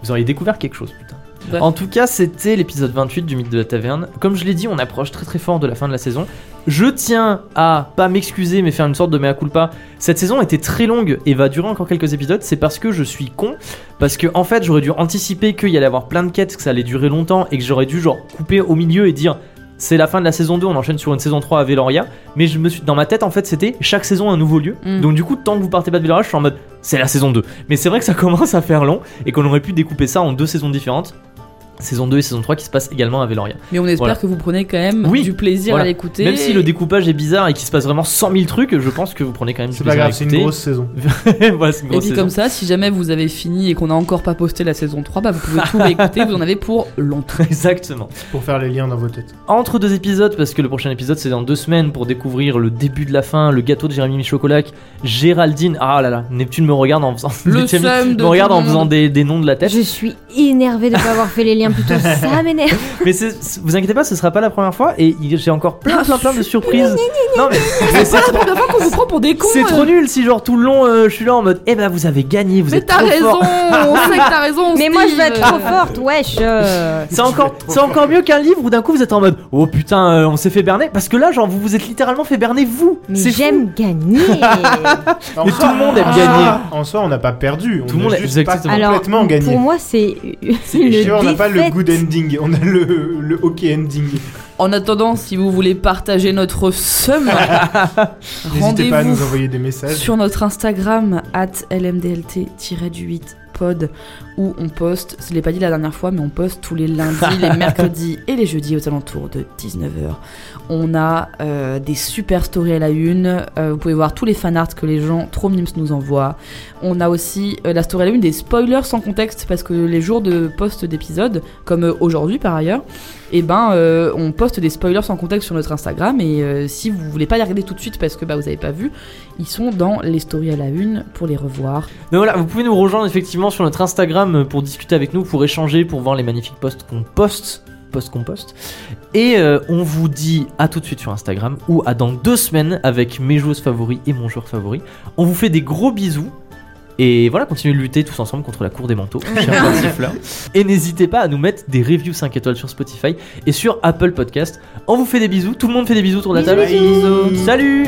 Vous auriez découvert quelque chose, putain.
Bref.
En tout cas, c'était l'épisode 28 du mythe de la taverne. Comme je l'ai dit, on approche très très fort de la fin de la saison. Je tiens à pas m'excuser mais faire une sorte de mea culpa. Cette saison était très longue et va durer encore quelques épisodes. C'est parce que je suis con. Parce que en fait, j'aurais dû anticiper qu'il y allait avoir plein de quêtes, que ça allait durer longtemps et que j'aurais dû genre couper au milieu et dire c'est la fin de la saison 2, on enchaîne sur une saison 3 à Veloria. Mais je me suis, dans ma tête, en fait, c'était chaque saison un nouveau lieu.
Mm.
Donc du coup, tant que vous partez pas de Veloria, je suis en mode c'est la saison 2. Mais c'est vrai que ça commence à faire long et qu'on aurait pu découper ça en deux saisons différentes. Saison 2 et saison 3 qui se passent également à Veloria.
Mais on espère
Voilà.
que vous prenez quand même
Oui,
du plaisir
voilà.
à l'écouter.
Même si le découpage est bizarre et qu'il se passe vraiment 100 000 trucs, je pense que vous prenez quand même du
C'est pas
plaisir à
grave, c'est une
écouter.
grosse saison.
voilà, c'est une
Et
grosse
puis
saison.
comme ça, si jamais vous avez fini et qu'on n'a encore pas posté la saison 3, bah vous pouvez tout réécouter, vous en avez pour longtemps.
Exactement.
Pour faire les liens dans vos têtes.
Entre deux épisodes, parce que le prochain épisode c'est dans deux semaines pour découvrir le début de la fin, le gâteau de Jérémy Michocolac, Géraldine. Ah là là, Neptune me regarde en faisant.
Le
Neptune
seum de
me regarde
tout le
en faisant
monde.
des, des noms de la tête.
Je suis énervée de pas avoir fait les liens plus tôt. Ça m'énerve.
Mais c'est- c'est- vous inquiétez pas, ce sera pas la première fois et il- j'ai encore plein plein
Ah,
plein de surprises. Non mais, mais c'est
C'est la première fois qu'on vous prend pour des cons.
c'est
euh.
trop nul si genre tout le long euh, je suis là en mode eh ben vous avez gagné, vous
Mais
êtes
t'as
trop
raison,
fort.
on sait que t'as raison.
Mais moi je
Steve.
vais être trop forte, wesh. euh.
C'est encore c'est encore mieux qu'un livre où d'un coup vous êtes en mode oh putain euh, on s'est fait berner parce que là genre vous vous êtes littéralement fait berner vous.
Mais
C'est fou.
j'aime gagner.
En
Mais
soi-
tout le monde aime
en
gagner.
soi- En soi, on n'a pas perdu.
Tout
on
le monde
a
a-
juste pas
exactement.
Alors
complètement gagné.
pour moi c'est
Et on
le
n'a pas le
défaite.
good ending, on a le, le ok ending.
En attendant, si vous voulez partager notre somme,
N'hésitez pas à nous
rendez-vous
envoyer des messages.
sur notre Instagram at lmdlt-du8 pod où on poste, je l'ai pas dit la dernière fois, mais on poste tous les lundis, les mercredis et les jeudis aux alentours de 19h. On a euh, des super stories à la une, euh, vous pouvez voir tous les fanarts que les gens trop mimes nous envoient. On a aussi euh, la story à la une des spoilers sans contexte parce que les jours de post d'épisodes, comme euh, aujourd'hui par ailleurs, et ben euh, on poste des spoilers sans contexte sur notre Instagram et euh, si vous voulez pas les regarder tout de suite parce que bah, vous avez pas vu, ils sont dans les stories à la une pour les revoir.
Donc voilà, vous pouvez nous rejoindre effectivement sur notre Instagram pour discuter avec nous, pour échanger, pour voir les magnifiques posts qu'on poste. Post qu'on poste. Et euh, on vous dit à tout de suite sur Instagram ou à dans deux semaines avec mes joueuses favoris et mon joueur favori. On vous fait des gros bisous. Et voilà, continuez de lutter tous ensemble contre la cour des manteaux. chers persifleurs. et n'hésitez pas à nous mettre des reviews 5 étoiles sur Spotify et sur Apple Podcast. On vous fait des bisous, tout le monde fait des bisous autour de la table.
Bisous, bisous.
Salut